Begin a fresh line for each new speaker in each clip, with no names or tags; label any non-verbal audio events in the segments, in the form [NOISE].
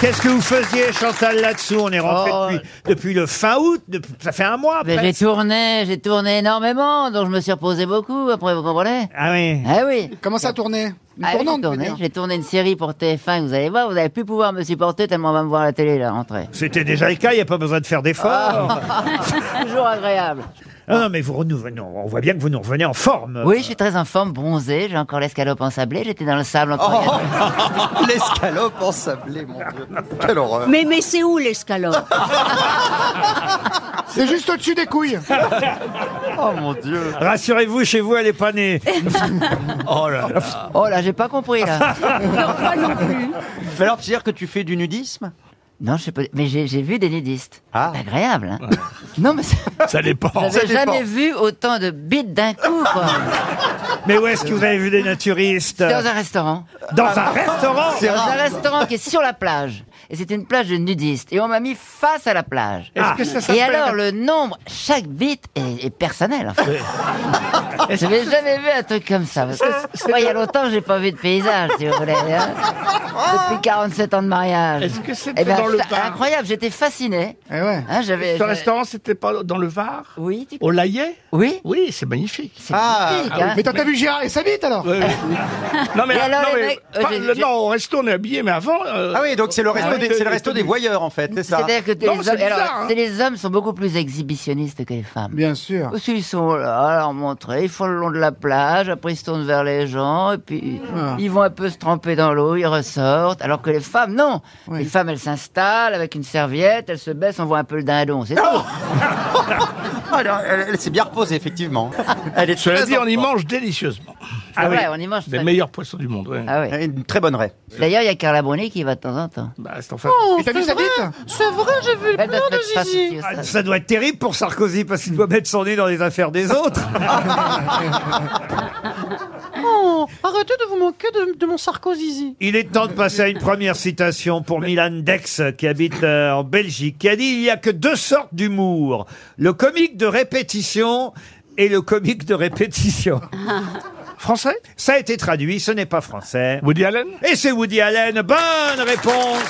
Qu'est-ce que vous faisiez, Chantal, là-dessous On est rentré
Oh.
depuis, depuis le fin août, depuis- ça fait un mois.
Mais j'ai
presque.
tourné, j'ai tourné énormément, donc je me suis reposé beaucoup, après vous comprenez
Ah oui.
Ah oui
Comment ça tourner Une
Ah oui,
tournante,
j'ai
tu veux
tourné,
dire.
j'ai tourné une série pour TF1, vous allez voir, vous allez plus pouvoir me supporter tellement on va me voir à la télé, la rentrée.
C'était déjà le cas, il n'y a pas besoin de faire d'efforts.
[LAUGHS]
Toujours agréable.
Ah non, mais vous renouvenez, on voit bien que vous nous revenez en forme.
Oui, je suis très en forme, bronzé, j'ai encore l'escalope en sablé, j'étais dans le sable en train de-
Oh, [LAUGHS] L'escalope en sablé, mon Dieu. Quelle horreur.
Mais, mais c'est où l'escalope
[LAUGHS] C'est juste au-dessus
[LAUGHS]
des couilles.
Ah. Oh,
Rassurez-vous, chez vous, elle n'est pas née. oh là là.
[LAUGHS]
[LAUGHS]
Oh là, j'ai pas compris
[LAUGHS]
là.
Mais alors, tu veux dire que tu fais du nudisme
Non, je sais pas, mais j'ai j'ai vu des nudistes.
Ah.
C'est agréable. hein. [LAUGHS] Non mais c'est-
Ça dépend.
j'avais jamais vu autant de bites d'un coup
[LAUGHS]
quoi.
Mais où est-ce que vous avez vu des naturistes
Dans un restaurant.
Dans un restaurant
Dans un restaurant qui est sur la plage. Et c'est une plage de nudistes. Et on m'a mis face à la plage.
Ah.
Et
[LAUGHS]
alors, le nombre, chaque bite est, est personnel. en fait. Je n'ai jamais vu un truc comme ça. parce que moi, il y a longtemps, j'ai pas vu de paysage, si vous voulez. hein. Depuis 47 ans de mariage.
Est-ce que c'était
Eh ben,
dans le
ça-
Var
Incroyable, j'étais fasciné.
Eh ouais.
Hein, j'avais,
Ce
j'avais-
restaurant, c'était pas dans le Var
Oui, tu-
Au Laillet
oui.
Oui, c'est magnifique.
C'est
Ah,
magnifique, hein.
Mais t'as t'as vu
[LAUGHS]
Gérard et sa bite alors
Non, mais,
Et alors,
non,
les
mais
mecs, euh,
pas-
j'ai-
le-
j'ai-
non, au resto, on est habillé, mais avant. euh,
Ah oui, donc c'est le resto,
ouais.
des, c'est le resto des voyeurs en fait, c'est ça
C'est-à-dire que
Non,
les,
c'est
hommes,
bizarre,
alors,
hein.
c'est les hommes sont beaucoup plus exhibitionnistes que les femmes.
Bien sûr.
Parce qu'ils sont là, à leur montrer, ils font le long de la plage, après ils se tournent vers les gens, et puis
Ah.
ils vont un peu se tremper dans l'eau, ils ressortent. Alors que les femmes, non.
Oui.
Les femmes, elles s'installent avec une serviette, elles se baissent, on voit un peu le dindon, c'est tout.
Ah, elle, elle- elle s'est bien reposée
[LAUGHS]
effectivement. Elle est
Cela
très
dit,
en
on y
forme.
mange délicieusement.
C'est vrai, Ah on y mange.
Des
très-
Ah meilleurs poissons du monde, ouais.
Ah oui.
Une très bonne raie.
D'ailleurs, il y a Carla Bruni qui va de temps en temps. Oh,
Bah, c'est enfin.
Et t'as vu sa bite
C'est vrai, j'ai vu
Elle doit se mettre face aussi au
Oh, Ah,
stade.
Ça doit être terrible pour Sarkozy parce qu'il doit mettre son nez dans les affaires
[LAUGHS]
des autres.
[LAUGHS] Oh, arrêtez de vous moquer de, de mon
[LAUGHS]
Sarkozy.
Il est temps de passer à une première citation pour Milan Dex, qui habite euh, en Belgique, qui a dit Il n'y a que deux sortes d'humour, le comique de répétition et le comique de répétition.
Français
Ça a été traduit, ce n'est pas français.
Woody Allen
Et c'est Woody Allen. Bonne réponse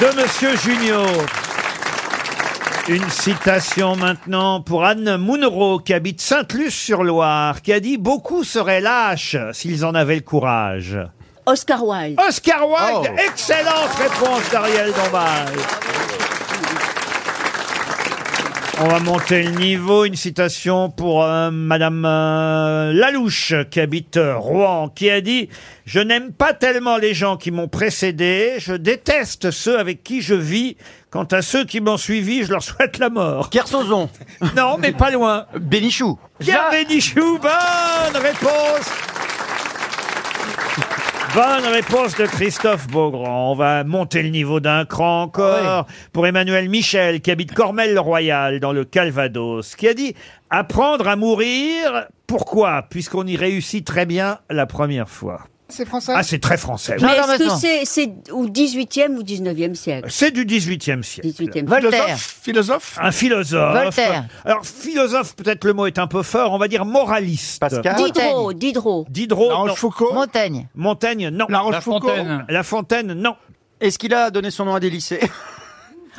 de Monsieur Junior. Une citation maintenant pour Anne Mounero, qui habite Sainte-Luce-sur-Loire, qui a dit Beaucoup seraient lâches s'ils en avaient le courage.
Oscar Wilde.
Oscar Wilde,
Oh.
excellente réponse d'Ariel Dombal. On va monter le niveau. Une citation pour euh, Madame euh, Lalouche, qui habite euh, Rouen, qui a dit « Je n'aime pas tellement les gens qui m'ont précédé. Je déteste ceux avec qui je vis. Quant à ceux qui m'ont suivi, je leur souhaite la mort.
Kersozon, »
Non, mais pas loin.
Bénichou.
Pierre Bénichou, bonne réponse Bonne réponse de Christophe Beaugrand. On va monter le niveau d'un cran encore pour Emmanuel Michel, qui habite Cormel-le-Royal, dans le Calvados, qui a dit « Apprendre à mourir, pourquoi Puisqu'on y réussit très bien la première fois.
C'est » français
Ah, c'est très français.
Non,
Mais
non,
est-ce que
maintenant.
c'est, c'est au 18e ou 19e siècle
C'est du 18e siècle.
18e.
Voltaire.
Philosophe
Un philosophe.
Voltaire.
Alors, philosophe, peut-être le mot est un peu fort, on va dire moraliste.
Pascal.
Diderot, Diderot.
Diderot,
La
non.
Rochefoucauld
Montaigne.
Montaigne, non.
La Rochefoucauld
La Fontaine, non.
Est-ce qu'il a donné son nom à des lycées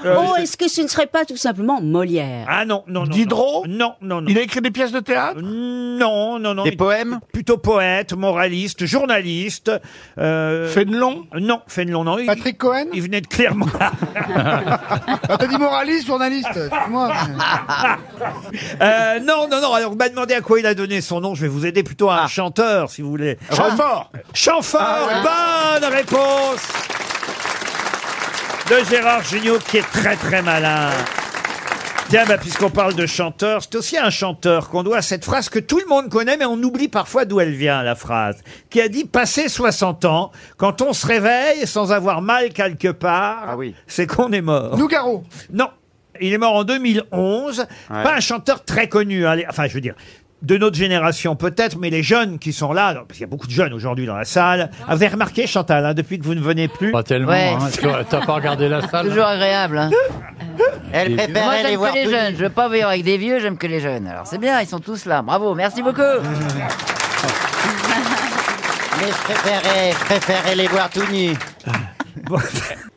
euh,
oh, est-ce que ce ne serait pas tout simplement Molière
[LAUGHS] Ah non, non, non.
Diderot
Non, non, non.
Il a écrit des pièces de théâtre
Non, non, non.
Des
Il-
poèmes
Plutôt poète, moraliste, journaliste. euh,
Fénelon
Non, Fénelon, non. Il,
Patrick Cohen
il venait de Clermont.
Ah, T'as dit moraliste, journaliste
[LAUGHS]
Excuse-moi.
Euh, non, non, non. Alors, on m'a demandé à quoi il a donné son nom. Je vais vous aider plutôt à un chanteur, si vous voulez.
Renfort
Chamfort, bonne réponse de Gérard Jugnot qui est très très malin. Tiens, bah, puisqu'on parle de chanteur, c'est aussi un chanteur qu'on doit à cette phrase que tout le monde connaît, mais on oublie parfois d'où elle vient, la phrase, qui a dit « Passer 60 ans, quand on se réveille sans avoir mal quelque part,
Ah oui.
c'est qu'on est mort.
Nougaro.
Non, il est mort en 2011. Pas un chanteur très connu. hein, les- Enfin, je veux dire, de notre génération peut-être, mais les jeunes qui sont là, alors, parce qu'il y a beaucoup de jeunes aujourd'hui dans la salle. Avez vous remarqué, Chantal, hein, depuis que vous ne venez plus
Pas tellement,
Ouais.
hein. Tu- t'as
[LAUGHS]
pas regardé la salle
[LAUGHS] Toujours
[LAUGHS]
agréable. hein.
Elle
Moi,
préférait les
j'aime
voir.
que les
tout
jeunes. Je veux pas vivre avec des vieux, j'aime que les jeunes. Alors, c'est bien, ils sont tous là. Bravo, merci beaucoup.
nus. Mais je préférais, je préférais les voir tout nus.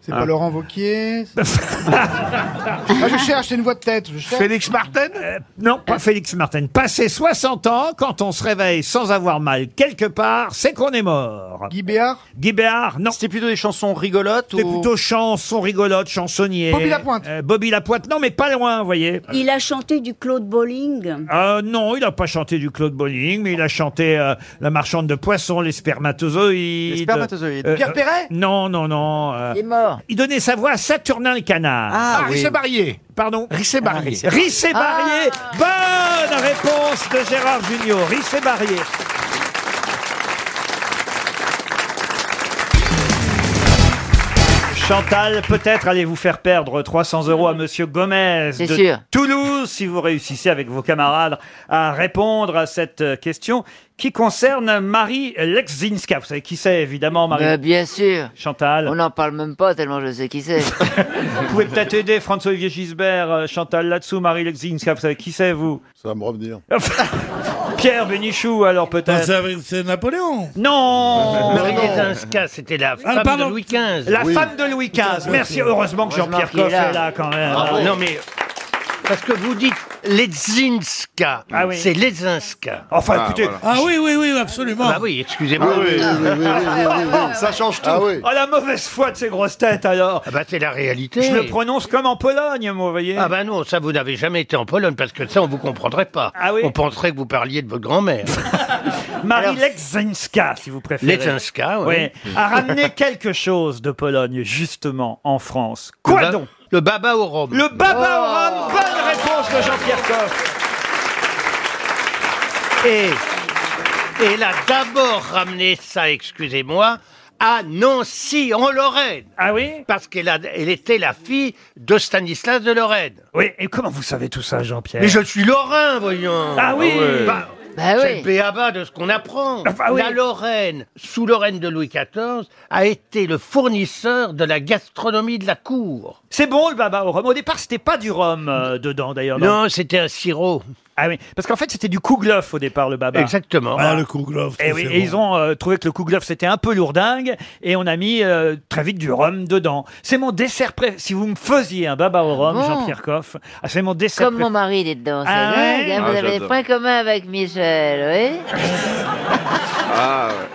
C'est
Ah.
pas Laurent Vauquier.
[LAUGHS]
c'est- Ah, je cherche, c'est une voix de tête. Je cherche.
Félix Martin
Euh,
Non, pas Félix Martin. Passer 60 ans, quand on se réveille sans avoir mal quelque part, c'est qu'on est mort.
Guy Béard.
Guy Béard, non.
C'était plutôt des chansons rigolotes
C'était
ou...
plutôt chanson rigolote, chansonnier.
Bobby Lapointe.
Euh, Bobby Lapointe, non, mais pas loin, vous voyez.
Il a chanté du Claude Bolling.
Euh, non, il n'a pas chanté du Claude Bolling, mais il a chanté euh, La marchande de poissons, les spermatozoïdes.
Les spermatozoïdes.
Euh,
Pierre
euh,
Perret
Non, non, non. euh,
Il est mort.
il donnait sa voix à Saturnin le canard.
Ah, oui. Richet Barrier. Ah,
Pardon
Richet Barrier.
Rissé Barrier. Bonne réponse de Gérard Junior. Rissé Barrier. Chantal, peut-être allez-vous faire perdre 300 euros à Monsieur Gomez
C'est
de
sûr.
Toulouse si vous réussissez avec vos camarades à répondre à cette question qui concerne Marie Lexzinska. Vous savez qui c'est évidemment Marie
Mais Euh, bien sûr.
Chantal.
On n'en parle même pas tellement je sais qui c'est.
Vous pouvez peut-être aider François-Olivier Gisbert, euh, Chantal là-dessous, Marie Lexzinska. Vous savez qui c'est vous
Ça va me revenir.
[LAUGHS] Pierre Bénichou, alors peut-être.
C'est Napoléon Ah,
Non
Marie-Lézinska, c'était la femme
pardon.
de Louis XV.
La femme de Louis XV. Merci, heureusement que
Heureusement
Jean-Pierre
qu'il est
Coff
là.
est là quand même.
Ah, non, mais... Parce que vous dites Ledzinska.
Ah oui.
C'est Ledzinska.
Enfin, écoutez.
Ah oui, oui, oui, absolument.
Ah bah oui, excusez-moi.
Ça change tout.
Ah oui.
Oh, la mauvaise foi de ces grosses têtes alors
Ah bah c'est la réalité.
Je le prononce comme en Pologne, moi, vous voyez.
Ah bah non, ça vous n'avez jamais été en Pologne parce que ça on vous comprendrait pas.
Ah oui
On penserait que vous parliez de votre grand-mère.
Marie Lexzinska, si vous préférez.
Ledzinska, oui.
Ouais. A ramené quelque chose de Pologne, justement, en France. Quoi
Le ba-
donc
Le baba Oh. au rhum.
Le [LAUGHS] baba au rhum, bonne réponse de Jean-Pierre Coff.
Et et elle a d'abord ramené ça, excusez-moi, à Nancy en Lorraine.
Ah oui
Parce qu'elle a- elle était la fille de Stanislas de Lorraine.
Oui, et comment vous savez tout ça, Jean-Pierre
Mais je suis lorrain, voyons.
Ah oui
Bah,
Bah
c'est le
oui.
béaba de ce qu'on apprend.
Ah bah oui.
La Lorraine, sous Lorraine de Louis XIV, a été le fournisseur de la gastronomie de la cour.
C'est bon le baba Ah bah, au rhum. Au départ, c'était pas du rhum euh, dedans d'ailleurs. dans-
Non, c'était un sirop.
Ah oui, parce qu'en fait, c'était du kouglof au départ le baba.
Exactement.
Ah, le Kouglof.
Et, oui, et ils ont euh, trouvé que le kouglof c'était un peu lourdingue et on a mis euh, très vite du rhum dedans. C'est mon dessert préféré. Si vous me faisiez un baba au rhum,
bon
Jean-Pierre Coff, ah, c'est mon dessert
Comme mon
préféré.
mari, il est dedans. C'est
Ah
dingue,
ouais
hein, vous
Ah,
avez des
j'adore.
points communs avec Michel, oui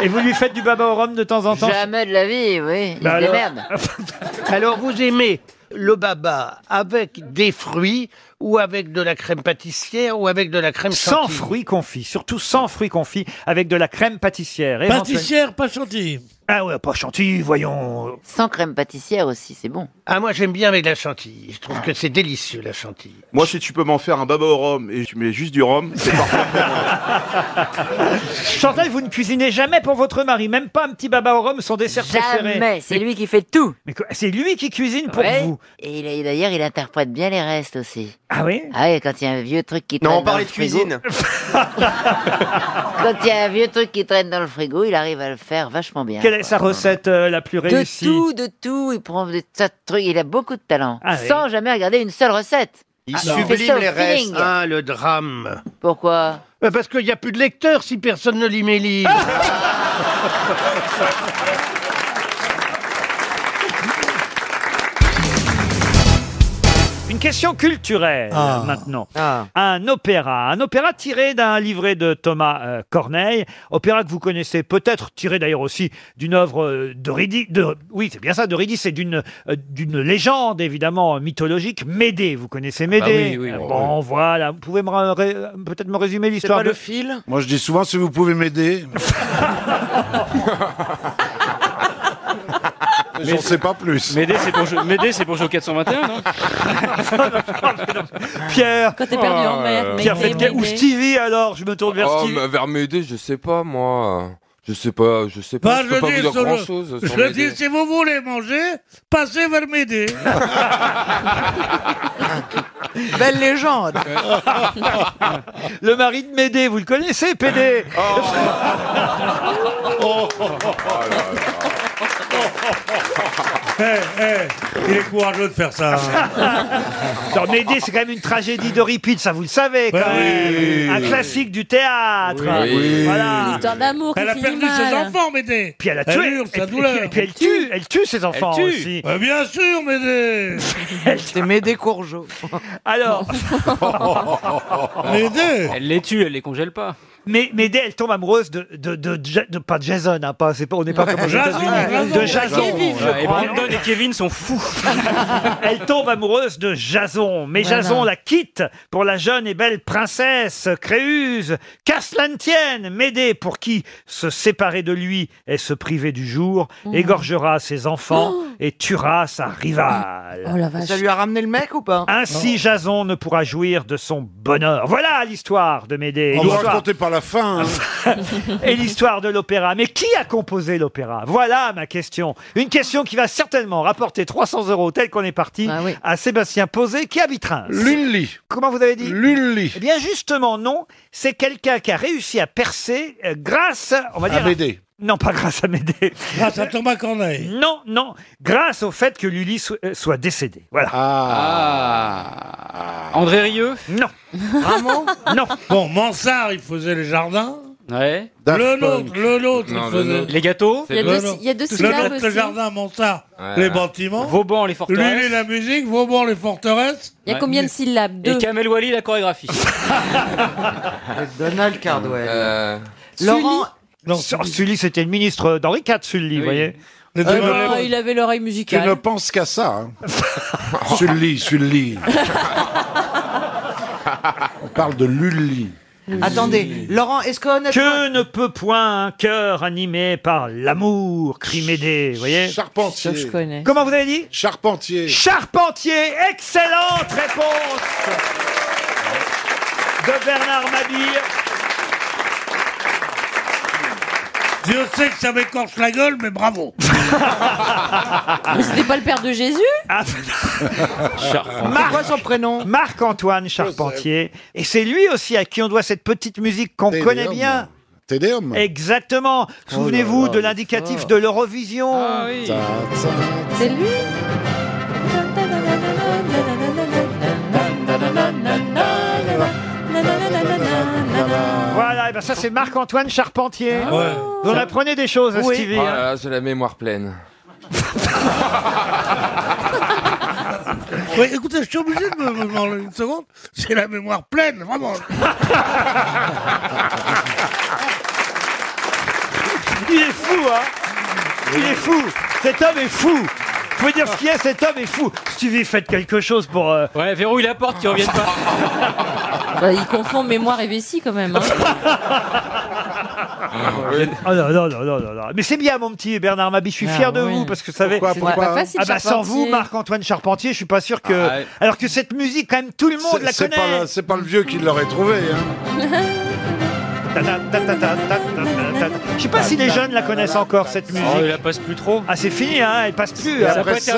Et vous lui faites du baba au rhum de temps en temps
Jamais de la vie, oui. Il
Bah
se
alors-
démerde.
[LAUGHS] Alors vous aimez le baba avec des fruits ou avec de la crème pâtissière ou avec de la crème
Sans
chantilly
fruits confits, surtout sans fruits confits, avec de la crème pâtissière. éventuellement-
Pâtissière, pas chantilly.
Ah ouais, pas chantilly, voyons.
Sans crème pâtissière aussi, c'est bon.
Ah moi j'aime bien avec la chantilly. Je trouve que c'est délicieux la chantilly.
Moi, si tu peux m'en faire un baba au rhum et tu mets juste du rhum,
[LAUGHS]
c'est parfait.
Chantal, vous ne cuisinez jamais pour votre mari, même pas un petit baba au rhum, son dessert préféré.
Jamais. C'est lui qui fait tout.
Mais quoi, c'est lui qui cuisine pour
Ouais.
vous.
Et il a- d'ailleurs, il interprète bien les restes aussi.
Ah oui
Ah oui, quand il y a un vieux truc qui traîne
Non, on
dans
parlait
le
de
frigo-
cuisine.
[LAUGHS] Quand il y a un vieux truc qui traîne dans le frigo, il arrive à le faire vachement bien.
Quelle est sa recette euh, la plus
de
réussie
tout, de tout, il prend des tas de trucs, il a beaucoup de talent.
Ah oui.
Sans jamais regarder une seule recette.
Il
Ah, non.
sublime
Fait ça au
les restes.
feeling.
Ah le drame.
Pourquoi
Bah, parce qu'il n'y a plus de lecteurs si personne ne lit mes livres.
[LAUGHS] Ah. Une question culturelle
Ah.
maintenant.
Ah.
Un opéra, un opéra tiré d'un livret de Thomas euh, Corneille, opéra que vous connaissez peut-être, tiré d'ailleurs aussi d'une œuvre euh, d'Eurydice. De, oui, c'est bien ça, d'Eurydice, c'est d'une euh, d'une légende évidemment mythologique. Médée, vous connaissez Médée.
Ah bah oui, oui,
Euh,
oui.
bon, voilà, vous pouvez me ra- ré- peut-être me résumer l'histoire de.
fil
Moi, je dis souvent, si vous pouvez
[LAUGHS]
m'aider. Mais j'en sais pas plus.
M'aider, c'est pour, jouer 421, non
Pierre,
Quand t'es perdu en mer,
Oh, Pierre Fetguet ou Stevie alors, je me tourne vers Stevie.
Oh, vers m'aider, je sais pas, moi. Je sais pas, je sais
Bah, je dis, sur le-
chose.
je dis, si vous voulez manger, passez vers
[LAUGHS]
midi.
Belle légende.
Le mari de Médée, vous le connaissez, PD
Eh, il est courageux de faire ça.
Non, Médée, c'est quand même une tragédie d'Euripide, ça vous le savez, quand
Oui.
même. Un
Oui.
classique du théâtre.
Oui.
Voilà.
L'histoire d'amour qui Elle a finit perdu mal. ses enfants, Médée.
Puis elle a
Elle
tué.
hurle sa
et, puis-
douleur.
et puis elle tue, elle tue ses enfants
Elle tue.
aussi.
Ouais, bien sûr,
[LAUGHS]
Médée.
C'est Médée Courgeot. Alors.
Médée. Elle les tue, elle les congèle pas.
Mais Médée, elle tombe amoureuse de, de, de, Ja- de- pas de Jason, hein, pas, c'est pas, on n'est pas comme aux
Jason,
États-Unis.
hein. Jason.
De Jason.
Kevin, je Ouais, et crois. Brandon
et Kevin sont fous. [LAUGHS] elle tombe amoureuse de Jason, mais
Voilà.
Jason la quitte pour la jeune et belle princesse Créuse. Qu'à cela ne tienne, Médée, pour qui se séparer de lui et se priver du jour, égorgera ses enfants et tuera sa rivale.
Ça lui a ramené le mec ou pas
Oh.
Ainsi, Jason ne pourra jouir de son bonheur. Voilà l'histoire de Médée.
On va
L'histoire-
raconter par la fin.
[LAUGHS]
hein.
et l'histoire de l'opéra. Mais qui a composé l'opéra Voilà ma question. Une question qui va certainement rapporter 300 euros, tel qu'on est parti, à Sébastien Posé, qui habite Reims.
Lully.
Comment vous avez dit Lully. Eh bien, justement, non. C'est quelqu'un qui a réussi à percer euh, grâce, on va
À
dire...
Médée.
Non, pas grâce à Médée.
Grâce à Thomas Corneille.
[LAUGHS] Non, non. Grâce au fait que Lully so- euh, soit décédé. Voilà.
Ah.
André Rieu
Non.
Vraiment
Non.
Bon, Mansart, il faisait les jardins.
Ouais.
Le nôtre, le nôtre, il
Non, le
faisait.
nôtre. Les gâteaux Il y a
Le
deux-
nôtre.
il y a deux
Le
syllabes
nôtre, le
aussi.
jardin, Mansart,
Ouais.
les bâtiments.
Vauban, les forteresses.
Lully, la musique. Vauban, les forteresses.
Il y a combien de syllabes
Et
Deux.
Kamel Wally, la chorégraphie.
Donald Cardwell.
Euh.
Laurent. Non, Sully, c'était le ministre euh, d'Henri IV, Sully, vous voyez.
Euh,
Euh,
Eh ben, il avait l'oreille
Tu ne
musicale.
penses qu'à ça. Hein. Sully, Sully. On parle de Lully.
Attendez, Laurent, est-ce qu'on a...
Que ne peut point un cœur animé par l'amour, Crimédée, vous voyez
Charpentier. Ça, je connais.
Comment vous avez dit
Charpentier.
Charpentier, excellente réponse de Bernard Mabille.
Dieu sait que ça m'écorche la gueule, mais bravo. [LAUGHS]
[LAUGHS]
Mais c'était pas le père de Jésus
Ah.
Marc, son prénom Marc-Antoine Charpentier. Et c'est lui aussi à qui on doit cette petite musique
Eh
qu'on connaît bien.
Tédéum.
Exactement. Souvenez-vous de l'indicatif de l'Eurovision.
C'est lui
Voilà, et ben ça c'est Marc-Antoine Charpentier. Vous en apprenez des choses, à
Ah Oui.
Stevie.
Oh
hein.
là là, j'ai la mémoire pleine.
Ouais, écoutez, je suis obligé de me me demander une seconde. J'ai la mémoire pleine, vraiment.
Il est fou, hein Il est fou Cet homme est fou Vous pouvez dire ce qu'il y a, cet homme est fou Stevie, faites quelque chose pour... euh,
Ouais, verrouille la porte, qui reviennent [LAUGHS] pas.
Bah, Il confond
[LAUGHS]
mémoire et vessie quand
[LAUGHS]
même. hein.
Ah,
Oh non, non, non, non, non, non. Mais c'est bien, mon petit Bernard Mabi, je suis
Ah,
fier de
oui.
vous, parce que vous savez...
Pourquoi, C'est pourquoi pas facile,
Ah bah sans vous,
Charpentier.
Marc-Antoine Charpentier, je suis pas sûr que...
Ah, ouais.
Alors que cette musique, quand même, tout le monde
C'est-
la
C'est
connaît
pas, c'est pas le vieux qui l'aurait trouvé. hein.
[LAUGHS]
Ta- ta- ta- ta- ta- ta- ta- ta- Je sais pas si les jeunes la connaissent encore, cette musique.
Oh, il la passe plus trop.
Ah, c'est fini, hein, elle passe plus. hein.
après ça,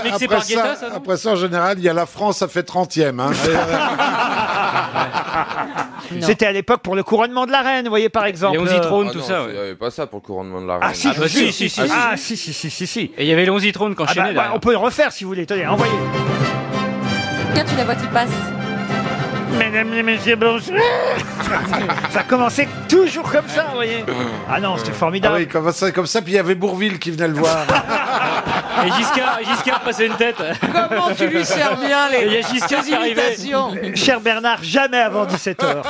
après ça, en général, il y a la France, ça fait 30e.
[LAUGHS]
Hein.
C'était à l'époque pour le couronnement de la reine, vous voyez, par exemple.
Ah non, Il n'y avait pas ça pour le couronnement de la reine.
Ah, si, je vous jure. Ah, si, si, si, si.
Et il y avait l'onzitrone
Ah bah, ouais, on peut le refaire si vous voulez. Tenez, envoyez.
Tiens, tu la vois qui passe.
Mesdames et messieurs,
[LAUGHS]
bonjour. ça commençait toujours comme ça, vous voyez. Ah non, c'était formidable. Ah.
oui, comme ça, comme ça, puis il y avait Bourville qui venait le voir.
Et Giscard, et Giscard passait une tête.
Comment tu lui sers bien les,
Et il y a Giscard
les
qui arrivait.
imitations
Cher Bernard, jamais avant 17h.
[LAUGHS]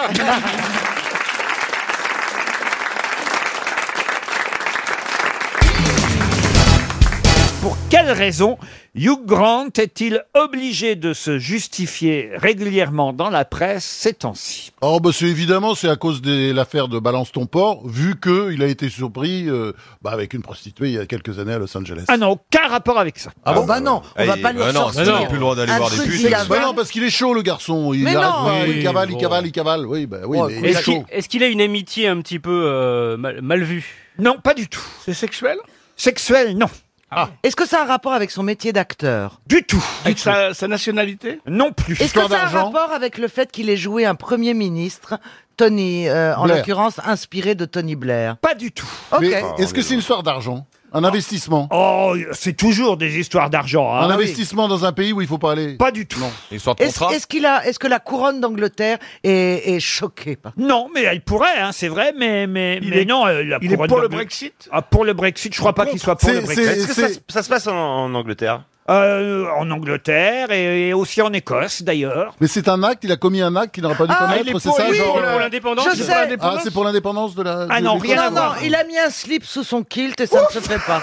Pour quelle raison Hugh Grant est-il obligé de se justifier régulièrement dans la presse ces temps-ci
Oh bah c'est évidemment c'est à cause de l'affaire de Balance ton port vu que il a été surpris euh, bah, avec une prostituée il y a quelques années à Los Angeles.
Ah non, aucun rapport avec ça.
Ah bon bah non,
on va Eh, pas le bah non, sortir. sinon, on a plus le droit d'aller voir des putes.
Bah non parce qu'il est chaud le garçon, il
Mais
arrête
non,
pas, il
oui,
cavale,
bon. Oh,
il cavale, il cavale. Oui bah oui, mais il est
Est-ce qu'il
chaud.
est-ce qu'il a une amitié un petit peu euh, mal, mal vue
Non, pas du tout.
C'est sexuel
Sexuel, non.
Ah.
Est-ce que ça a un rapport avec son métier d'acteur
Du tout.
Avec sa, sa nationalité
Non plus.
Est-ce que ça a un rapport avec le fait qu'il ait joué un Premier ministre, Tony, euh, en
Blair.
l'occurrence inspiré de Tony Blair
Pas du tout.
Ok.
Ah,
Mais est-ce que c'est une histoire d'argent Un investissement.
Oh, c'est toujours des histoires d'argent. hein.
Un investissement dans un pays où il faut pas aller.
Pas du tout.
Histoire
Est-ce est-ce qu'il a, est-ce que la couronne d'Angleterre est, est choquée par
Non, mais elle pourrait, hein, c'est vrai, mais, mais, mais non. euh, la
il est
couronne
pour
de
le
bleu-
Brexit
ah, Pour le Brexit, je crois pas qu'il soit pour le Brexit.
Est-ce que ça, se- ça se passe en, en Angleterre
Euh, en Angleterre et, et aussi en Écosse d'ailleurs.
Mais c'est un acte, il a commis un acte qu'il n'aurait pas dû
Ah, il est
commettre, c'est
pour-
ça
oui,
genre,
il est pour
euh,
l'indépendance,
Je sais.
Ah, c'est pour l'indépendance de la.
Ah
de-
non,
de-
rien à
Non, non,
voir.
il a mis un slip sous son kilt et ça ne se fait pas.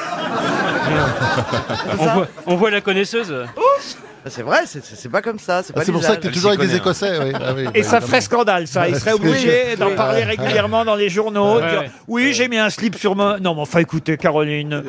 on, voit, on voit la connaisseuse.
C'est vrai, c'est- c'est c'est pas comme ça. C'est
Ah,
pas
c'est pour ça que
tu
t'es toujours avec des Écossais, oui. ah oui,
Et
bah,
ça
évidemment.
ferait scandale, ça. Il serait
Oui,
obligé
oui.
d'en
Ah.
Oui.
parler régulièrement dans les journaux.
Ah Ouais.
dire, Oh, oui, j'ai mis un slip sur moi. Non, mais enfin,
[LAUGHS]
écoutez, Caroline.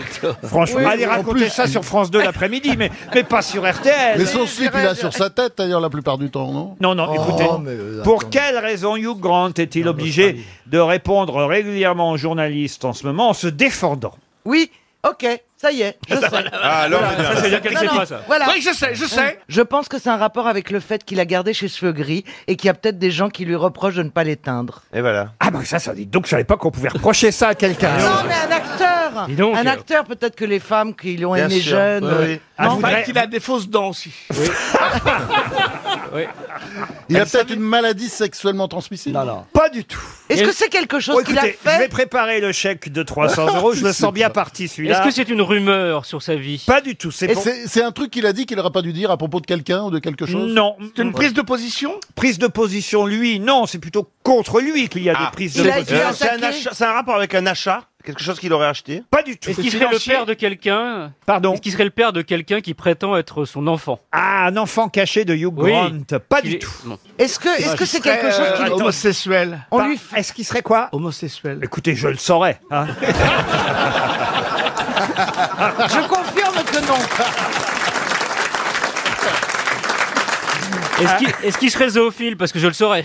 Franchement,
Oui,
allez
en
raconter
plus.
ça sur France 2 l'après-midi, mais, mais pas sur RTL.
Mais son slip, il a sur sa tête d'ailleurs la plupart du temps, non Oh,
Non, non, écoutez,
Oh, euh,
pour quelle raison Hugh Grant est-il obligé de répondre régulièrement aux journalistes en ce moment en se défendant
Oui, ok, ça y est, je sais.
Ah, alors,
Voilà,
c'est bien.
ça, c'est bien qu'elle
Non,
sait
non,
pas, ça.
Voilà.
Oui, je sais, je sais.
Je pense que c'est un rapport avec le fait qu'il a gardé chez cheveux gris et qu'il y a peut-être des gens qui lui reprochent de ne pas l'éteindre.
Et voilà.
Ah, bah ça, ça dit. Donc, je savais pas qu'on pouvait reprocher ça à quelqu'un.
Non, mais un acteur
Dis donc,
Un
euh,
acteur, peut-être que les femmes qui l'ont
Bien
aimé
sûr,
jeune.
oui,
euh,
oui.
non
Ah, vous voudrez-
Il a des fausses dents aussi.
Il a peut-être une maladie sexuellement transmissible. Non, non.
Pas du tout.
Est-ce que c'est quelque chose
Oh,
qu'il a
écoutez,
fait
Je vais préparer le chèque
[LAUGHS]
de 300 euros. Je le sens bien parti celui-là.
Est-ce que c'est une rumeur sur sa vie
Pas du tout. C'est pour-
C'est c'est un truc qu'il a dit qu'il n'aurait pas dû dire à propos de quelqu'un ou de quelque chose
Non.
C'est une
prise de position Prise de position, lui, non. C'est plutôt contre lui qu'il y a des prises de
Euh,
position.
C'est un, achat- c'est un rapport avec un achat Quelque chose qu'il aurait acheté
Pas du tout.
Est-ce qu'il serait le père de quelqu'un
Pardon
Est-ce qu'il serait le père de quelqu'un qui prétend être son enfant
Ah, un enfant caché de Hugh
Oui.
Grant. Pas
Il
du
est- Ah,
tout.
non.
Est-ce que
Ah,
est-ce que c'est quelque chose
euh,
euh,
qu'il
[LAUGHS] homosexuel
On lui
Est-ce qu'il serait quoi
Homosexuel.
Écoutez, je le saurais. hein.
Je confirme que non.
Ah.
Est-ce qu'il est-ce qu'il serait zoophile Parce que je
[LAUGHS]
le saurais.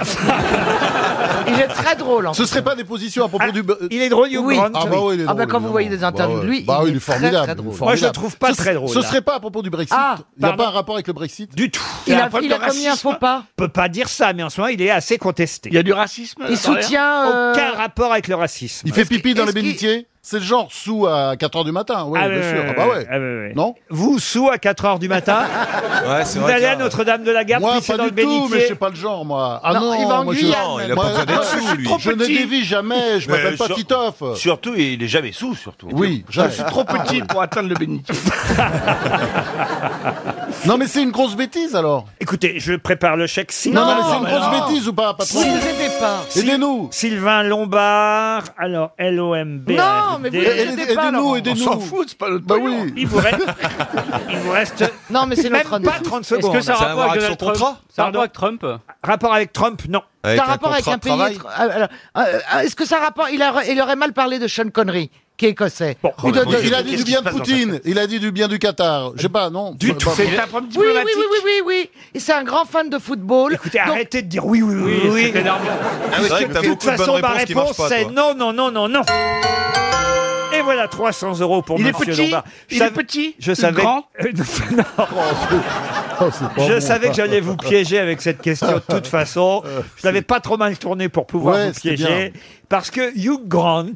Il est très drôle. En
Ce serait pas des positions à propos du.
Il est drôle, Hugh
Oui.
Grant.
Ah bah oui, il est
Ah bah
drôle,
quand vous voyez des
évidemment.
interviews
Bah
de
ouais.
lui,
Bah oui,
il
il est
est très,
formidable.
très drôle.
il est
Moi, je le
formidable.
trouve pas
Ce-
très drôle,
Ce
là.
serait pas à propos du Brexit.
Ah,
il n'y a
pardon.
pas un rapport avec le Brexit.
Du tout.
Il a, il a commis un faux pas.
peut pas dire ça, mais en ce moment, il est assez contesté.
Il y a du racisme.
Il soutient. euh,
Aucun rapport avec le racisme.
Il fait pipi dans les
est-ce qu'il-
bénitiers. C'est le genre sous à 4h du matin. Oui,
Ah,
bien
ouais,
sûr.
ouais,
Ah bah ouais.
ouais, ouais, ouais.
Non
Vous, sous à 4 heures
[LAUGHS]
du matin,
Ouais, c'est
vous
vrai.
allez
que
à
là-
Notre-Dame-de-la-Garde,
Moi,
pisser
pas
dans le
du tout, mais je sais
bénitier.
pas le genre, moi. Ah
Non,
non,
il va en
moi, je-
Guyane.
Non, il a
Moi,
pas besoin d'être
je-
sous, lui.
Je ne dévie jamais, je
Mais
m'appelle pas
sur-
Titoff.
Surtout, il est jamais sous, surtout.
Oui,
Je
jamais.
suis trop petit pour atteindre le
[LAUGHS]
bénitier.
Non, mais c'est une grosse bêtise alors.
Écoutez, je prépare le chèque.
Non,
Sinon,
non, mais c'est une grosse bêtise ou pas, patron
S'il n'était pas.
Aidez-nous
Sylvain Lombard, alors L-O-M-B.
Non, mais vous les aidez pas, Laurent.
Aidez-nous,
On s'en
aidez-nous
fout, c'est pas notre
Bah
pognon.
oui
Il vous reste, il vous reste
[LAUGHS] Non, mais c'est
même
notre
pas 30
Est-ce
secondes.
que ça a
Ça a
rapport
à voir
avec
avec
Donald
son
Trump
contrat
Ça a
Pardon
rapport avec Trump
Rapport avec Trump, non.
Avec
T'as rapport avec
contrat
un
de
pays.
travail.
étr- euh, alors, euh, euh, Est-ce que ça a rapport il, a- il aurait mal parlé de Sean Connery, qui est écossais.
Bon,
il, a-
Oh, mais
il a
qu'est-ce
dit
qui
du bien
se
de
passe dans
Poutine, il a dit du bien du Qatar. Je sais pas, non
Du
Bah,
tout.
bah,
C'est-
C'est un problème
Oui, oui, oui,
diplomatique.
oui, oui, oui, oui. C'est un grand fan de football.
Écoutez,
Donc,
arrêtez de dire oui, oui, oui, oui.
C'est énorme.
Ah oui, c'est vrai que
De
t'as
toute
beaucoup de
façon,
bonnes
ma
réponses qui marchent
réponse,
pas,
c'est
toi.
non, non, non, non, non. Et voilà 300 euros pour
Il est
Monsieur
petit.
Lombard. Je
Il est
savais-
petit.
Je savais.
Grand.
Non. [LAUGHS]
Oh, c'est pas
Je
bon,
savais que
ça.
j'allais vous piéger avec cette question de
[LAUGHS]
toute façon. Je l'avais pas trop mal tourné pour pouvoir
Ouais,
vous
c'était
piéger. Parce que Hugh Grant,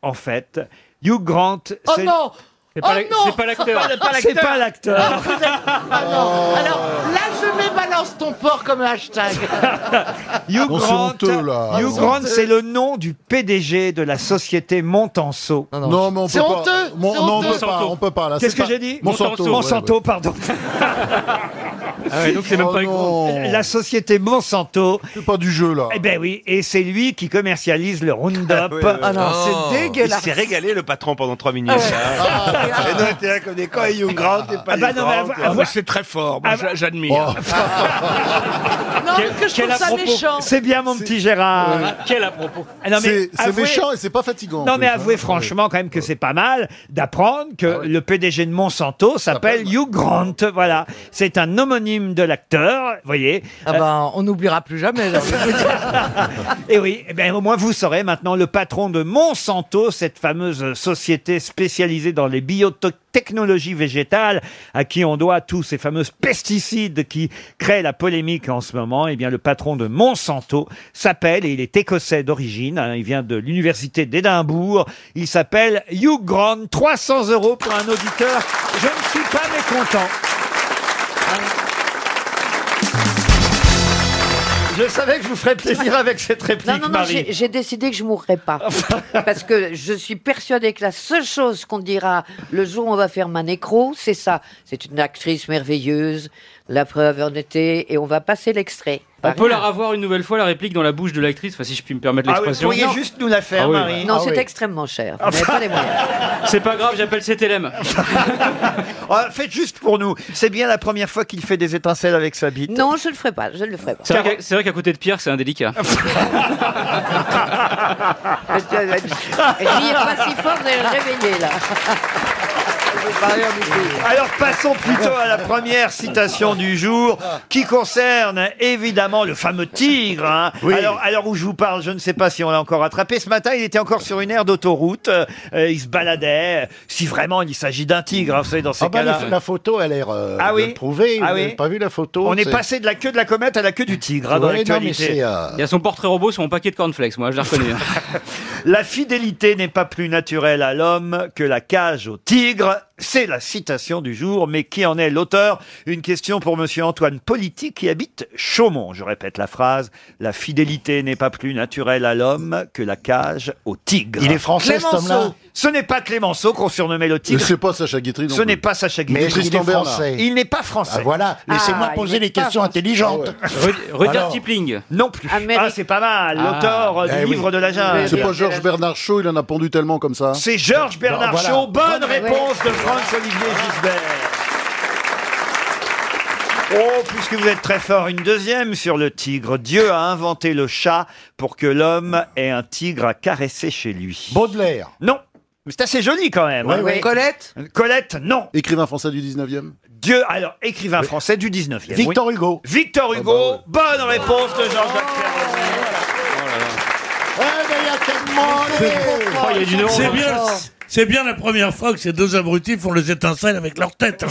en fait, Hugh Grant,
Oh
c'est
non
C'est
Oh
pas la-
non
c'est pas l'acteur.
c'est pas l'acteur. Oh.
Ah non Alors là, je mets balance ton porc comme hashtag.
[LAUGHS] Ah Hugh
Non, c'est
Grant,
honteux, là.
Hugh
Ah, c'est
Grant,
honteux.
c'est le nom du PDG de la société Montanceau.
Non, mais on peut
C'est
pas.
honteux,
Mon-
c'est
non, on peut
honteux.
pas, on peut pas. là,
Qu'est-ce
c'est
que
pas-
j'ai dit
Monsanto. ouais,
Monsanto,
ouais.
pardon.
Ah ouais, donc c'est même
Oh
pas le grand.
non.
La société Monsanto.
C'est pas du jeu, là.
Eh ben oui, et c'est lui qui commercialise
[LAUGHS]
le Roundup.
oui, oui.
Ah non,
Oh.
c'est
Il
dégueulasse. Ah
s'est régalé le patron pendant 3 minutes. là. Et nous, on était là comme des cons, et Young Grant, et pas
Oh, Ah bah
Hugh
non, mais
Grant.
à- à-
Ah, mais c'est très fort, moi,
Ah,
j'a- j'admire.
[LAUGHS] Non, parce que je trouve ça méchant.
C'est bien mon petit Gérard.
Quel à propos
Ah non, mais
C'est c'est
avouez-
méchant et c'est pas fatigant. en
Non mais
plus, hein.
avouez franchement quand même que c'est pas mal d'apprendre que le PDG de Monsanto Ah s'appelle Hugh Grant. Voilà, c'est un homonyme de l'acteur, voyez. Euh,
Ah ben, on n'oubliera plus jamais. j'ai envie de vous dire.
Et oui, eh ben, au moins vous saurez maintenant le patron de Monsanto, cette fameuse société spécialisée dans les biotechnologie végétale, à qui on doit tous ces fameux pesticides qui créent la polémique en ce moment, eh bien, le patron de Monsanto s'appelle, et il est écossais d'origine, hein, il vient de l'université d'Édimbourg, il s'appelle Hugh Grant. 300 euros pour un auditeur. Je ne suis pas mécontent. Je savais que je vous ferais plaisir avec cette réplique,
Non, non, non,
Marie.
j'ai j'ai décidé que je mourrai [LAUGHS] pas. Parce que je suis persuadée que la seule chose qu'on dira le jour où on va faire ma nécro, c'est ça. C'est une actrice merveilleuse, la preuve en était, et on va passer l'extrait.
On
Pas
peut
rien.
la revoir une nouvelle fois, la réplique dans la bouche de l'actrice, enfin, si je puis me permettre
Ah oui,
l'expression. Ah
pourriez juste nous la faire,
oui.
Marie. Ah Non, c'est extrêmement cher. On n'avait pas les moyens.
C'est pas grave, j'appelle CTLM.
Oh, faites juste pour nous. C'est bien la première fois qu'il fait des étincelles avec sa bite.
Non, je ne le ferai pas, je ne le ferai pas.
C'est vrai qu'à- c'est vrai qu'à côté de Pierre, c'est
[LAUGHS]
indélicat.
J'y ai pas si fort de le réveiller, [LAUGHS] là.
Alors passons plutôt à la première citation du jour qui concerne évidemment le fameux tigre. hein. Alors, à l'heure où je vous parle, je ne sais pas si on l'a encore attrapé. Ce matin, il était encore sur une aire d'autoroute. Euh, euh, il se baladait. Si vraiment il s'agit d'un tigre, hein, vous savez, dans ces
Ah bah,
cas-là.
la, la photo, elle est euh,
Ah oui
bien prouvée.
Ah
Vous
oui
n'avez pas vu la photo
on est
c'est-
passé de la queue de la comète à la queue du tigre hein, dans
Ouais, non, mais
l'actualité.
c'est, euh,
Il y a son portrait robot sur mon paquet de cornflakes, moi, je hein. l'ai reconnu.
[LAUGHS]
La fidélité n'est pas plus naturelle à l'homme que la cage au tigre. C'est la citation du jour, mais qui en est l'auteur Une question pour monsieur Antoine Politi qui habite Chaumont. Je répète la phrase. La fidélité n'est pas plus naturelle à l'homme que la cage au tigre.
Il est français, cet homme-là
Clémenceau. Ce n'est pas Clémenceau qu'on surnommait le tigre.
Mais c'est pas Sacha Guitry non
Ce
plus.
n'est pas Sacha Guitry.
Mais Tristan
Il est français.
Bernard.
Il n'est pas français.
Ah, voilà. Laissez-moi poser les questions intelligentes.
Alors,
Kipling.
Ah, Non plus. Ah, c'est pas mal. L'auteur
Ah. Eh
euh, du livre de la jungle.
Eh C'est pas Georges Bernard Shaw, il en a pondu tellement comme ça.
C'est Georges Bernard
Voilà.
Shaw. Bonne
Bonne
réponse de Franz-Olivier Gisbert. Oh, puisque vous êtes très fort, une deuxième sur le tigre. Dieu a inventé le chat pour que l'homme ait un tigre à caresser chez lui.
Baudelaire.
Non. Mais c'est assez joli quand même.
Ouais,
hein.
ouais. Colette
Colette, non.
Écrivain français du 19e
Dieu, alors, écrivain français du 19e.
Victor Ah bah
Hugo. Victor Hugo, bonne réponse de Jean-Jacques
Oh, il y a du neurone. C'est bien, c'est bien la première fois que ces deux abrutis font les étincelles avec leur [LAUGHS] tête.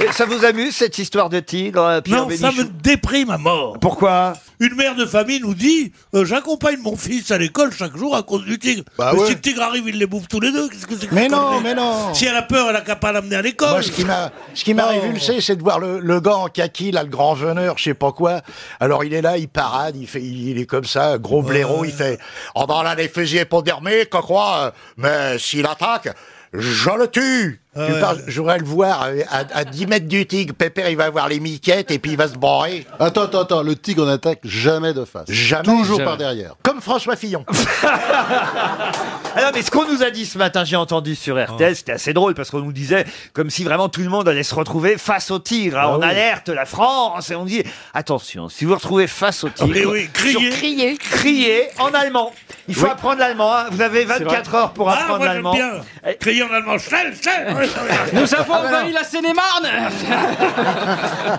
Et Ça vous amuse cette histoire de tigre, euh, Pierre
non, ça me
Bénichou
déprime à mort.
Pourquoi
Une mère de famille nous dit euh, J'accompagne mon fils à l'école chaque jour à cause du tigre.
Bah
Mais
ouais.
si le tigre arrive, il les bouffe tous les deux. Qu'est-ce que c'est que
Mais
cette
non,
connerie
mais non.
Si elle a peur, elle n'a qu'à pas l'amener à l'école.
Moi, ce qui m'a, ce
Oh.
qui m'a révulsé, c'est de voir le, le gars en kaki, là, le grand veneur, je sais pas quoi. Alors, il est là, il parade, il fait, il est comme ça, gros blaireau, il fait, oh ben là, les fusils épaudermés, quoi, quoi, euh, mais s'il attaque, je le tue! Tu
Ah ouais.
parles, je voudrais le voir euh, à, à 10 mètres du tigre. Pépère, il va voir les miquettes et puis il va se barrer.
Attends, attends, attends, le tigre n'attaque jamais de face.
Jamais.
Toujours
Jamais.
par derrière.
Comme François Fillon.
Alors, Ah mais ce qu'on nous a dit ce matin, j'ai entendu sur
Ah.
RTL, c'était assez drôle parce qu'on nous disait comme si vraiment tout le monde allait se retrouver face au tigre.
Ah
hein. on alerte la France et on dit attention, si vous vous retrouvez face au tigre,
Ah, Mais oui, criez.
sur- criez, criez en allemand. Il faut apprendre l'allemand. hein. Vous avez 24 heures pour
Ah,
apprendre
moi j'aime
l'allemand.
bien. Crier en allemand Schnell, schnell
[LAUGHS]
Nous
Ah,
Ah,
avons
bah
envahi la Seine-et-Marne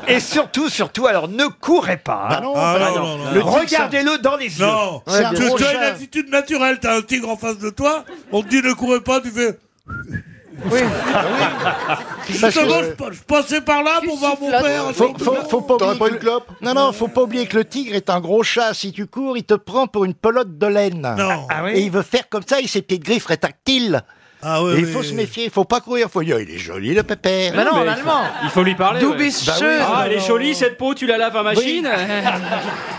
Et surtout, surtout, alors ne courez pas. hein.
Ah,
Ah
non,
non.
non, non,
Le
non.
Regardez-le dans les yeux.
Non, tu tu as une attitude naturelle, t'as un tigre en face de toi, on te dit ne courez pas, tu fais. [LAUGHS] Oui, Justement,
Parce que-
je, pa- je passais par là pour voir mon père.
Faut, faut, faut pas oublier que le- Non, non, faut pas oublier que le tigre est un gros chat. Si tu cours, il te prend pour une pelote de laine.
Non.
Ah oui
Et il veut faire comme ça, et ses petites griffes rétactiles.
Ah oui,
Et il
oui,
faut
oui.
se méfier, il faut pas courir. Faut dire, il est joli le pépère.
bah
Mais non, Mais en il faut- allemand. il faut lui parler, Du ouais. bist
Bah oui.
schön. Ah, elle est jolie, cette peau, tu la laves à machine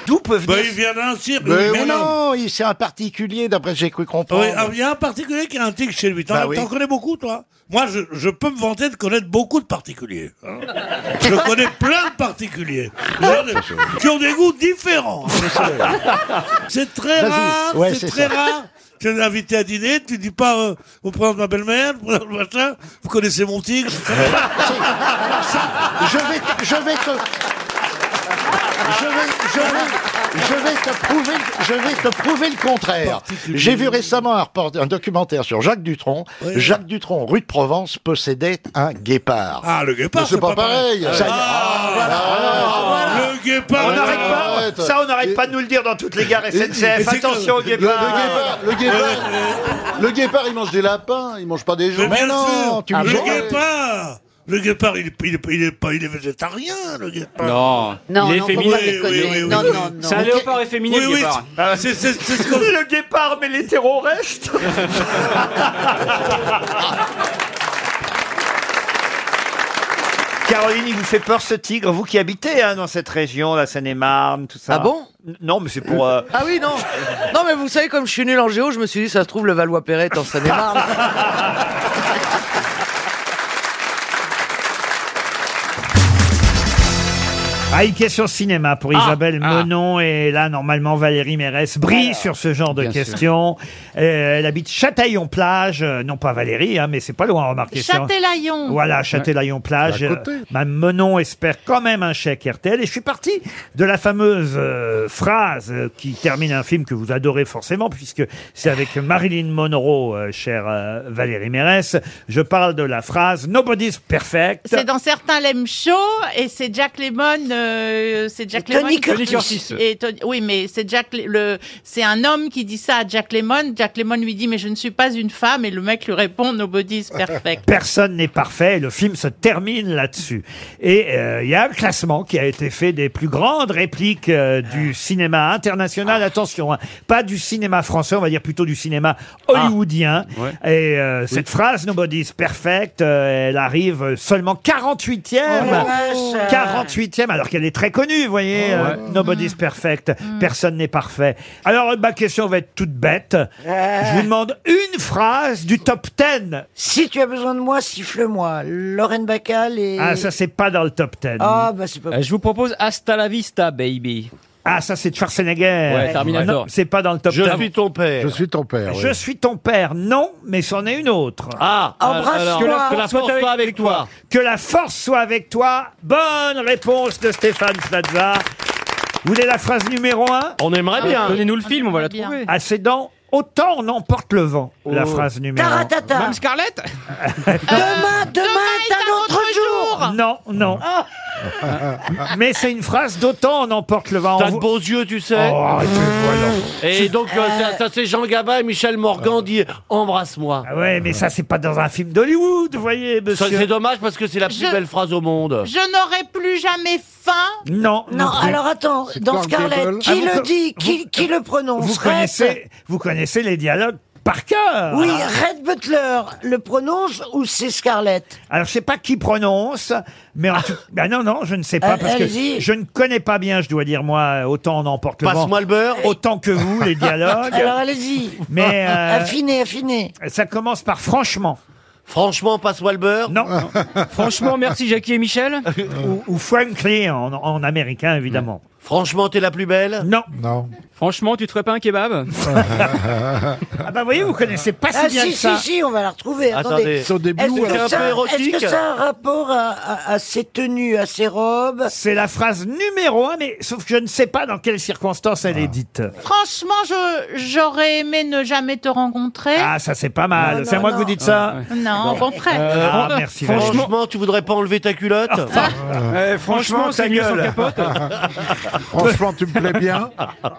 D'où peut
Bah,
venir
il vient d'un cirque.
Mais
il vient d'un-
non, il- c'est un particulier, d'après ce que j'ai cru comprendre.
Oui, ah, il y a un particulier qui a un tigre chez lui. T'en
Bah oui.
t'en connais beaucoup, toi Moi, je, je peux me vanter de connaître beaucoup de particuliers. hein. je connais plein de particuliers. J'en ai- qui ont des goûts différents. C'est très
Vas-y.
rare,
Ouais,
c'est
c'est
très
ça.
rare. Tu es invité à dîner, tu dis pas, euh, vous prenez ma belle-mère, vous prenez le machin, vous connaissez mon tigre.
Je vais, te- je vais te... Je vais, je vais, je vais te prouver, je vais te prouver le contraire. J'ai vu récemment un, report- un documentaire sur Jacques Dutronc. Jacques Dutronc, rue de Provence, possédait un guépard.
Ah, le guépard,
Mais c'est pas pareil.
Ça-
Ah, Le guépard.
On n'arrête Ah, pas.
Arrête.
Ça, on n'arrête pas de nous le dire dans toutes les gares
Et
SNCF.
c'est
Attention au
comme- le- le
guépard.
guépard, le guépard. Le guépard, il mange des lapins, il mange pas des gens.
Euh. Mais bien sûr,
tu me
le
jures.
guépard Le guépard, il, est- il, est- il est pas, il est végétarien, le guépard.
Non. Non, Il est non, faut efféminé. pas les
Oui,
connaître.
oui, oui,
Non,
oui.
non, non. C'est un léopard efféminé,
Oui,
le
oui,
guépard.
c'est- c'est- c'est ce qu'on-
Le guépard, mais l'hétéro reste. Caroline, il vous fait peur ce tigre, vous qui habitez hein, dans cette région, la Seine-et-Marne, tout ça.
Ah bon
N- Non, mais c'est pour. euh,
Ah oui, non. Non, mais vous savez, comme je suis nul en géo, je me suis dit, ça se trouve, le Valois-Perret est en
[LAUGHS]
Seine-et-Marne.
Ah, une question cinéma pour Isabelle Menon. Et là, normalement, Valérie Mérès brille sur ce genre de
Bien sûr.
questions. Euh, elle habite Châtaillon-Plage. Euh, Non, pas Valérie, hein, mais c'est pas loin, remarquez. c'est-
Châtelaillon.
Voilà, Châtelaillon-Plage.
C'est à côté.
Euh, Madame Menon espère quand même un chèque RTL. Et je suis parti de la fameuse euh, phrase euh, qui termine un film que vous adorez forcément, puisque c'est avec Marilyn Monroe, euh, chère euh, Valérie Mérès. Je parle de la phrase « Nobody's perfect ».
C'est dans certains l'aiment chaud et c'est Jack Lemmon, euh, c'est Jack
Et Tony
Lemmon qui-
Curtis. Tony Curtis.
Et Tony- oui, mais c'est Jack Le- le, c'est un homme qui dit ça à Jack Lemmon. Jack Lemmon lui dit mais je ne suis pas une femme et le mec lui répond nobody's
[LAUGHS]
perfect.
Personne n'est parfait. et Le film se termine là-dessus. Et euh, il y a un classement qui a été fait des plus grandes répliques euh, du
Ah.
cinéma international. Attention, hein, pas du cinéma français, on va dire plutôt du cinéma
Ah.
hollywoodien. Et euh, cette phrase, Nobody's Perfect, euh, elle arrive seulement 48e.
Oh la vache.
48e, alors qu'elle est très connue, vous voyez. euh, Nobody's
Mm.
Perfect, personne n'est parfait. Alors, euh, ma question va être toute bête.
Euh,
Euh.
Je vous demande une phrase du top 10
Si tu as besoin de moi, siffle-moi. Lauren Bacall et.
Ah, ça, c'est pas dans le top 10.
Ah, bah, c'est pas.
Euh, je vous propose Hasta la vista, baby.
Ah, ça, c'est Schwarzenegger.
Ouais, Terminator.
Non, c'est pas dans le top
Je
10.
suis
ton père.
Je suis ton père.
Je suis ton père, non, mais c'en est une autre. Ah,
Embrasse-moi. alors, que la- que la force soit avec toi.
Que la force soit avec toi. Bonne réponse de Stéphane Plaza. Vous voulez la phrase numéro 1
On aimerait
Ah,
bien.
oui.
Donnez-nous le film, on va la trouver.
Ah, c'est dans Autant on emporte le vent, la
Oh.
phrase numéro 1.
Taratata.
[LAUGHS]
Mme
Scarlett
Demain, demain, est un autre jour.
Non, non.
Ah.
Mais c'est une phrase d'autant on emporte le vent.
T'as
On
de
vous-
beaux yeux, tu sais. Mmh.
Oh, arrêtez, voilà.
Et donc, euh, ça, ça, c'est Jean Gabin et Michel Morgan dit Embrasse-moi.
Ah ouais, mais ça, c'est pas dans un film d'Hollywood, vous voyez,
Ça,
monsieur.
C'est dommage parce que c'est la plus
Je-
belle phrase au monde.
Je n'aurai plus jamais faim.
Non.
Non,
plus.
alors attends, dans Scarlett, qui
Ah, vous
le
co-
dit qui, qui le prononce
Vous
Rhett
connaissez, vous connaissez les dialogues par cœur.
Oui,
Ah.
Red Butler le prononce ou c'est Scarlett
Alors, je sais pas qui prononce, mais en tout... Ben non, non, je ne sais pas,
Allez-
parce que
Ah. allez-y.
je ne connais pas bien, je dois dire, moi, autant on emporte le vent.
Passe-moi
le beurre. Autant que vous, les dialogues.
Alors allez-y. Oh,
Mais, euh,
Affinez, affinez.
Ça commence par franchement.
Franchement, passe-moi le beurre.
Non.
Ah. Franchement, merci Jackie et Michel.
ou, ou Franklin, en, en américain, évidemment.
Franchement, t'es la plus belle
Non.
Non. Franchement, tu te ferais pas un kebab [LAUGHS]
Ah bah voyez, vous connaissez pas si
Ah
bien
si,
que ça.
si, si, on va la retrouver.
Attendez.
Attendez.
Ce sont des
Est-ce
blues,
que
alors.
ça-
C'est un peu érotique.
Est-ce que ça a un rapport à, à- à ses tenues, à ses robes
C'est la phrase numéro un, mais sauf que je ne sais pas dans quelles circonstances elle est dite.
Franchement, je j'aurais aimé ne jamais te rencontrer.
Ah, ça c'est pas mal.
Non,
C'est à
non,
moi que
non.
vous dites ça
Non, au contraire.
Ah, merci, Valérie.
franchement, tu voudrais pas enlever ta culotte
Eh, franchement,
ta
c'est mieux sans
franchement, tu me plais bien.
[LAUGHS]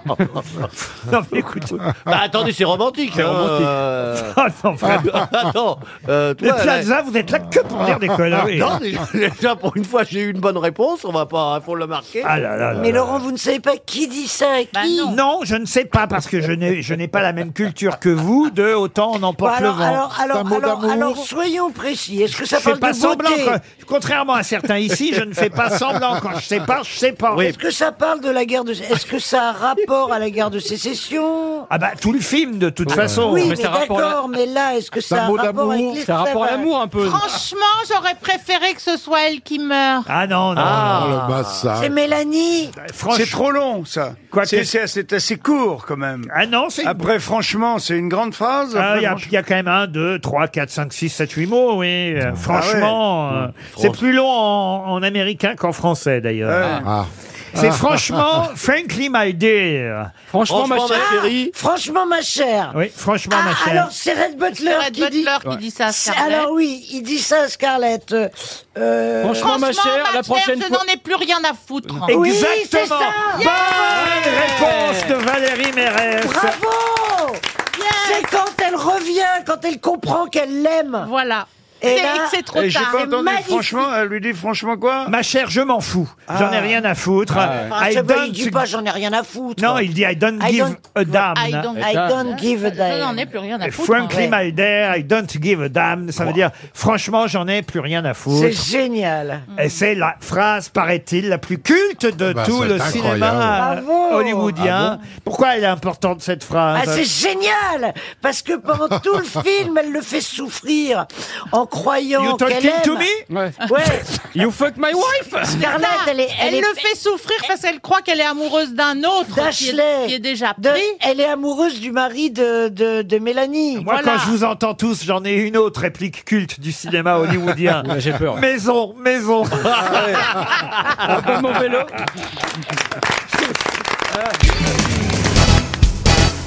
non, mais écoute.
Bah, attendez, c'est romantique.
C'est
hein,
romantique.
euh.
[LAUGHS] Ah, non, vraiment.
[LAUGHS] Attends. euh,
Mais
toi, Ah.
Plaza, vous êtes là que pour dire des conneries.
Non, déjà- déjà, pour une fois, j'ai eu une bonne réponse. On va pas, hein, faut le marquer.
Ah là là là
Mais
là.
Laurent, vous ne savez pas qui dit ça et qui
non. je ne sais pas parce que je n'ai je n'ai pas la même culture que vous. De autant on
Bon,
emporte
Bah, alors,
le vent.
alors, alors, alors, alors, soyons précis. Est-ce que ça
Je fais
parle
pas
de
semblant.
beauté
que- contrairement à certains ici, je ne fais pas semblant. Quand je sais pas, je sais pas.
Est-ce que ça parle de la guerre de Est-ce que ça a rapport à la guerre de sécession
Ah bah tout le film de toute façon.
Oui, mais, d'accord, mais là, est-ce que ça a rapport avec les
euh.
Oh,
Franchement, j'aurais préféré que ce soit elle qui meure.
Ah non, non.
Ah.
non.
C'est Mélanie.
Franchement-
C'est trop long, ça.
Quoi
C'est-
que-
C'est c'est assez court, quand même.
Ah non, c'est.
Après, franchement, c'est une grande phrase.
Ah,
après,
Il y a-
franchement-
il y, a quand même un, deux, trois, quatre, cinq, six, sept, huit mots, oui. Euh, Franchement,
ouais.
euh,
Ah Mmh.
c'est plus long en, en américain qu'en français d'ailleurs.
Ouais.
Ah.
[LAUGHS]
C'est franchement, frankly, my dear. Ah,
Franchement, ma Franchement, ma chère. chérie. Franchement, ma chère.
Oui, franchement, ma
Ah,
chère.
alors c'est Red Butler,
Red
qui, dit...
Butler qui dit ça à
C'est-
Scarlett.
Alors oui, il dit ça à Scarlett. Euh, euh,
Franchement, ma chère, je n'en ai plus rien à foutre.
Oui,
Exactement.
c'est ça.
Bonne
Yeah.
réponse de Valérie Mérès.
Bravo C'est quand elle revient, quand elle comprend qu'elle l'aime.
Voilà.
Et là,
Et Eh, j'ai pas entendu,
Eh ben, magnifique.
franchement, elle lui dit franchement quoi
Ma chère, je m'en fous. J'en ai rien à foutre.
Ah,
I
c'est pas-
don't-
il dit pas j'en ai rien à foutre.
Non, il dit I don't
I
give
don't-
a damn.
I don't- I don't give a damn.
Je n'en ai plus rien à foutre.
Frankly,
hein.
my dear, I don't give a damn. Ça veut dire, franchement, j'en ai plus rien à foutre.
C'est génial.
Mm.
Et c'est la phrase, paraît-il, la plus culte
Ah
de
bah,
tout
c'est
le
incroyable.
cinéma euh,
Bravo.
hollywoodien.
Ah
Pourquoi elle est importante cette phrase
Ah, c'est génial Parce que pendant
[LAUGHS]
tout le film, elle le fait souffrir en croyant
You
qu'elle
talking
aime.
to me
Ouais.
You fuck my wife
Scarlett, elle est-
Elle,
elle est-
le fait souffrir parce qu'elle croit qu'elle est amoureuse d'un autre qui
D'Ashley.
est, qui est déjà
De-
pris.
elle est amoureuse du mari de, de, de Mélanie.
Moi, quand je vous entends tous, j'en ai une autre réplique culte
[LAUGHS]
du cinéma hollywoodien.
Ouais, j'ai peur.
Maison,
[LAUGHS]
maison.
Ah Un peu mon vélo.
[LAUGHS]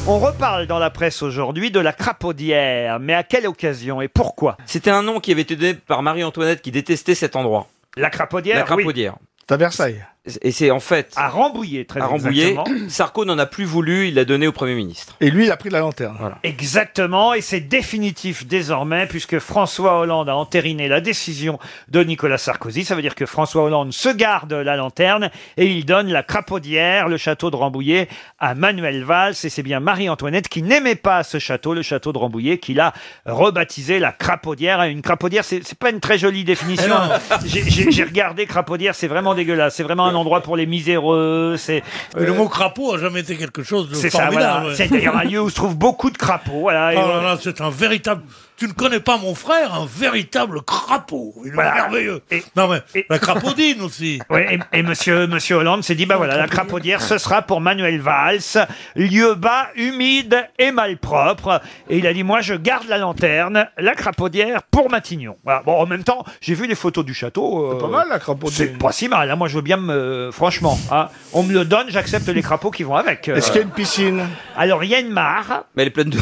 On reparle dans la presse aujourd'hui de la crapaudière, mais à quelle occasion et pourquoi
C'était un nom qui avait été donné par Marie-Antoinette qui détestait cet endroit.
La crapaudière
La crapaudière.
C'est à Versailles.
Et c'est en fait.
À Rambouillet, très
À Rambouillet.
exactement.
Sarko n'en a plus voulu, il l'a donné au Premier ministre.
Et lui, il a pris la lanterne.
Exactement, et c'est définitif désormais, puisque François Hollande a entériné la décision de Nicolas Sarkozy. Ça veut dire que François Hollande se garde la lanterne et il donne la crapaudière, le château de Rambouillet, à Manuel Valls. Et c'est bien Marie-Antoinette qui n'aimait pas ce château, le château de Rambouillet, qu'il a rebaptisé la crapaudière. Une crapaudière, c'est c'est pas une très jolie définition.
Eh
Ah non.
J'ai- J'ai j'ai regardé crapaudière, c'est vraiment dégueulasse. C'est vraiment un endroit pour les miséreux. C'est euh,
Le mot crapaud a jamais été quelque chose de
c'est
formidable.
ça, voilà.
ouais.
C'est d'ailleurs un lieu où se trouvent beaucoup de crapauds. Voilà. Et
Oh
voilà.
là là, c'est un véritable. Tu ne connais pas mon frère, un véritable crapaud. Il est
Voilà.
merveilleux. non mais la crapaudine aussi.
Ouais, et, et monsieur, monsieur Hollande s'est dit, bah voilà, la crapaudière, ce sera pour Manuel Valls, lieu bas, humide et malpropre. Et il a dit, moi, je garde la lanterne, la crapaudière pour Matignon. Voilà. Bon, en même temps, j'ai vu les photos du château. euh,
C'est pas mal, la crapaudière.
C'est pas si mal. hein. Moi, je veux bien me, franchement, hein. on me le donne, j'accepte les crapauds qui vont avec. euh.
Est-ce qu'il y a une piscine
Alors, il y a une mare.
Mais elle
[LAUGHS]
est pleine de.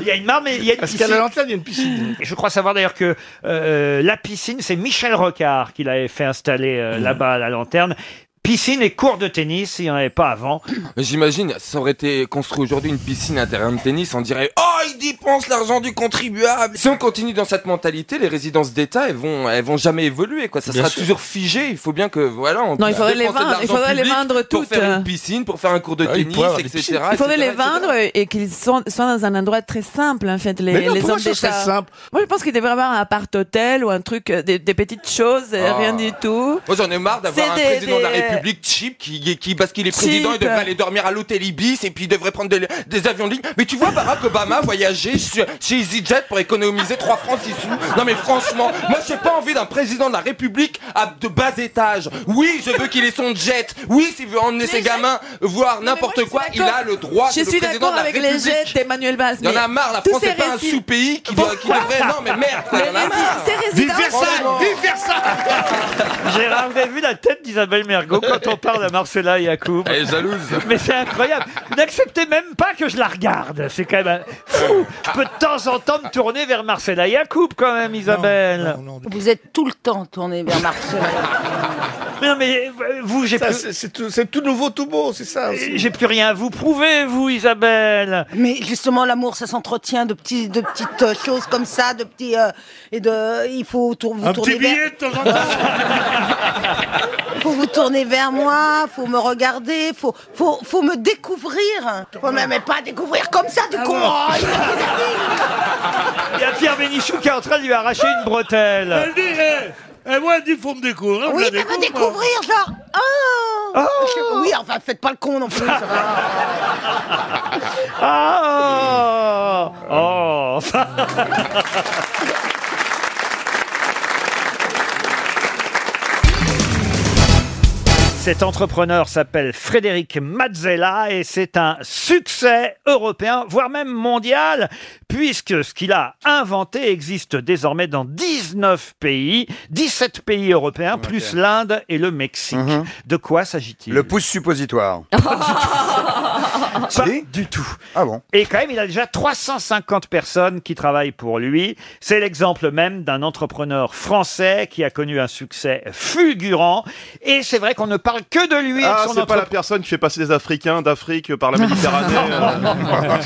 Il y a une mare, mais il y a une
Parce
piscine.
qu'à la lanterne, il y a une piscine.
Et je crois savoir d'ailleurs que euh, la piscine, c'est Michel Rocard qui l'avait fait installer euh, là-bas à la lanterne. Piscine et cours de tennis, il n'y en avait pas avant.
[COUGHS] Mais J'imagine, ça aurait été construit aujourd'hui une piscine, un terrain de tennis, on dirait Oh, ils dépensent l'argent du contribuable Si on continue dans cette mentalité, les résidences d'État, elles vont, elles vont jamais évoluer, quoi. Ça
Bien
sera
sûr.
toujours figé, il faut bien que, voilà,
Non,
on
il
puisse
faudrait les
dépenser de
vendre, il
l'argent
faudrait les
public
vendre toutes,
Pour faire
euh.
une piscine, pour faire un cours de
Ah, il
tennis,
pourrait avoir des
etc.
piscines. Il faudrait
etc.,
les
etc.
vendre et qu'ils sont- soient dans un endroit très simple, en fait, les,
Mais non,
les
pourquoi
hommes
ce serait
d'État.
simple
Moi, je pense qu'il devrait avoir un appart-hôtel ou un truc, euh, des, des petites choses, euh,
Ah.
rien du tout.
Moi j'en ai marre d'avoir
C'est
un
des-
président de la
des-
République cheap qui, qui parce qu'il est président, il
Cheap.
devrait aller dormir à l'hôtel Ibis et puis il devrait prendre des, des avions de ligne. Mais tu vois Barack Obama voyager sur- chez EasyJet pour économiser 3 francs 6 sous. Non mais franchement, moi j'ai pas envie d'un président de la République à de bas étage. Oui, je veux qu'il ait son jet. Oui, s'il veut emmener ses gamins voir n'importe quoi, il a le droit.
Je
c'est le
suis
président
d'accord
de la
avec les
République.
jets d'Emmanuel Valls.
Il y en
mais
a marre, la
tous
France
ces
n'est pas un
récits-
sous-pays qui, doit- qui devrait. Non mais merde, quoi, il y en a marre.
Vive Versailles Vive
Versailles
Gérard, vous avez vu la tête d'Isabelle Mergot quand on parle à Marcella Yacoub
Elle est jalouse.
Mais c'est incroyable. Vous N'acceptez même pas que je la regarde. C'est quand même euh, fou. Je peux de temps en temps me tourner vers Marcella Yacoub quand même, Isabelle.
Vous êtes tout le temps tourné vers Marcel.
Mais [LAUGHS] non, mais euh, vous, j'ai
Ça,
plus...
c'est-
C'est tout nouveau, tout beau, c'est ça J'ai plus rien à vous prouver, vous, Isabelle.
Mais justement, l'amour, ça s'entretient de, petits, de petites euh, choses comme ça, de petits. euh, et de, il faut tour- vous
Un
tourner
petit billet
vers.
de temps en temps.
faut vous tourner vers moi, faut me regarder, faut, faut, faut me découvrir. Faut même pas découvrir comme ça,
Ah
du con. Oh, il
Il y a Pierre Bénichou qui est en train de lui arracher une bretelle.
[LAUGHS] Elle dit, eh, eh, moi, elle dit, faut me découvrir. hein,
Oui,
je la
mais me
découvre, moi. Ah.
découvrir, genre. Oh, Je- Oui, enfin, faites pas le con non plus. ça
[LAUGHS]
va.
Ah Oh Cet entrepreneur s'appelle Frédéric Mazzella et c'est un succès européen, voire même mondial, puisque ce qu'il a inventé existe désormais dans 19 pays, 17 pays européens, plus l'Inde et le Mexique. De quoi s'agit-il Mhm. Le pouce suppositoire. Pas du tout.
Ah
Et quand même, il a déjà 350 personnes qui travaillent pour lui. C'est l'exemple même d'un entrepreneur français qui a connu un succès fulgurant. Et c'est vrai qu'on ne parle que de lui et de
Ah,
son
c'est pas la
entreprise. [LAUGHS]
personne qui fait passer des Africains d'Afrique par la
[LAUGHS]
Méditerranée. euh.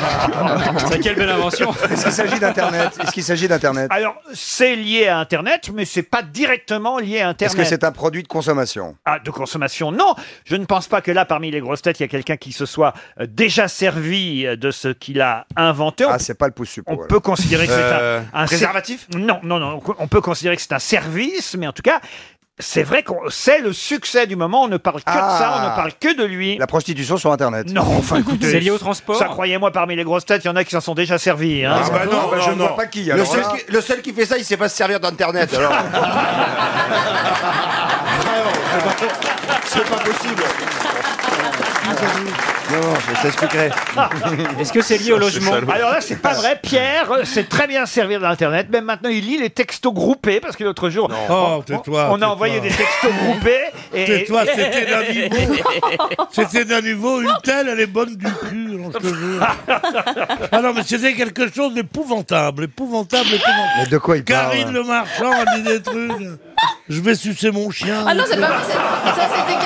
[LAUGHS] C'est quelle belle invention.
Est-ce qu'il s'agit d'Internet Est-ce qu'il s'agit d'Internet
Alors, c'est lié à Internet, mais c'est pas directement lié à
Est-ce
Internet.
que c'est un produit de consommation
Ah, de consommation, non. Je ne pense pas que là, parmi les grosses têtes, il y a quelqu'un qui se soit euh, déjà servi euh, de ce qu'il a inventé. ah, c'est pas le pouce On peut considérer que c'est un-
Euh,
un, ser-
préservatif
Non, non, non. On peut considérer que c'est un service, mais en tout cas, c'est vrai qu'on c'est le succès du moment. On ne parle que de ça, on ne parle que de lui.
Ah. La prostitution sur Internet.
Non, enfin écoutez.
C'est lié au transport
Ça, croyez-moi, parmi les grosses têtes, il y en a qui s'en sont déjà servis. hein.
Ah bah non, bah je ne vois pas qui. hein.
Le seul qui-
le seul qui fait ça, il sait pas se servir d'Internet. [LAUGHS] Alors.
C'est pas possible.
non, non, je t'expliquerai.
[LAUGHS] Est-ce que c'est lié au logement
salaud.
Alors là, c'est pas vrai. Pierre euh, sait très bien servir d'Internet. Même maintenant, il lit les textos groupés parce que l'autre jour,
Oh,
on-
tais-toi,
on, a
tais-toi.
envoyé des textos groupés. Et... [LAUGHS]
Tais-toi, c'était d'un
[LAUGHS]
niveau. [LAUGHS] C'était d'un niveau, une telle, elle est bonne du cul, on te jure. Ah non, mais c'était quelque chose d'épouvantable, épouvantable, épouvantable.
Mais de quoi il parle hein
Karine le marchand a dit des trucs. Je vais sucer mon chien.
Ah non, c'est pas vrai, c'est- ça c'était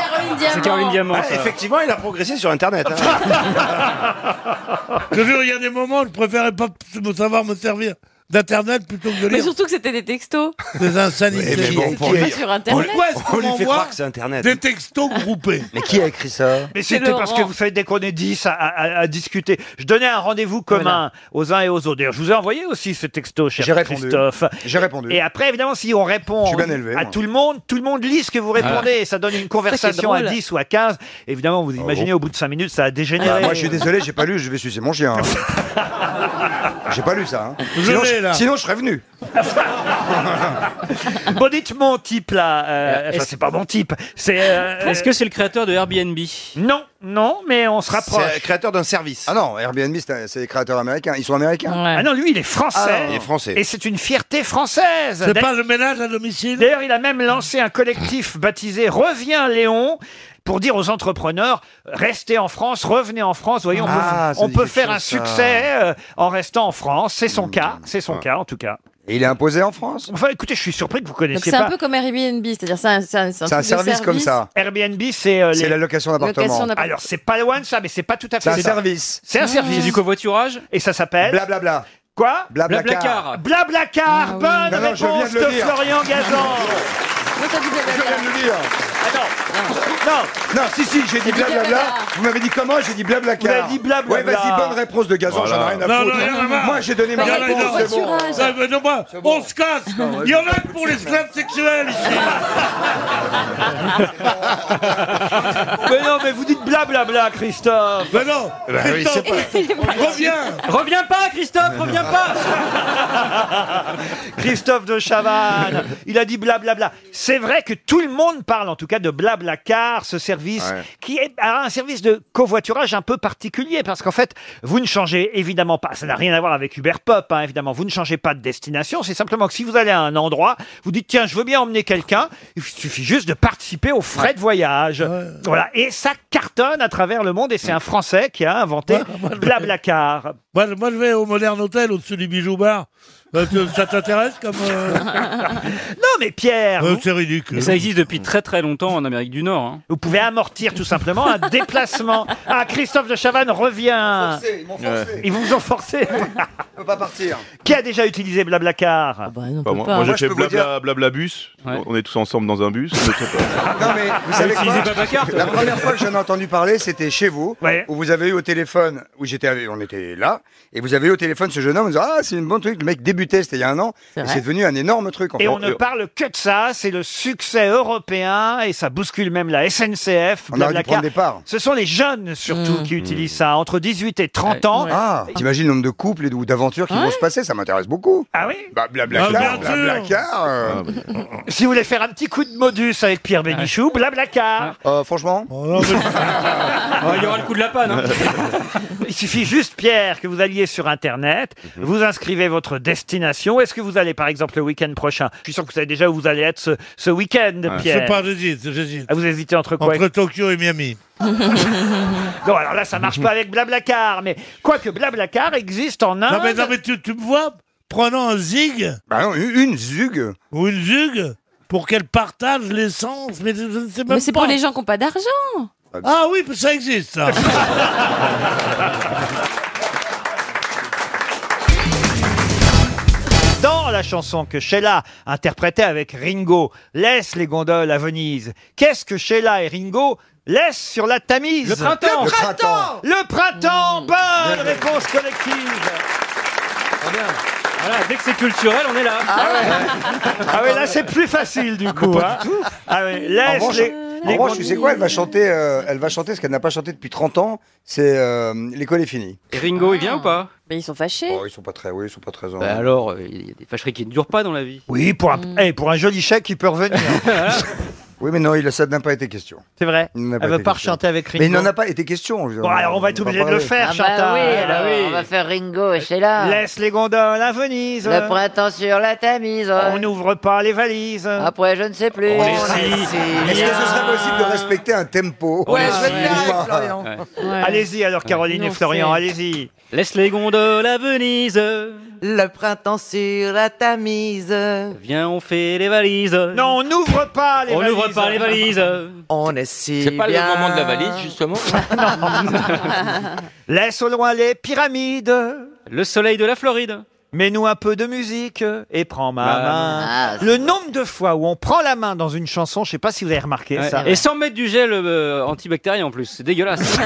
Caroline Diamant. Ah,
effectivement, il a progressé sur Internet. hein.
[LAUGHS] Je te jure, il y a des moments où je préférais pas me savoir me servir d'internet plutôt que de
Mais
lire
surtout que c'était des textos.
des insanités.
mais bon, pour lui- Sur Internet.
Pourquoi est-ce
On
qu'on
lui fait
m'envoie
croire que c'est Internet.
Des textos groupés.
Mais qui a écrit ça
Mais c'était parce que vous savez, dès qu'on est 10 à, à- à discuter, je donnais un rendez-vous commun aux uns et aux autres. D'ailleurs, je vous ai envoyé aussi ce texto, cher
J'ai répondu.
Christophe.
J'ai répondu.
Et après, évidemment, si on répond
Je suis bien élevé,
à
moi.
tout le monde, tout le monde lit ce que vous répondez
Ah.
et ça donne une conversation à
drôle.
10 ou à 15. Évidemment, vous imaginez, au bout de 5 minutes, ça a dégénéré.
Ah Bah, moi, je suis désolé, j'ai pas lu, je vais sucer mon chien.
[LAUGHS]
j'ai pas lu ça. hein.
Je
Sinon,
l'ai, là.
sinon, je serais venu.
[LAUGHS] bon, dites mon type là. euh,
Est-ce-
enfin, c'est pas mon type. C'est. euh,
Est-ce que c'est le créateur de Airbnb
Non, non, mais on se
C'est
rapproche.
créateur d'un service. Ah non, Airbnb, c'est un- c'est les créateurs américains. Ils sont américains.
Ah non, lui, il est français.
Ah, il est français.
Et c'est une fierté française.
C'est
D'a-
pas
le ménage à domicile
D'ailleurs, il a même lancé un collectif baptisé Reviens Léon pour dire aux entrepreneurs restez en France, revenez en France. Voyons,
Ah,
on peut,
ça
on
dit
peut
quelque
faire
chose,
un
ça. Mm.
succès euh, en restant en France. C'est son cas. C'est son cas, en tout cas.
Ah. Et il est imposé en France
Enfin, écoutez, je suis surpris que vous
Donc
connaissiez
c'est un
pas.
peu comme Airbnb, c'est-à-dire c'est un, c'est un- c'est un
C'est
truc
un
de
service comme ça.
Airbnb, c'est euh,
C'est
les-
la location d'appartement.
Location d'appart-
Alors, c'est pas loin de ça, mais c'est pas tout à fait
C'est un
ça.
service.
C'est un service.
C'est du covoiturage
Et ça s'appelle
Blablabla.
Quoi
Blablacar.
Blablacar.
Ah oui.
Bonne
Non, non, je viens
réponse
de
de,
le dire.
Florian
[LAUGHS]
Gazan.
Ah Non, si, si, j'ai dit blablabla. Vous m'avez dit comment J'ai dit blablacar.
Vous avez dit blablabla.
Ouais, vas-y, bonne réponse de gazon, j'en ai rien à
Non,
foutre.
non, rien à voir.
Moi, j'ai donné ma
Non, non,
réponse,
non.
c'est bon.
Ouais, mais non, moi, On se casse. Il y en a que pour l'esclave sexuel ici.
mais non, mais vous dites blablabla, Christophe.
Mais non.
Bah oui,
Christophe,
[LAUGHS]
c'est
reviens.
Reviens pas, Christophe, reviens pas
Christophe de Chavannes, il a dit blablabla. C'est vrai que tout le monde parle en tout cas de blablacar, ce service
Ouais.
qui est a un service de covoiturage un peu particulier parce qu'en fait, vous ne changez évidemment pas, ça n'a rien à voir avec Uber Pop, hein, évidemment, vous ne changez pas de destination, c'est simplement que si vous allez à un endroit, vous dites tiens, je veux bien emmener quelqu'un, il suffit juste de participer aux frais de voyage. Voilà, et ça cartonne à travers le monde et c'est un Français qui a inventé blablacar.
[LAUGHS] Moi, je- moi, je vais au Modern Hotel au-dessus du bijou bar. Euh, tu- Ça t'intéresse comme.
[LAUGHS]
euh,
Non mais Pierre,
euh,
vous-
c'est ridicule.
Mais ça existe depuis très très longtemps en Amérique du Nord. hein.
Vous pouvez amortir tout simplement un déplacement. Ah, Christophe de Chavannes revient.
Ils m'ont forcé.
Ils vous
[LAUGHS]
ont forcé.
Je peux pas partir.
Qui a déjà utilisé Blablacar
Bah, moi, moi, j'ai fait
peux vous
blabla, blabla bus. On est tous ensemble dans un bus. Je sais pas.
Non mais
Ah
vous savez
utilisez
quoi
Babacar, toi
La première fois que j'en ai entendu parler, c'était chez vous, où vous avez eu au téléphone, où j'étais, avec- on était là, et vous avez eu au téléphone ce jeune homme, en disant, ah c'est une bonne truc, le mec début débutait, c'était il y a un an,
C'est
et
vrai.
c'est devenu un énorme truc. en
Et
fait. Euh,
on ne parle que de ça, c'est le succès européen et ça bouscule même la SNCF.
On aurait dû
Blablacar.
prendre des parts.
Ce sont les jeunes surtout qui utilisent ça, entre 18 et 30 ans.
Ah, t'imagines le nombre de couples et de- ou d'aventures qui
Ouais.
vont se passer, ça m'intéresse beaucoup.
Ah oui
Bah, blablacar,
Ah, bien sûr.
blablacar. euh,
Si vous voulez faire un petit coup de modus avec Pierre Bénichou, Blablacar.
Euh, franchement
Ah,
Il y aura le coup de la panne.
hein.
[LAUGHS] Il suffit juste, Pierre, que vous alliez sur Internet,
Mhm.
vous inscrivez votre destination. Est-ce que vous allez, par exemple, le week-end prochain Je suis sûr que vous savez déjà où vous allez être ce, ce week-end, Pierre.
Je
[LAUGHS]
sais pas, j'hésite, j'hésite.
Ah, vous hésitez entre quoi
Entre Tokyo et Miami.
Non, alors là, ça marche pas avec Blablacar, mais quoique Blablacar existe en Inde.
Non, mais, non, mais tu, tu me vois prenant un zig
Bah non, une zug.
Ou une zug Pour qu'elle partage l'essence, mais je je ne sais même pas.
Mais c'est pour les gens qui n'ont pas d'argent.
Ah oui, ça existe,
[LAUGHS]
ça.
Ah
Dans la chanson que Sheila interprétait avec Ringo, Laisse les gondoles à Venise, qu'est-ce que Sheila et Ringo laissent sur la Tamise
Le printemps. Le printemps. Mmh.
Le printemps Bonne
Bien joué.
réponse collective
Voilà, dès que c'est culturel, on est là.
Ah Ah oui, là c'est plus facile du
[LAUGHS]
coup.
pas
hein. Ah oui, laisse
en revanche,
les,
en
les
revanche, tu
gondoles-
sais quoi Elle va chanter, euh, elle va chanter ce qu'elle n'a pas chanté depuis 30 ans. C'est euh, l'école est finie.
Et Ringo, il vient ou pas
Ah. Bah,
Mais ils sont fâchés.
Oh, ils sont pas très, oui, ils sont pas très. en-
Bah alors, euh, il y a des fâcheries qui ne durent pas dans la vie.
Oui, pour un, eh, pour un joli chèque, il peut revenir.
[LAUGHS] Oui, mais non, il, ça n'a pas été question.
C'est vrai.
Il n'en a
Elle
été
veut pas
question.
rechanter avec Ringo.
Mais il n'en a pas été question.
Bon, alors on va être obligé de le faire,
Ah, bah
Chantal.
on va faire Ringo et Sheila.
Laisse les gondoles à Venise.
Le printemps sur la Tamise.
On n'ouvre pas les valises.
Après, je ne sais plus.
On
Est-ce que ce serait possible de respecter un tempo
Ouais, je vais le faire
Ou
avec
pas
Florian. Allez-y alors, Caroline et Florian, allez-y.
Laisse les gondoles à Venise.
Le printemps sur la Tamise.
Viens, on fait les valises.
Non, on n'ouvre pas
Oh,
les
On
valises.
n'ouvre pas
[LAUGHS]
les valises.
On est si
C'est pas
bien.
le moment de la valise, justement.
Laisse au loin les pyramides.
Le soleil de la Floride. Bah,
Mets-nous un peu de musique et prends ma
Ma
main. Le nombre de fois où on prend la main dans une chanson, je sais pas si vous avez remarqué
Ouais.
ça.
Et sans mettre du gel euh, antibactérien en plus, c'est dégueulasse.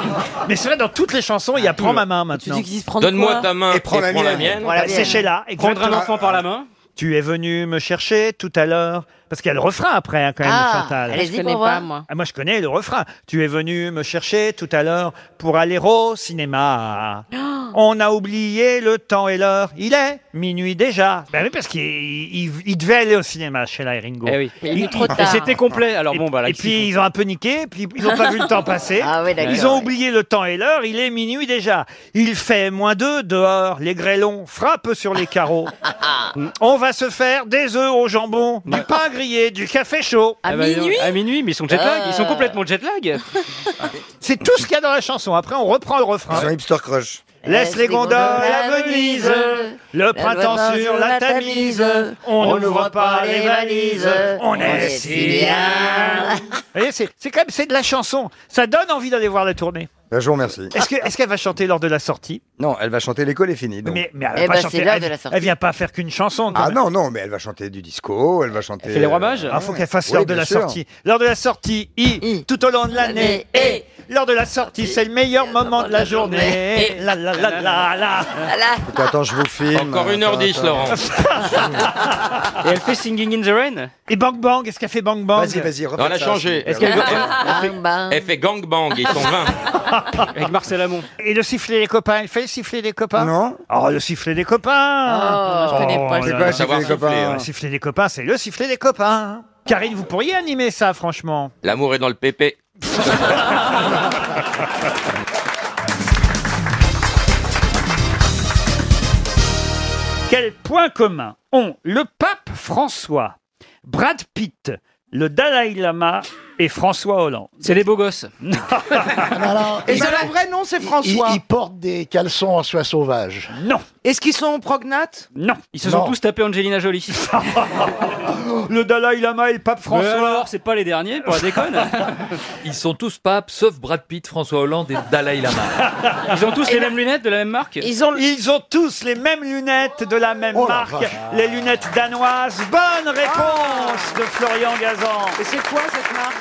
[LAUGHS] Mais c'est vrai, dans toutes les chansons,
Ah,
il y a prends ma main maintenant.
Donne-moi ta main
Et prends la mienne. Voilà,
Ta
c'est Sheila,
Prendre un
exactement.
enfant par la main.
Tu es venu me chercher tout à l'heure. Parce qu'il y a le refrain après, hein, quand même,
Ah,
Chantal.
allez-y Je connais pour pas, voir. moi.
Ah, moi, je connais le refrain. Tu es venu me chercher tout à l'heure pour aller au cinéma. On a oublié le temps et l'heure. Il est minuit déjà. Ben oui, parce qu'il il- il devait aller au cinéma chez la Ringo.
Eh oui.
Il-
Il est
il-
trop tard. Et c'était complet, alors
Et-
bon, bah, là,
Et
qu'est-ce
puis
qu'ils
ils ont un peu niqué, puis ils n'ont pas vu le temps passer.
Ah oui, d'accord,
ils ont
ouais.
oublié le temps et l'heure. Il est minuit déjà. Il fait moins deux dehors. Les grêlons frappent sur les carreaux. On va se faire des œufs au jambon, du pain grillé, du café chaud.
Ah bah, non, À minuit, mais ils sont jet lag. Ils sont
Ah.
complètement jet lag.
C'est tout ce qu'il y a dans la chanson. Après, on reprend le refrain.
Ils ont hipster
[LAUGHS]
crush.
Laisse les gondoles à Venise, le printemps sur la Tamise. On n'ouvre pas les valises, on est si bien. Vous voyez, c'est c'est quand même c'est de la chanson. Ça donne envie d'aller voir la tournée.
Ben, je vous remercie.
Est-ce que- est-ce qu'elle va chanter lors de la sortie
Non, elle va chanter l'école est finie. donc.
Mais, mais elle, va pas chanter- elle- elle vient pas faire qu'une chanson. quand
Ah
même.
non, non, mais elle va chanter du disco, elle va chanter.
fait les rois
Euh,
mages Ah, faut qu'elle fasse l'heure de la sortie. L'heure de la sortie, I, tout au long de l'année, et L'heure de la sortie, c'est le meilleur moment de la journée. La la la la la.
Écoutez, attends, je vous filme.
Encore une heure
Attends,
dix,
attends.
Laurent.
Et elle fait Singing in the Rain.
Et Bang Bang, est-ce qu'elle fait Bang Bang
Vas-y, vas-y, refais
Non, elle a
ça,
changé.
s'il te
Elle
plaît.
fait-
Ah,
elle fait-
bah.
Elle fait gangbang, ils sont 20.
Avec Marcel Amont.
Et le sifflet des copains, il fait le sifflet des copains
Non.
Oh, le sifflet des copains
Oh, je connais pas. C'est quoi, le sifflet des copains
Le sifflet des copains, c'est le sifflet des copains. Karine, vous pourriez animer ça, franchement.
L'amour est dans le
[LAUGHS]
pépé.
Quel point commun ont le pape François, Brad Pitt, le Dalai Lama et François Hollande
C'est des beaux gosses.
Et le vrai nom, c'est François.
Ils, ils portent des caleçons en soie sauvage.
Non.
Est-ce qu'ils sont prognates
Non.
Ils se sont
Non.
tous tapés Angelina Jolie.
[LAUGHS] le Dalai Lama et le pape
François. alors, c'est pas les derniers, pour la déconne.
[LAUGHS]
Ils sont tous papes, sauf Brad Pitt, François Hollande et Dalai Lama.
Ils ont tous les mêmes lunettes de la même marque.
Eh ben, Ils ont, ils ont tous les mêmes lunettes de la même
Oh la
marque,
vache.
les lunettes danoises. Bonne réponse de Florian Gazan.
Et c'est quoi cette marque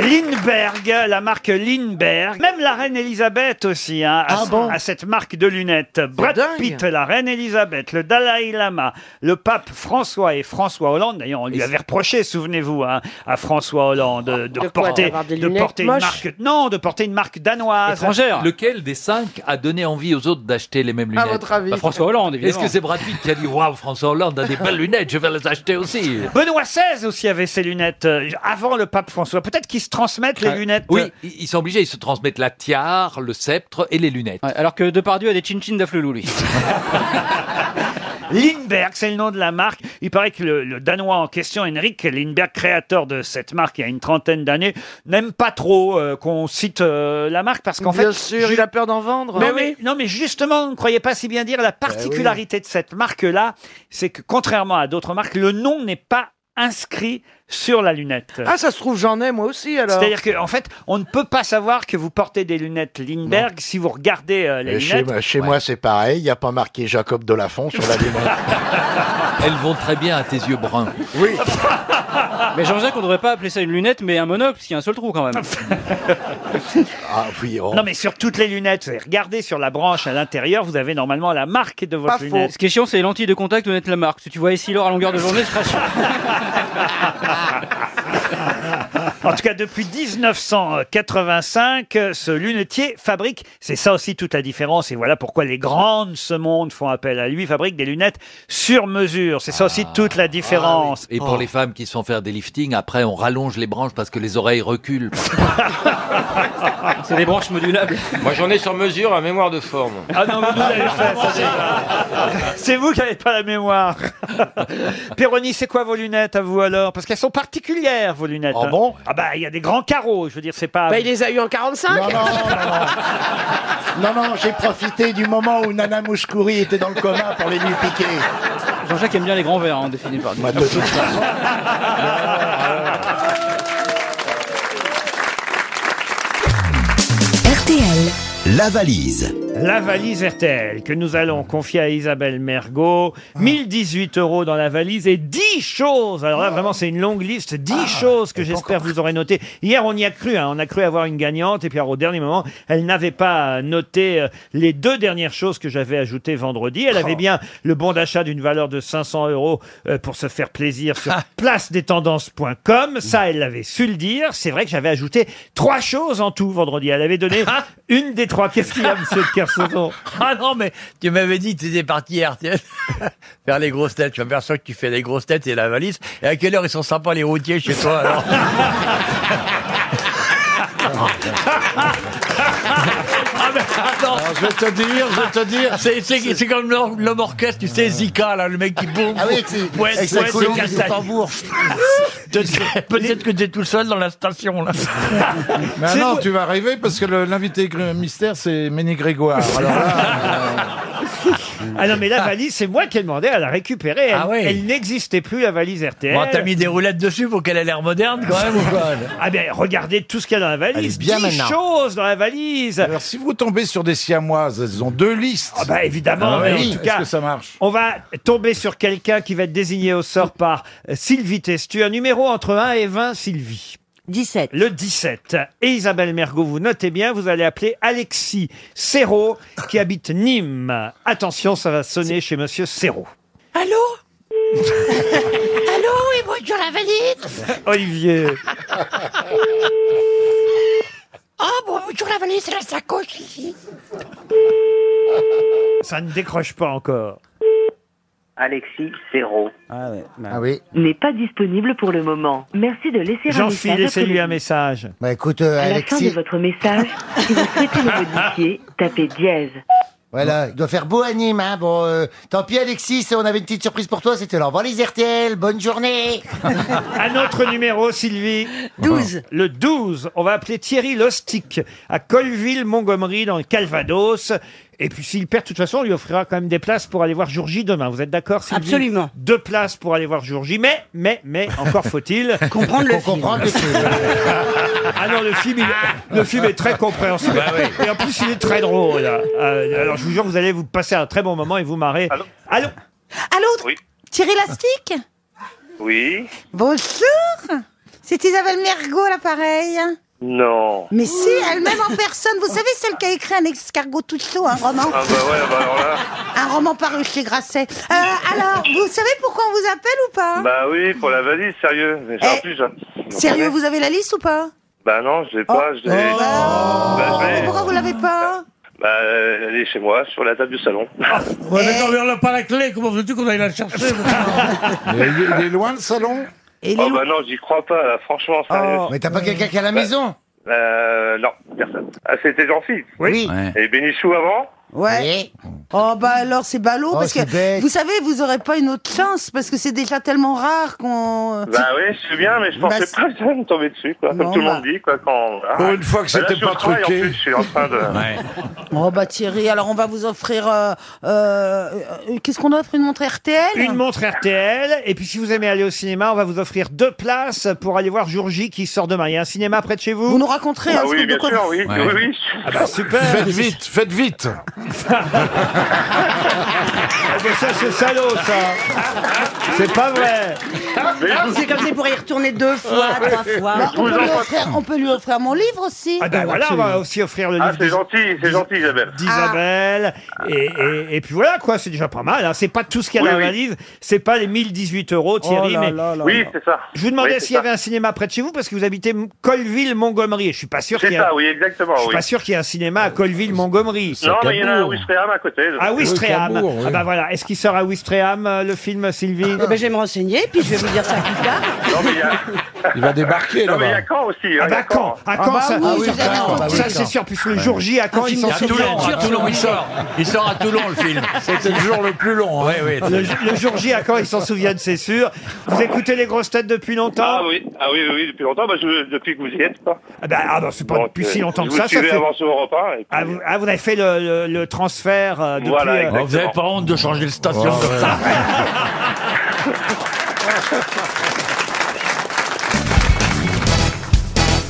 Lindbergh, la marque Lindbergh. Même la reine Elisabeth aussi hein,
Ah
a, a cette marque de lunettes. Brad
dingue.
Pitt, la reine Elisabeth, le Dalai Lama, le pape François et François Hollande. D'ailleurs, on lui avait reproché, souvenez-vous, hein, à François Hollande de, de
quoi,
porter,
d'avoir des
de
lunettes
porter une
moches
marque. Non, de porter une marque danoise.
Lequel des cinq a donné envie aux autres d'acheter les mêmes
À
lunettes
votre avis Bah, François
Hollande,
évidemment.
Est-ce que c'est Brad Pitt qui a dit Waouh, François Hollande a des belles lunettes, je vais les acheter aussi
Benoît XVI aussi avait ses lunettes euh, avant le pape François. Peut-être qu'ils se transmettent les
Ah,
Ah,
Ouais.
lunettes. euh,
Oui, ils ils sont obligés, ils se transmettent la tiare, le sceptre et les lunettes.
alors que Depardieu a des chin-chin d'Afflelou, lui.
Lindbergh, c'est le nom de la marque. Il paraît que le, le Danois en question, Henrik Lindbergh, créateur de cette marque il y a une trentaine d'années, n'aime pas trop euh, qu'on cite euh, la marque parce qu'en fait...
Bien sûr, il a peur d'en vendre. Ben
Non, mais, non, mais justement, ne croyez pas si bien dire, la particularité de cette marque-là, c'est que contrairement à d'autres marques, le nom n'est pas inscrit sur la lunette.
Ah, ça se trouve, j'en ai moi aussi alors.
C'est-à-dire qu'en en fait, on ne peut pas savoir que vous portez des lunettes Lindbergh si vous regardez euh, les
Et Chez,
lunettes.
chez moi, c'est pareil. Il n'y a pas marqué Jacob Delafont sur
[LAUGHS]
la lunette.
Elles vont très bien à tes yeux bruns.
Oui.
Mais Jean-Jacques, on devrait pas appeler ça une lunette, mais un monocle, parce qu'il y a un seul trou quand même.
ah oui, oh.
Non, mais sur toutes les lunettes, vous regardez sur la branche à l'intérieur, vous avez normalement la marque de votre lunette.
Ce qui est chiant, c'est les lentilles de contact ou de la marque. Si tu voyais Silor à longueur de journée, je serais chiant.
[LAUGHS] En tout cas, depuis 1985, euh, ce lunetier fabrique, c'est ça aussi toute la différence, et voilà pourquoi les grandes de ce monde font appel à lui, fabrique des lunettes sur mesure. C'est ça aussi toute la différence.
Et
Oh.
pour les femmes qui se font faire des liftings, après on rallonge les branches parce que les oreilles reculent.
[LAUGHS] C'est des branches modulables.
Moi j'en ai sur mesure à mémoire de forme.
Ah non, vous l'avez fait, ça, c'est- [LAUGHS] c'est vous qui n'avez pas la [LAUGHS] mémoire. Péroni, c'est quoi vos lunettes à vous alors Parce qu'elles sont particulières, vos lunettes.
Ah bon
Ah bah, il y a des grands carreaux, je veux dire, c'est
Ah.
pas...
Bah, il les a eu en 45
Non, non, Non, non, j'ai profité du moment où Nana Mouskouri était dans le coma pour les lui piquer.
Jean-Jacques aime bien les grands verres, hein, on définit par.
Moi, de toute façon,
RTL. La valise. La valise RTL que nous allons confier à Isabelle Mergot. 1018 euros dans la valise et 10 choses. Alors là, vraiment, c'est une longue liste. 10 choses que j'espère vous aurez notées. Hier, on y a cru. hein. On a cru avoir une gagnante. Et puis, alors, au dernier moment, elle n'avait pas noté euh, les deux dernières choses que j'avais ajoutées vendredi. Elle avait bien le bon d'achat d'une valeur de 500 euros euh, pour se faire plaisir sur placedestendances.com. Ça, elle l'avait su le dire. C'est vrai que j'avais ajouté trois choses en tout vendredi. Elle avait donné une des trois. Qu'est-ce qu'il y a, monsieur de
[LAUGHS]
Kersauzon
Ah non, mais tu m'avais dit que tu étais parti hier, tiens, [LAUGHS] faire les grosses têtes. Je m'aperçois que tu fais les grosses têtes et la valise. Et à quelle heure ils sont sympas les routiers chez toi alors Ah, je vais te dire, je vais te dire. C'est, c'est, c'est comme l'or- l'homme orchestre, tu sais, Zika, là, le mec qui boum.
Ah oui, c'est-
ouais,
avec sa
ouais,
colombe
c'est Ah,
et son
Castagne.
tambour.
Peut-être peut-être que [LAUGHS] t'es tout seul dans la station, [LAUGHS] là.
Mais non, tu vas arriver parce que le- l'invité gr- mystère, c'est Méné Grégoire. Alors
[LAUGHS]
Ah non, mais la valise, c'est moi qui ai demandé à la récupérer. Elle,
Ah ouais.
elle n'existait plus, la valise RTL.
Bon, t'as mis des roulettes dessus pour qu'elle ait l'air moderne, quand même, ou quoi
[LAUGHS] Ah ben, regardez tout ce qu'il y a dans la valise.
Elle est bien
10
maintenant.
choses dans la valise.
Alors, si vous tombez sur des siamoises, elles ont deux listes.
Ah bah évidemment, mais en tout cas,
Est-ce que ça marche
on va tomber sur quelqu'un qui va être désigné au sort par euh, Sylvie Testu. Un numéro entre 1 et 20, Sylvie. 17. Le 17. Et Isabelle Mergot, vous notez bien, vous allez appeler Alexis Serrault, qui habite Nîmes. Attention, ça va sonner chez Monsieur Serrault.
[LAUGHS]
[LAUGHS]
Allô Allô, et bonjour la valise
[LAUGHS] Olivier.
Ah bon, bonjour la valise, c'est la sacoche ici.
Ça ne décroche pas encore.
Alexis Serrault.
Ah, ouais,
N'est pas disponible pour le moment. Merci de laisser un message.
Jean-Philippe,
après
laissez-lui
le-
un message.
Bah écoute,
euh,
à la fin de votre
[LAUGHS]
message, bah. si vous souhaitez le modifier, tapez dièse.
Voilà, il doit faire beau à Nîmes, hein. Bon, euh, tant pis Alexis, on avait une petite surprise pour toi, c'était l'envoi les RTL, bonne journée
Ah, Un autre numéro, Sylvie. 12. Le 12. On va appeler Thierry Lostic à Colville-Montgomery dans le Calvados. Et puis s'il perd, de toute façon, on lui offrira quand même des places pour aller voir Jour J demain. Vous êtes d'accord, Sylvie
Absolument.
Deux places pour aller voir Jour J. Mais, mais, mais,
[LAUGHS]
encore faut-il
Comprendre le film.
comprendre le film. ah non, le film, il- le film est très compréhensible.
Bah oui.
Et en plus, il est très drôle. Euh, alors je vous jure, vous allez vous passer un très bon moment et vous marrer. Allô Allô
Allô Thierry Lastique
Oui.
Bonjour
C'est Isabelle Mergot, l'appareil.
Non.
Mais si,
Euh,
elle-même en personne. Vous savez, celle qui a écrit un escargot tout chaud, un roman.
Ah bah ouais, bah alors là.
Un roman paru chez Grasset. Euh, alors, vous savez pourquoi on vous appelle ou pas
Bah oui, pour la valise, sérieux. Mais j'en plus, j'en- j'en
Sérieux,
connais.
vous avez la liste ou pas Oh.
Bah non, je l'ai pas. Je l'ai. Bah, je l'ai-
Pourquoi vous l'avez pas
Bah, elle est chez moi, sur la table du
[LAUGHS]
salon.
Ouais, mais non, mais on n'a pas la clé, comment veux-tu qu'on aille la chercher
il
est loin le salon
oh bah non, j'y crois pas, là, franchement, sérieux.
Oh.
Mais t'as pas quelqu'un qui est à la maison
Euh, non, personne. Bah, Ah, c'était gentil.
Oui. Ouais.
Et Bénichou avant
Ouais. Oh bah alors c'est ballot
Oh,
parce que
c'est bête.
vous savez vous aurez pas une autre chance parce que c'est déjà tellement rare qu'on.
Bah oui, je suis bien, mais je
Bah,
pensais
c'est-
pas que ça allait me tomber dessus, quoi. Comme
Non,
tout le
bah.
monde dit, quoi, quand... Ah, Pour une fois que bah là, c'était je suis au pas travail, en truqué. plus, je suis en train de...
Oh bah Thierry alors on va vous offrir euh, euh, euh, qu'est-ce qu'on offre une montre RTL
Une montre RTL. Et puis, si vous aimez aller au cinéma, on va vous offrir deux places pour aller voir Jour J qui sort demain. Il y a un cinéma près de chez vous.
Vous nous raconterez
hein,
hein,
Ah un oui, truc de bien quoi- sûr, oui, oui, oui.
Ah bah, super.
Faites
vite, faites vite. Ah, ça, c'est salaud, ça. C'est pas vrai.
Ah, C'est comme si pour y retourner deux fois, trois fois.
Mais je
on,
vous
peut lui
en prie.
offrir, on peut lui offrir mon livre aussi.
Ah ben voilà, on va aussi offrir le
Ah,
livre
c'est
d'Is-
gentil, c'est gentil, Isabelle. Ah.
d'Isabelle. Et, et- et puis voilà, quoi, c'est déjà pas mal. hein. C'est pas tout ce qu'il y a
Oui,
dans la
oui.
valise. C'est pas les 1018 euros, Thierry.
Oh là
mais
là là Oui, là. c'est ça.
Je vous demandais
Oui, c'est
s'il y
ça.
avait un cinéma près de chez vous parce que vous habitez M- Colville-Montgomery. Et Je suis pas Ah, sûr qu'il
C'est
y a...
ça, oui, exactement,
Je suis
oui.
pas sûr qu'il y ait un cinéma à Colville-Montgomery.
Non, mais il y en a un à Ouistreham à côté. je
À
sais.
Ouistreham. Ah bah voilà. Est-ce qu'il sort à Ouistreham, euh, le film, Sylvie
Eh ben, je vais me renseigner, puis je vais vous dire ça plus tard.
Non, mais il y a...
Il va débarquer
Non, mais il y a Caen aussi. hein,
Ah
il y
bah Ah,
a
Caen, à Caen, ça, ça, ça, c'est sûr. Puis le jour J, à Caen, Ah, ils s'en souviennent.
Il sort à Toulon, le film. C'était le jour le plus long. hein.
Le, le jour J, à Caen, ils s'en souviennent, c'est sûr. Vous écoutez les grosses têtes depuis longtemps
Ah oui, ah oui, oui, oui, depuis longtemps, bah, je- depuis que vous y êtes, quoi.
Ah bah, ah bah, c'est pas
Donc,
depuis
euh,
si longtemps
je
que
vous
ça. ça
suivais
fait-
avant sur Europe 1, et puis-
Ah, vous, ah, vous avez fait le, le- le transfert
Ah,
euh, depuis...
Voilà,
euh,
exactement.
Oh, Vous avez pas honte de changer le station
Oh,
comme
ouais.
ça
[LAUGHS]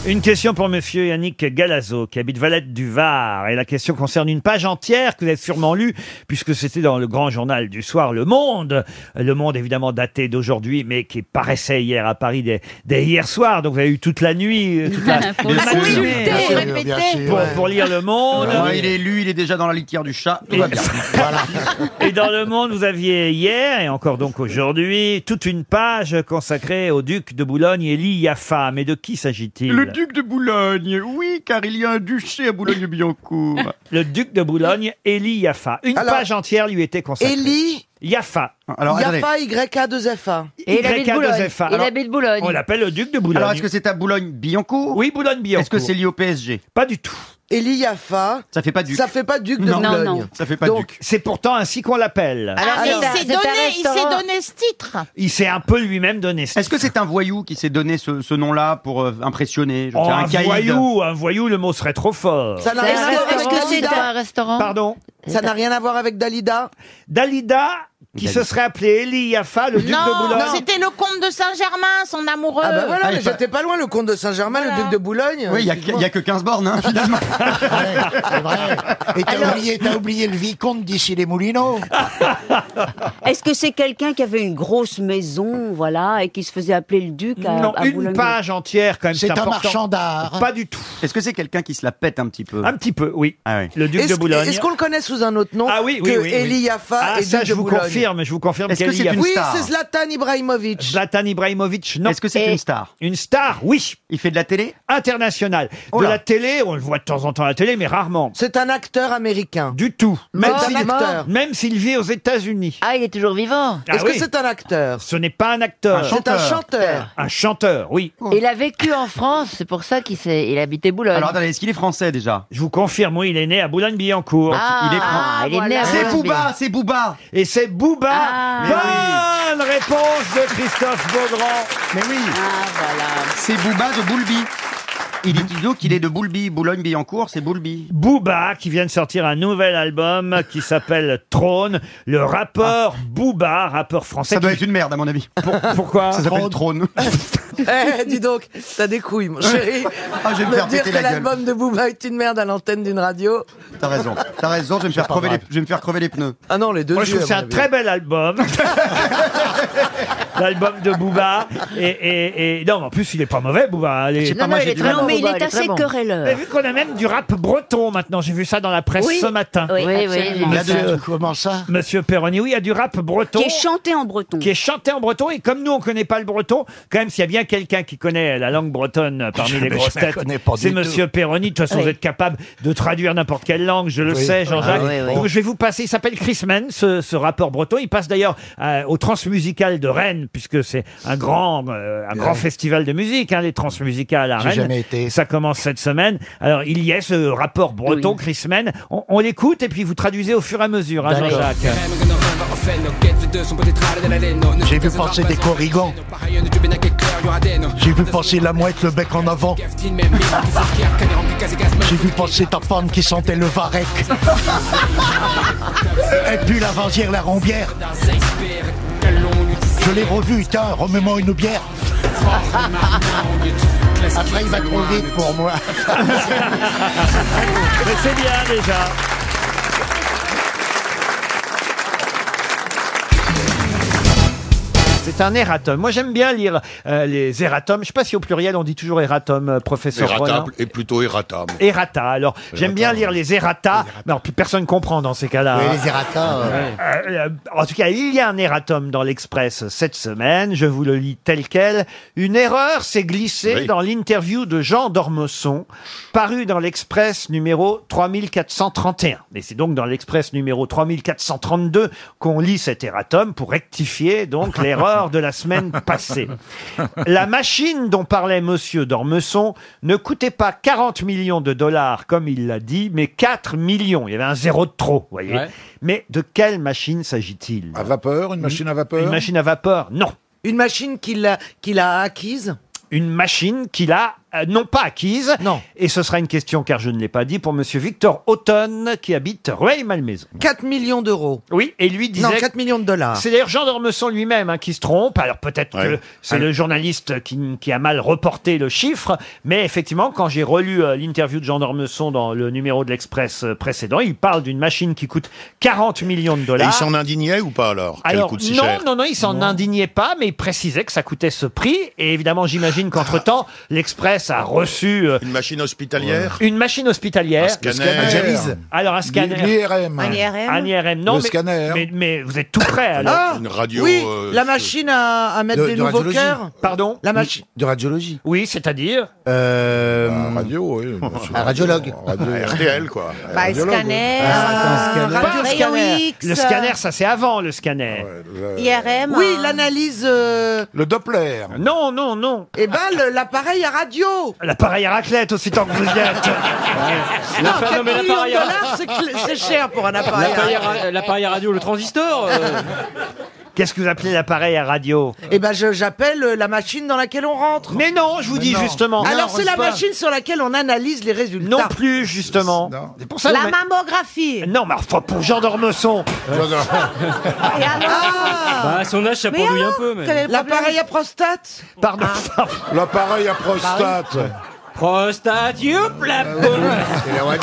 Une question pour monsieur Yannick Galazo, qui habite Valette du Var. Et la question concerne une page entière que vous avez sûrement lue, puisque c'était dans le grand journal du soir, Le Monde. Le Monde, évidemment, daté d'aujourd'hui, mais qui paraissait hier à Paris dès, dès hier soir. Donc vous avez eu toute la nuit, euh, toute la,
[LAUGHS]
[LAUGHS]
Pour
la
l'insulter,
matinée
bien sûr, bien sûr,
pour,
ouais. Ah
pour lire Le Monde.
Ouais, il est lu, il est déjà dans la litière du chat, tout va bien. [LAUGHS]
Et dans le monde, vous aviez hier et encore donc aujourd'hui toute une page consacrée au duc de Boulogne Élie Yaffa. Mais de qui s'agit-il
Le duc de Boulogne, oui, car il y a un duché à Boulogne-Billancourt.
Le duc de Boulogne Élie Yaffa. Une
Alors-
page entière lui était consacrée.
Élie
Yaffa.
Alors,
Il n'y a pas YA2FA.
Et il habite Boulogne. YA2FA. Il Alors, habite
Boulogne.
on l'appelle le duc de Boulogne.
Alors, est-ce que c'est à Boulogne-Billancourt
Oui, Boulogne-Billancourt.
Est-ce que c'est lié au PSG
Pas du tout.
Élie Yafa. Ça fait pas duc.
Ça fait pas duc de
Non,
Boulogne.
non. Ça fait pas
Donc,
duc.
C'est pourtant ainsi qu'on l'appelle.
Alors,
Ah, mais
alors,
il s'est
c'est un
donné, il
restaurant.
s'est donné ce titre.
Il s'est un peu lui-même donné ça.
Est-ce que c'est un voyou qui s'est donné ce, ce nom-là pour euh, impressionner je
Oh,
sais,
un,
caïd
voyou, un voyou, le mot serait trop fort.
Ça n'a
C'est
rien
un
à voir avec
restaurant.
Dalida.
Est-ce que c'est un
restaurant Pardon
Ça n'a rien à voir avec Dalida.
Dalida, qui se serait appelé Élie Yaffa, le duc de Boulogne.
c'était le comte de Saint-Germain, son amoureux.
Ah bah voilà,
Allez,
mais j'étais pas loin, le comte de Saint-Germain, le duc de Boulogne.
Oui, il y a, que- il y a que 15 bornes, hein,
[LAUGHS]
finalement.
Et t'as oublié, t'as oublié le vicomte d'ici les Moulineaux.
Est-ce que c'est quelqu'un qui avait une grosse maison, voilà, et qui se faisait appeler Ah, le duc à,
Ah, Non,
à
une
Boulogne-
page entière quand même.
C'est un
important.
marchand
d'art.
Pas du tout.
Est-ce que c'est quelqu'un qui se la pète un petit peu Ah,
Un petit peu, oui. Le duc
Est-ce-
de Boulogne.
Est-ce qu'on le connaît sous un autre nom
Ah oui, oui,
que
oui, oui.
Eli Yaffa
Ah,
et
ça,
duc
je
de
vous
Boulogne
confirme, je vous confirme qu'Eli Yaffa-
Oui, c'est Zlatan Ibrahimovic.
Zlatan Ibrahimovic, non.
Est-ce que c'est
Et-
une star
Une star, oui.
Il fait de la télé
Internationale.
Oh
de
là.
la télé, on le voit de temps en temps à la télé, mais rarement.
C'est un acteur américain.
Du tout. Même
C'est un
s'il-
acteur.
Même s'il vit aux États-Unis.
Ah, il est toujours vivant.
Est-ce que c'est un acteur
Ce n'est pas un acteur.
Un C'est un chanteur. chanteur.
Un chanteur, oui.
Il a vécu en France, c'est pour ça qu'il s'est- il habitait Boulogne.
Alors attendez, est-ce qu'il est français déjà
Je vous confirme, oui, il est né à Boulogne-Billancourt.
Ah, il est franc. il est né à
C'est
Boulogne.
Booba, c'est Booba.
Et c'est Booba.
Ah,
Bonne réponse de Christophe Beaugrand.
Mais oui. C'est Booba de Boulby. Il est idiot qu'il est de Boulby. Boulogne-Billancourt, c'est Boulby.
Booba qui vient de sortir un nouvel album qui s'appelle Trône. Le rappeur Booba, rappeur français.
Ah. Ça doit
qui-
être une merde, à mon avis.
pourquoi
Ça s'appelle Trône.
Eh, dis donc, t'as des couilles, mon chéri.
Ah, je vais me faire
dire
péter
que
la gueule.
l'album de Booba est une merde à l'antenne d'une radio.
T'as raison. T'as raison, je vais me faire crever les, je vais me faire crever les pneus. Ah non, les deux
Moi, je trouve que c'est un très bel album. L'album de Booba. Et, et- et- non, mais en plus, il est pas mauvais, Booba. hein. Il est-
Non, non, il est très bon, mais il est assez querelleur.
Mais vu qu'on a même du rap breton maintenant, j'ai vu ça dans la presse
Oui.
ce matin.
Oui, Oui, oui, absolument. oui. Il y a de-
comment ça Monsieur Perroni, oui, il y a du rap breton.
Qui est chanté en breton.
Qui est chanté en breton. Et comme nous, on connaît pas le breton, quand même, s'il y a bien quelqu'un qui connaît la langue bretonne parmi
Je-
les
mais je
grosses
la
têtes,
connais pas
c'est
du tout.
Monsieur Perroni. De toute façon,
Oui.
vous êtes capable de traduire n'importe quelle langue, je le
Oui.
sais, Jean-Jacques.
Ah oui, oui.
Donc, je vais vous passer. Il s'appelle Chris Men, ce, ce rappeur breton. Il passe d'ailleurs euh, au Transmusical de Rennes, puisque c'est un grand, euh, un grand
Ouais.
festival de musique, hein, les Transmusicales à
J'ai
Rennes.
jamais été.
Ça commence cette semaine. Alors, il y a ce rappeur breton, Chris Men. On, on l'écoute et puis vous traduisez au fur et à mesure, hein, Jean-Jacques.
J'ai vu passer des corrigans. J'ai vu passer la mouette, le bec en avant. J'ai vu passer ta femme qui sentait le
[LAUGHS]
varec. Et puis la vanzière, la rombière. Je l'ai revu, tiens, remets-moi une bière.
Après, il va trop vite pour moi.
[LAUGHS] Mais c'est bien déjà. C'est un erratum. Moi, j'aime bien lire euh, les erratums. Je sais pas si au pluriel on dit toujours erratum, euh, professeur Rollin.
Erratable et plutôt erratable.
Errata. Alors, j'aime bien lire les errata. Mais alors, plus personne comprend dans ces
Ah.
cas-là.
Oui,
hein.
les errata, ouais.
Euh, euh, en tout cas, il y a un erratum dans l'Express cette semaine. Je vous le lis tel quel. Une erreur s'est glissée dans l'interview de Jean d'Ormesson, paru dans l'Express numéro 3431. Et c'est donc dans l'Express numéro 3432 qu'on lit cet erratum pour rectifier euh, donc l'erreur de la semaine passée. La machine dont parlait Monsieur d'Ormesson ne coûtait pas 40 millions de dollars, comme il l'a dit, mais 4 millions. Il y avait un zéro de trop, vous voyez.
Ouais.
Mais de quelle machine s'agit-il À
vapeur Une machine à vapeur
Une machine à vapeur, non.
Une machine qu'il a, qu'il a acquise
Une machine qu'il a euh, non pas acquise. Non. Et ce sera une question, car je ne l'ai pas dit, pour Monsieur Victor Auton, qui habite Rueil-Malmaison.
4 millions d'euros.
Oui, et lui disait...
Non, 4 millions de dollars.
C'est d'ailleurs Jean d'Ormesson lui-même hein, qui se trompe. Alors peut-être que c'est le journaliste qui, qui a mal reporté le chiffre, mais effectivement, quand j'ai relu euh, l'interview de Jean d'Ormesson dans le numéro de l'Express euh, précédent, il parle d'une machine qui coûte 40 millions de
Et
dollars.
il s'en indignait ou pas alors qu'elle
Alors,
coûte si
non,
cher
non, non, il s'en indignait pas, mais il précisait que ça coûtait ce prix. Et évidemment, j'imagine
[LAUGHS]
qu'entre-temps, l'Express a reçu euh,
Une machine hospitalière
une machine hospitalière.
Un scanner. Le scanner. Un dialyse.
Alors, un scanner.
L'IRM.
Un IRM.
Un IRM, non.
Le
mais,
scanner.
Mais, mais vous êtes tout prêt,
Ah,
[LAUGHS]
alors.
Une radio.
oui,
euh,
la machine à, à mettre
de-
des
de
nouveaux
radiologie.
cœurs.
Pardon
La machine.
De radiologie.
Oui, c'est-à-dire
Euh,
Un Bah, radio, oui.
Un radiologue.
[LAUGHS]
Radio RTL, quoi.
Euh,
Bah,
Un radiologue.
scanner, euh,
Un
radio euh, scanner.
Le scanner, ça c'est avant le
Ah
scanner.
IRM. Oui, l'analyse. euh,
Le Doppler.
Non, non, non.
Eh ben, le- l'appareil à radio.
L'appareil à raclette aussi tant que vous
[LAUGHS]
y êtes.
Non,
L'appareil-
4
non, mais
Ah, millions de
l'appareil à-
dollars, c'est cl- c'est cher pour un appareil. à
L'appareil
radio.
à- [LAUGHS] L'appareil à radio, le transistor. euh,
Qu'est-ce que vous appelez l'appareil à radio
Eh ben, je- j'appelle euh, la machine dans laquelle on rentre.
Mais non, je vous dis justement.
Alors,
Non,
c'est la
pas.
machine sur laquelle on analyse les résultats.
Non plus, justement. C'est pour ça
La
que-
mammographie.
Non, mais enfin, pour Jean d'Ormesson.
Ah.
bah, à son âge, ça pendouille un peu. Mais...
L'appareil à prostate. Ah.
Pardon.
L'appareil à prostate.
Bah Prostate,
Ah,
youp, la poule.
euh.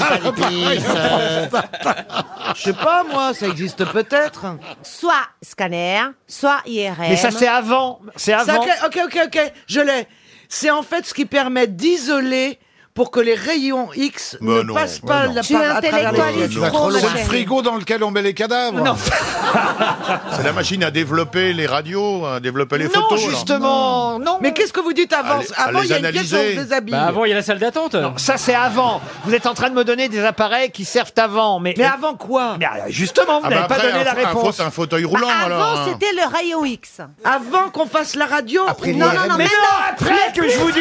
Je sais pas, moi, ça existe peut-être.
Soit scanner, soit IRM.
Mais ça, c'est avant. C'est
Ça,
avant.
ok, ok, ok, ok, je l'ai. C'est en fait ce qui permet d'isoler pour que les rayons X
Mais
ne
non,
passent
mais
pas
non.
la
Tu es
par- à travers les
intellectualiste
yeux.
vas trop loin.
ma
C'est le
chérie.
frigo
dans lequel on met les cadavres.
Non.
[LAUGHS] C'est la machine à développer les radios, à développer les
Non,
photos. alors.
justement,
non.
Mais qu'est-ce que vous dites avant
Allez,
Avant,
allez
il y a une pièce où on
analyser.
se déshabille.
Bah, avant, il y a la salle d'attente.
Non, ça c'est avant. Vous êtes en train de me donner des appareils qui servent avant, mais.
Mais avant quoi
Mais, euh, justement, vous
Ah bah
n'avez pas
après,
donné
un
la
fa- un
réponse.
fa- un fauteuil roulant,
Bah,
alors.
avant,
hein.
c'était le rayon X.
Avant qu'on fasse la radio
Après
ou-
les
Non, non,
IRM.
non, mais
Mais non,
non
après que je vous dis.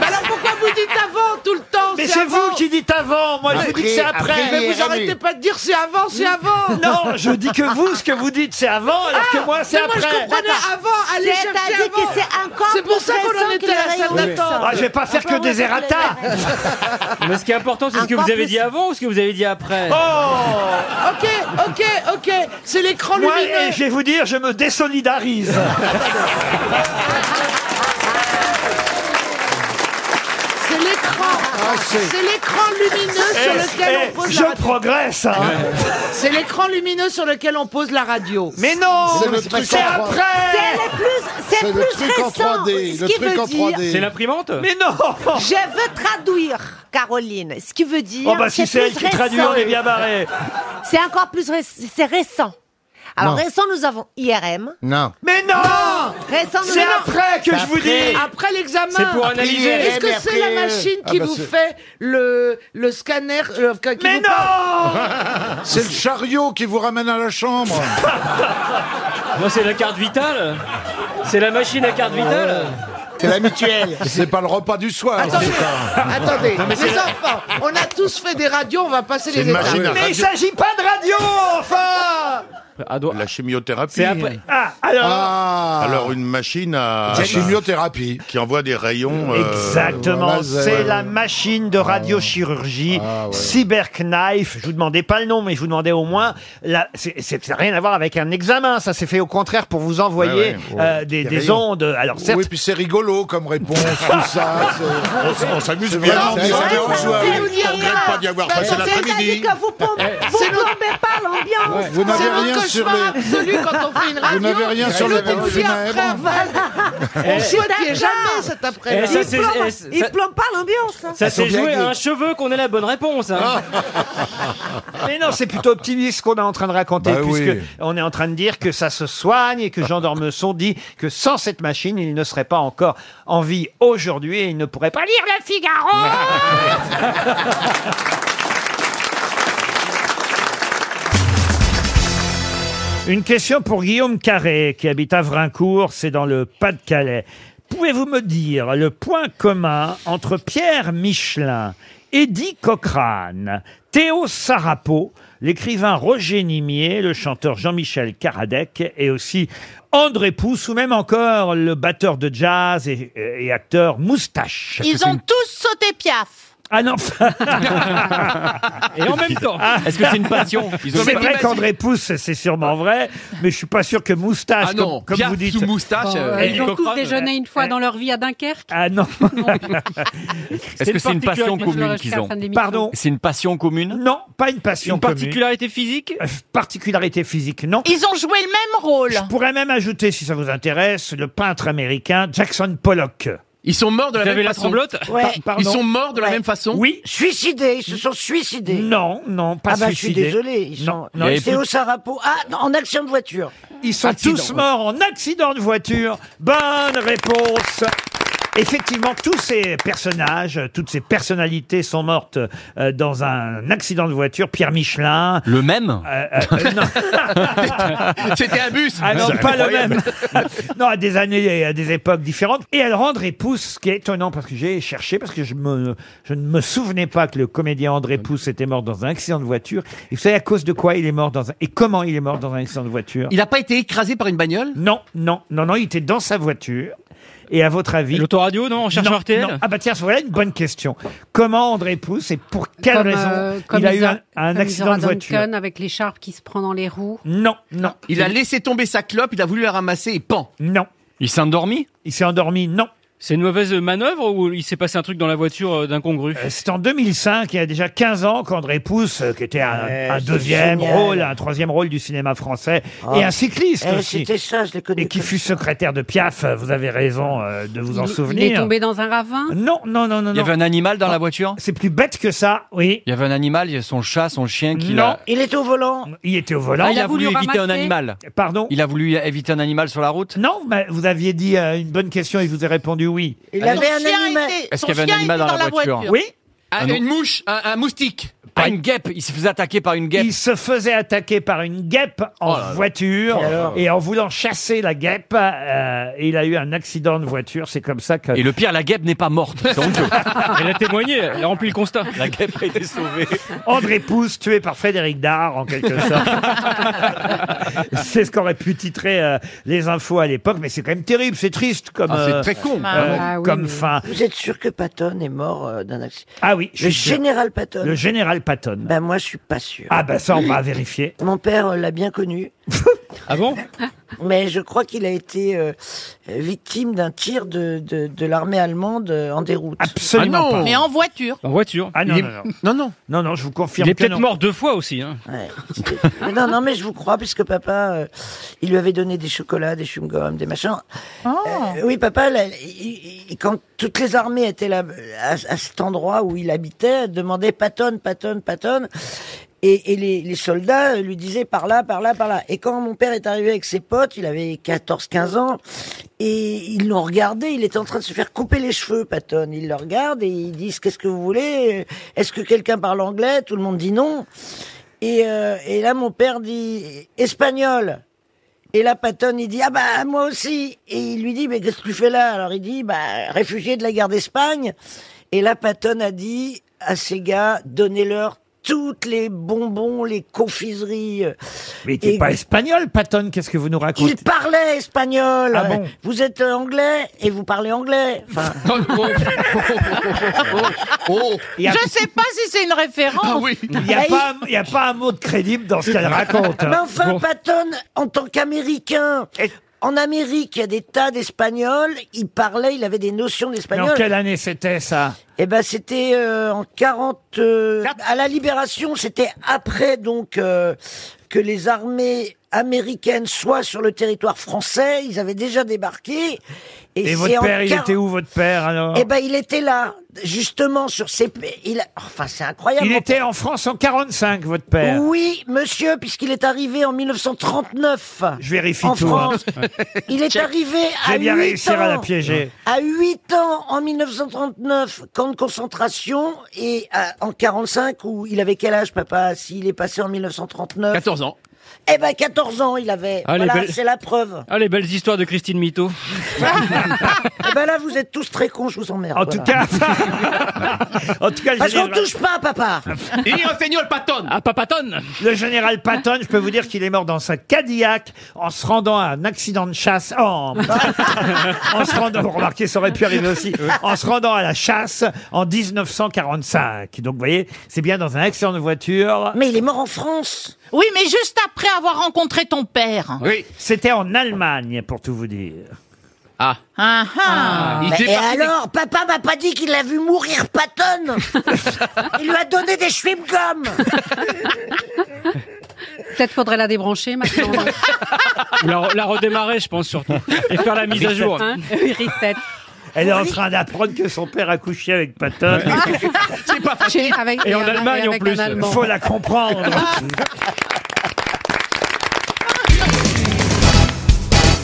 Mais alors pourquoi vous dites avant tout le temps.
Mais c'est vous
avant.
qui dites avant, moi je vous dis que c'est après.
Mais vous arrêtez pas de dire c'est avant, c'est avant.
[LAUGHS]
Ah,
Non, je dis que vous, ce que vous dites, c'est avant, alors que moi, c'est
mais moi,
après.
je comprenais avant, allez chercher
C'est-à-dire que
avant.
c'est encore
C'est pour
plus
ça qu'on en
récent
était
qu'il
à la
aurait
salle
eu le
d'attente.
Ah, je vais pas faire que des errata.
[LAUGHS] Mais ce qui est important, c'est ce que
Encore
vous avez
plus-
dit avant ou ce que vous avez dit après
Oh
Ok, [LAUGHS] ok, ok, c'est l'écran
Moi,
lumineux.
et je vais vous dire, je me désolidarise.
C'est l'écran. C'est l'écran lumineux sur
Ah, Eh,
lequel
eh,
on pose
je
la radio.
progresse, hein.
Ah.
C'est l'écran lumineux sur lequel on pose la radio.
Mais non, C'est le c'est truc en après. trois-
C'est le plus, c'est
C'est
plus
le truc en
récent.
3D,
ce
le
qui
truc
veut
en
dire-
3D. C'est
l'imprimante
Mais non.
Je veux traduire, Caroline. Ce qui veut dire.
Oh bah si c'est elle
plus
qui traduit,
récent.
on est bien barré.
C'est encore plus réc- c'est récent. Alors
Non.
récent, nous avons IRM.
Non.
Mais non
Récent, nous
C'est
avons-
après que je vous dis
Après l'examen.
C'est pour Après analyser. l'IRM,
Est-ce que c'est
après,
la machine
euh,
qui
ah bah
vous
c'est-
fait le, le scanner euh, qui
Mais
vous parle
C'est le chariot qui vous ramène à la chambre.
Moi, c'est la carte vitale. C'est la machine à carte vitale.
C'est la mutuelle. [LAUGHS] C'est pas le repas du soir.
Attendez,
[LAUGHS]
attendez.
Non, mais c'est
les
la-
enfants, on a tous fait des radios, on va passer
C'est une
les étapes.
machine à Mais il radio.
s'agit pas de radio, enfin
La chimiothérapie.
C'est après-
Ah, alors-
Ah, Alors une machine à
La
chimiothérapie qui envoie des rayons. euh,
Exactement,
voilà,
c'est la machine de radiochirurgie
Ah,
Cyberknife. Je vous demandais pas le nom, mais je vous demandais au moins. la- c'est- c'est- ça n'a rien à voir avec un examen. Ça s'est fait au contraire pour vous envoyer
Ouais, Ah ouais.
euh, des,
Des
des
rayons.
ondes. Alors certes,
Oui, puis c'est rigolo comme réponse, tout ça. c'est- On, s- on s'amuse bien.
vraiment
C'est
bien.
vraiment
Ouais, ça
joué
fait
avec.
nous dire
On regrette pas d'y avoir
Bah,
passé
c'est
l'après-midi. Eh,
que vous pompez, vous pompez pas l'ambiance.
Ouais, vous n'avez
C'est
rien
notre
sur
cauchemar
les-
absolu quand on fait une radio.
Vous n'avez rien sur
Le
les pompes
conflit
funèbres.
après, voilà. On
Eh,
souhaite qu'il y ait
d'accord.
jamais cet
Eh,
après-midi.
ça, c'est- eh, ça-
Il plombe pas l'ambiance. hein.
Ça
Elles sont
s'est
bien
joué à
aiguës.
un cheveu qu'on ait la bonne réponse. hein.
[LAUGHS] Mais non, c'est plutôt optimiste ce qu'on est en train de raconter,
Bah oui.
puisque on est en train de dire que ça se soigne et que Jean d'Ormesson dit que sans cette machine, il ne serait pas encore en vie aujourd'hui et il ne pourrait pas lire Le Figaro. Une question pour Guillaume Carré, qui habite Avrincourt, c'est dans le Pas-de-Calais. Pouvez-vous me dire le point commun entre Pierre Michelin, Eddie Cochrane, Théo Sarapo, l'écrivain Roger Nimier, le chanteur Jean-Michel Karadec et aussi André Pousse ou même encore le batteur de jazz et, et acteur Moustache
[LAUGHS] Ils ont tous sauté Piaf.
Ah non [LAUGHS]
Et en même temps,
Ah.
est-ce que c'est
[LAUGHS]
une passion Ils ont
C'est
même
vrai
pas
qu'André Pousse, c'est sûrement vrai, mais je suis pas sûr que Moustache,
Ah non,
comme, comme
Pierre
vous dites...
sous moustache,
Oh,
euh,
Eh,
Ils ont tous déjeuné
une fois dans leur vie à Dunkerque. [LAUGHS]
Ah non
Est-ce que c'est une passion commune
particularité
qu'ils ont
de la fin de
Pardon
C'est une passion commune
Non, pas une passion
Une
commune.
particularité
physique Particularité physique, non.
Ils ont joué le même rôle.
Je pourrais même ajouter, si ça vous intéresse, le peintre américain Jackson Pollock.
Ils sont morts de la
Vous
même
avez la
façon.
tremblote
Pa-
Ouais.
Ils
Pardon.
sont morts de la
Ouais.
même façon
Oui.
Suicidés, ils se sont suicidés.
Non, non, pas
Ah bah,
suicidés.
je suis désolé, ils
Non,
sont.
non,
Non,
il y avait
c'est au
plus-
Sarapo. Ah, non, en action de voiture.
Ils sont tous morts en accident de voiture. Bonne réponse. Effectivement, tous ces personnages, toutes ces personnalités sont mortes euh, dans un accident de voiture. Pierre Michelin. Euh,
Le même [LAUGHS]
C'était
un bus.
Ah non,
C'est
pas le
incroyable.
même. [LAUGHS] non, à des années, à des époques différentes. Et alors André Pousse, ce qui est étonnant parce que j'ai cherché, parce que je, me, je ne me souvenais pas que le comédien André Pousse était mort dans un accident de voiture. Et vous savez à cause de quoi il est mort dans un, et comment il est mort dans un accident de voiture
Il n'a pas été écrasé par une bagnole
Non, non, non, non, il était dans sa voiture. Et à votre avis
L'autoradio, non On cherche
Non,
RTL
non. Ah bah tiens, voilà une bonne question. Comment André Pousse et pour quelle
Comme,
raison
euh, comme
il a
ils
eu
ont-
un,
comme
un
ils ont
accident
à
de voiture
Duncan avec l'écharpe qui se prend dans les roues.
Non, non.
Il a laissé tomber sa clope, il a voulu la ramasser et pan.
Non.
Il s'est endormi
Il s'est endormi, non.
C'est une mauvaise manœuvre ou il s'est passé un truc dans la voiture euh, d'incongru
Euh, C'est en 2005, il y a déjà 15 ans, qu'André Pousse, euh, qui était un, un
c'est
deuxième
génial.
rôle, un troisième rôle du cinéma français,
Ah.
et un cycliste
Eh,
aussi,
C'était ça, je les connais.
et qui fut secrétaire de Piaf, euh, vous avez raison euh, de vous en
Il-
souvenir.
Il est tombé dans un ravin.
Non, non, non, non.
Il y avait un animal dans la voiture
C'est plus bête que ça, oui.
Il y avait un animal, il y a son chat, son chien qui
Non.
l'a-
Il est au volant.
Il était au volant.
Ah, il a, voulu éviter un animal.
Pardon
Il a voulu éviter un animal sur la route
Non, mais vous aviez dit euh, une bonne question, il vous a répondu oui.
Ah,
Il avait un animal.
Est-ce qu'il y avait un animal dans, la voiture,
Oui. Un- Ah, une
mouche, un, moustique. Pas une guêpe, il se faisait attaquer par une guêpe. Oh
Il se faisait attaquer par une guêpe en
là là.
voiture
Et alors
et, en voulant chasser la guêpe, euh, il a eu un accident de voiture. C'est comme ça que.
Et le pire, la guêpe n'est pas
[LAUGHS]
morte. C'est honteux.
Elle Ah, a témoigné, elle a rempli le constat.
La guêpe a été sauvée.
André Pousse tué par Frédéric Dard
[LAUGHS]
en quelque sorte. c'est ce qu'auraient pu titrer euh, les infos à l'époque, mais c'est quand même terrible, c'est triste comme
Ah, c'est
euh,
très con.
euh,
Ah oui,
comme
oui.
fin.
Vous êtes sûr que Patton est mort euh, d'un accident
Ah oui, je
Le
suis sûr.
général Patton.
Le général Patton.
Ben moi, je suis pas sûr.
Ah ben ça, on va vérifier.
Mon père euh, l'a bien connu.
[LAUGHS] Ah bon
Mais je crois qu'il a été euh, euh, victime d'un tir de, de, de l'armée allemande euh, en déroute.
Absolument Ah non. pas.
Mais en voiture.
[LAUGHS] En voiture.
Ah non,
Il est-
non, non. non, non. Non, je vous confirme
Il est
que
peut-être
non.
mort deux fois aussi. Hein.
[LAUGHS]
Mais non, non, mais je vous crois, puisque papa, euh, il lui avait donné des chocolats, des chewing-gums, des machins. Euh, oui, papa, là, il- il- quand toutes les armées étaient là, à, à cet endroit où il habitait, demandait Patton, Patton, Patton. Et, et les, les soldats lui disaient par là, par là, par là. Et quand mon père est arrivé avec ses potes, il avait 14-15 ans, et ils l'ont regardé, il était en train de se faire couper les cheveux, Patton. Ils le regardent et ils disent, qu'est-ce que vous voulez Est-ce que quelqu'un parle anglais Tout le monde dit non. Et, euh, et là, mon père dit espagnol. Et là, Patton, il dit, ah bah, moi aussi. Et il lui dit, mais qu'est-ce que tu fais là Alors il dit, bah, réfugié de la guerre d'Espagne. Et là, Patton a dit à ces gars, donnez-leur toutes les bonbons, les confiseries.
Mais il était
Et-
pas espagnol, Patton, qu'est-ce que vous nous racontez
il parlait espagnol.
Ah bon
vous êtes euh, anglais et vous parlez anglais.
[LAUGHS]
Enfin,
Oh,
[LAUGHS]
Je sais pas si c'est une
Ah
référence.
Ah
Bah,
Il n'y a, pas un- il y a pas un mot de crédible dans ce qu'elle raconte. hein.
Mais enfin,
Bon.
Patton, en tant qu'Américain, en Amérique, il y a des tas d'Espagnols. Il parlait, il avait des notions
Mais
d'espagnol.
en quelle année c'était ça
Eh ben, c'était euh, en 40. euh, à la Libération, c'était après donc euh, que les armées américaines soient sur le territoire français. Ils avaient déjà débarqué.
Et,
c'est
votre
en
père, il
40
était où votre père alors
Eh ben, il était là, justement sur ces. Il... Enfin, c'est incroyable.
Il était en France en 45, votre père.
Oui, monsieur, puisqu'il est arrivé en 1939.
Je vérifie
en
tout, hein. [LAUGHS]
France. Il est
Check.
arrivé
Je
à
vais bien
8
réussir
ans.
à la piéger.
À 8 ans en 1939, camp de concentration, et à- en 45, où il avait quel âge, papa, s'il est passé en 1939 14
ans.
Eh ben, 14 ans, il avait.
Ah, les
voilà,
belles-
c'est
[LAUGHS]
la preuve.
Ah, les belles histoires de
[LAUGHS]
Christine Mito.
eh ben là, vous êtes tous très cons, je vous emmerde.
En
voilà.
tout cas-
[LAUGHS] En tout cas, le
Parce qu'on
général, [LAUGHS]
touche pas à papa.
oh,
señor Patton. Ah, pas Patton.
le général
Hein
Patton, je peux vous dire qu'il est mort dans sa Cadillac en se rendant à un accident de chasse. Oh,
[LAUGHS]
En, en se rendant, vous remarquez, ça aurait pu arriver aussi. En se rendant à la chasse en 1945. Donc, vous voyez, c'est bien dans un accident de voiture.
Mais il est mort en France.
Oui, mais juste après avoir rencontré ton père.
Oui. C'était en Allemagne, pour tout vous dire. Ah.
Ah, ah.
il
Mais-
était
et
parti
alors, papa m'a pas dit qu'il a vu mourir Patton. il lui a donné des chewing-gums.
Peut-être faudrait la débrancher maintenant.
La, re- la redémarrer, je pense surtout. Et faire la mise à jour.
Hein Oui, reset.
Elle est en train d'apprendre que son père a couché avec Patton.
C'est pas facile.
Et en Allemagne, en plus. Faut la comprendre.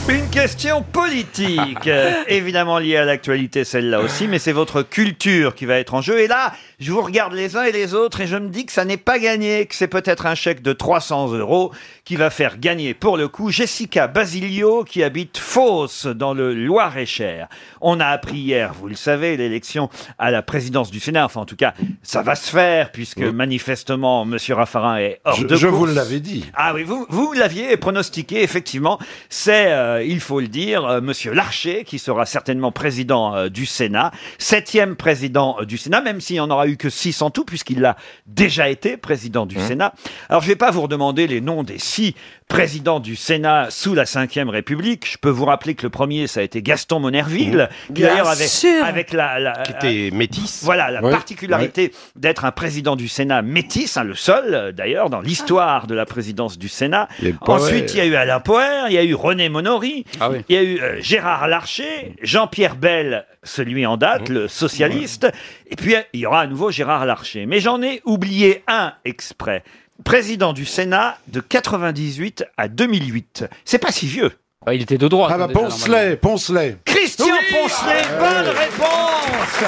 Une question
[LAUGHS]
politique, euh, évidemment liée à l'actualité, celle-là aussi, mais c'est votre culture qui va être en jeu. Et là, je vous regarde les uns et les autres et je me dis que ça n'est pas gagné, que c'est peut-être un chèque de 300 euros qui va faire gagner pour le coup Jessica Basilio qui habite Fos dans le Loir-et-Cher. On a appris hier, vous le savez, l'élection à la présidence du Sénat. Enfin, en tout cas, ça va se faire puisque manifestement, Monsieur Raffarin est hors
Mm. Je-
de
je vous
course.
l'avais dit.
Ah oui, vous, vous l'aviez pronostiqué, effectivement. C'est, euh, il faut le dire, euh, Monsieur Larcher, qui sera certainement président euh, du Sénat, septième président euh, du Sénat, même s'il n'y en aura eu que six en tout, puisqu'il a déjà été président
Hein.
du Sénat. Alors, je ne vais pas vous redemander les noms des six présidents du Sénat sous la Ve République. Je peux vous rappeler que le premier, ça a été Gaston Monerville, qui
Bien
d'ailleurs avait,
sûr.
avec la... la-
était métisse.
Euh, voilà, la
Ouais,
particularité d'être un président du Sénat métis, hein, le seul euh, d'ailleurs dans l'histoire de la présidence du Sénat.
Il est pas
Ensuite,
vrai.
il y a eu Alain Poher, il y a eu René Monory,
Ah
il y a eu euh, Gérard Larcher, Jean-Pierre Bell, celui en
Mmh.
date, le socialiste, et puis euh, il y aura à nouveau Gérard Larcher. Mais j'en ai oublié un exprès. Président du Sénat de 98 à 2008. C'est pas si vieux.
il était de droite. hein,
Ah bah
Eh,
Poncelet, Poncelet.
Christian Poncelet, bonne réponse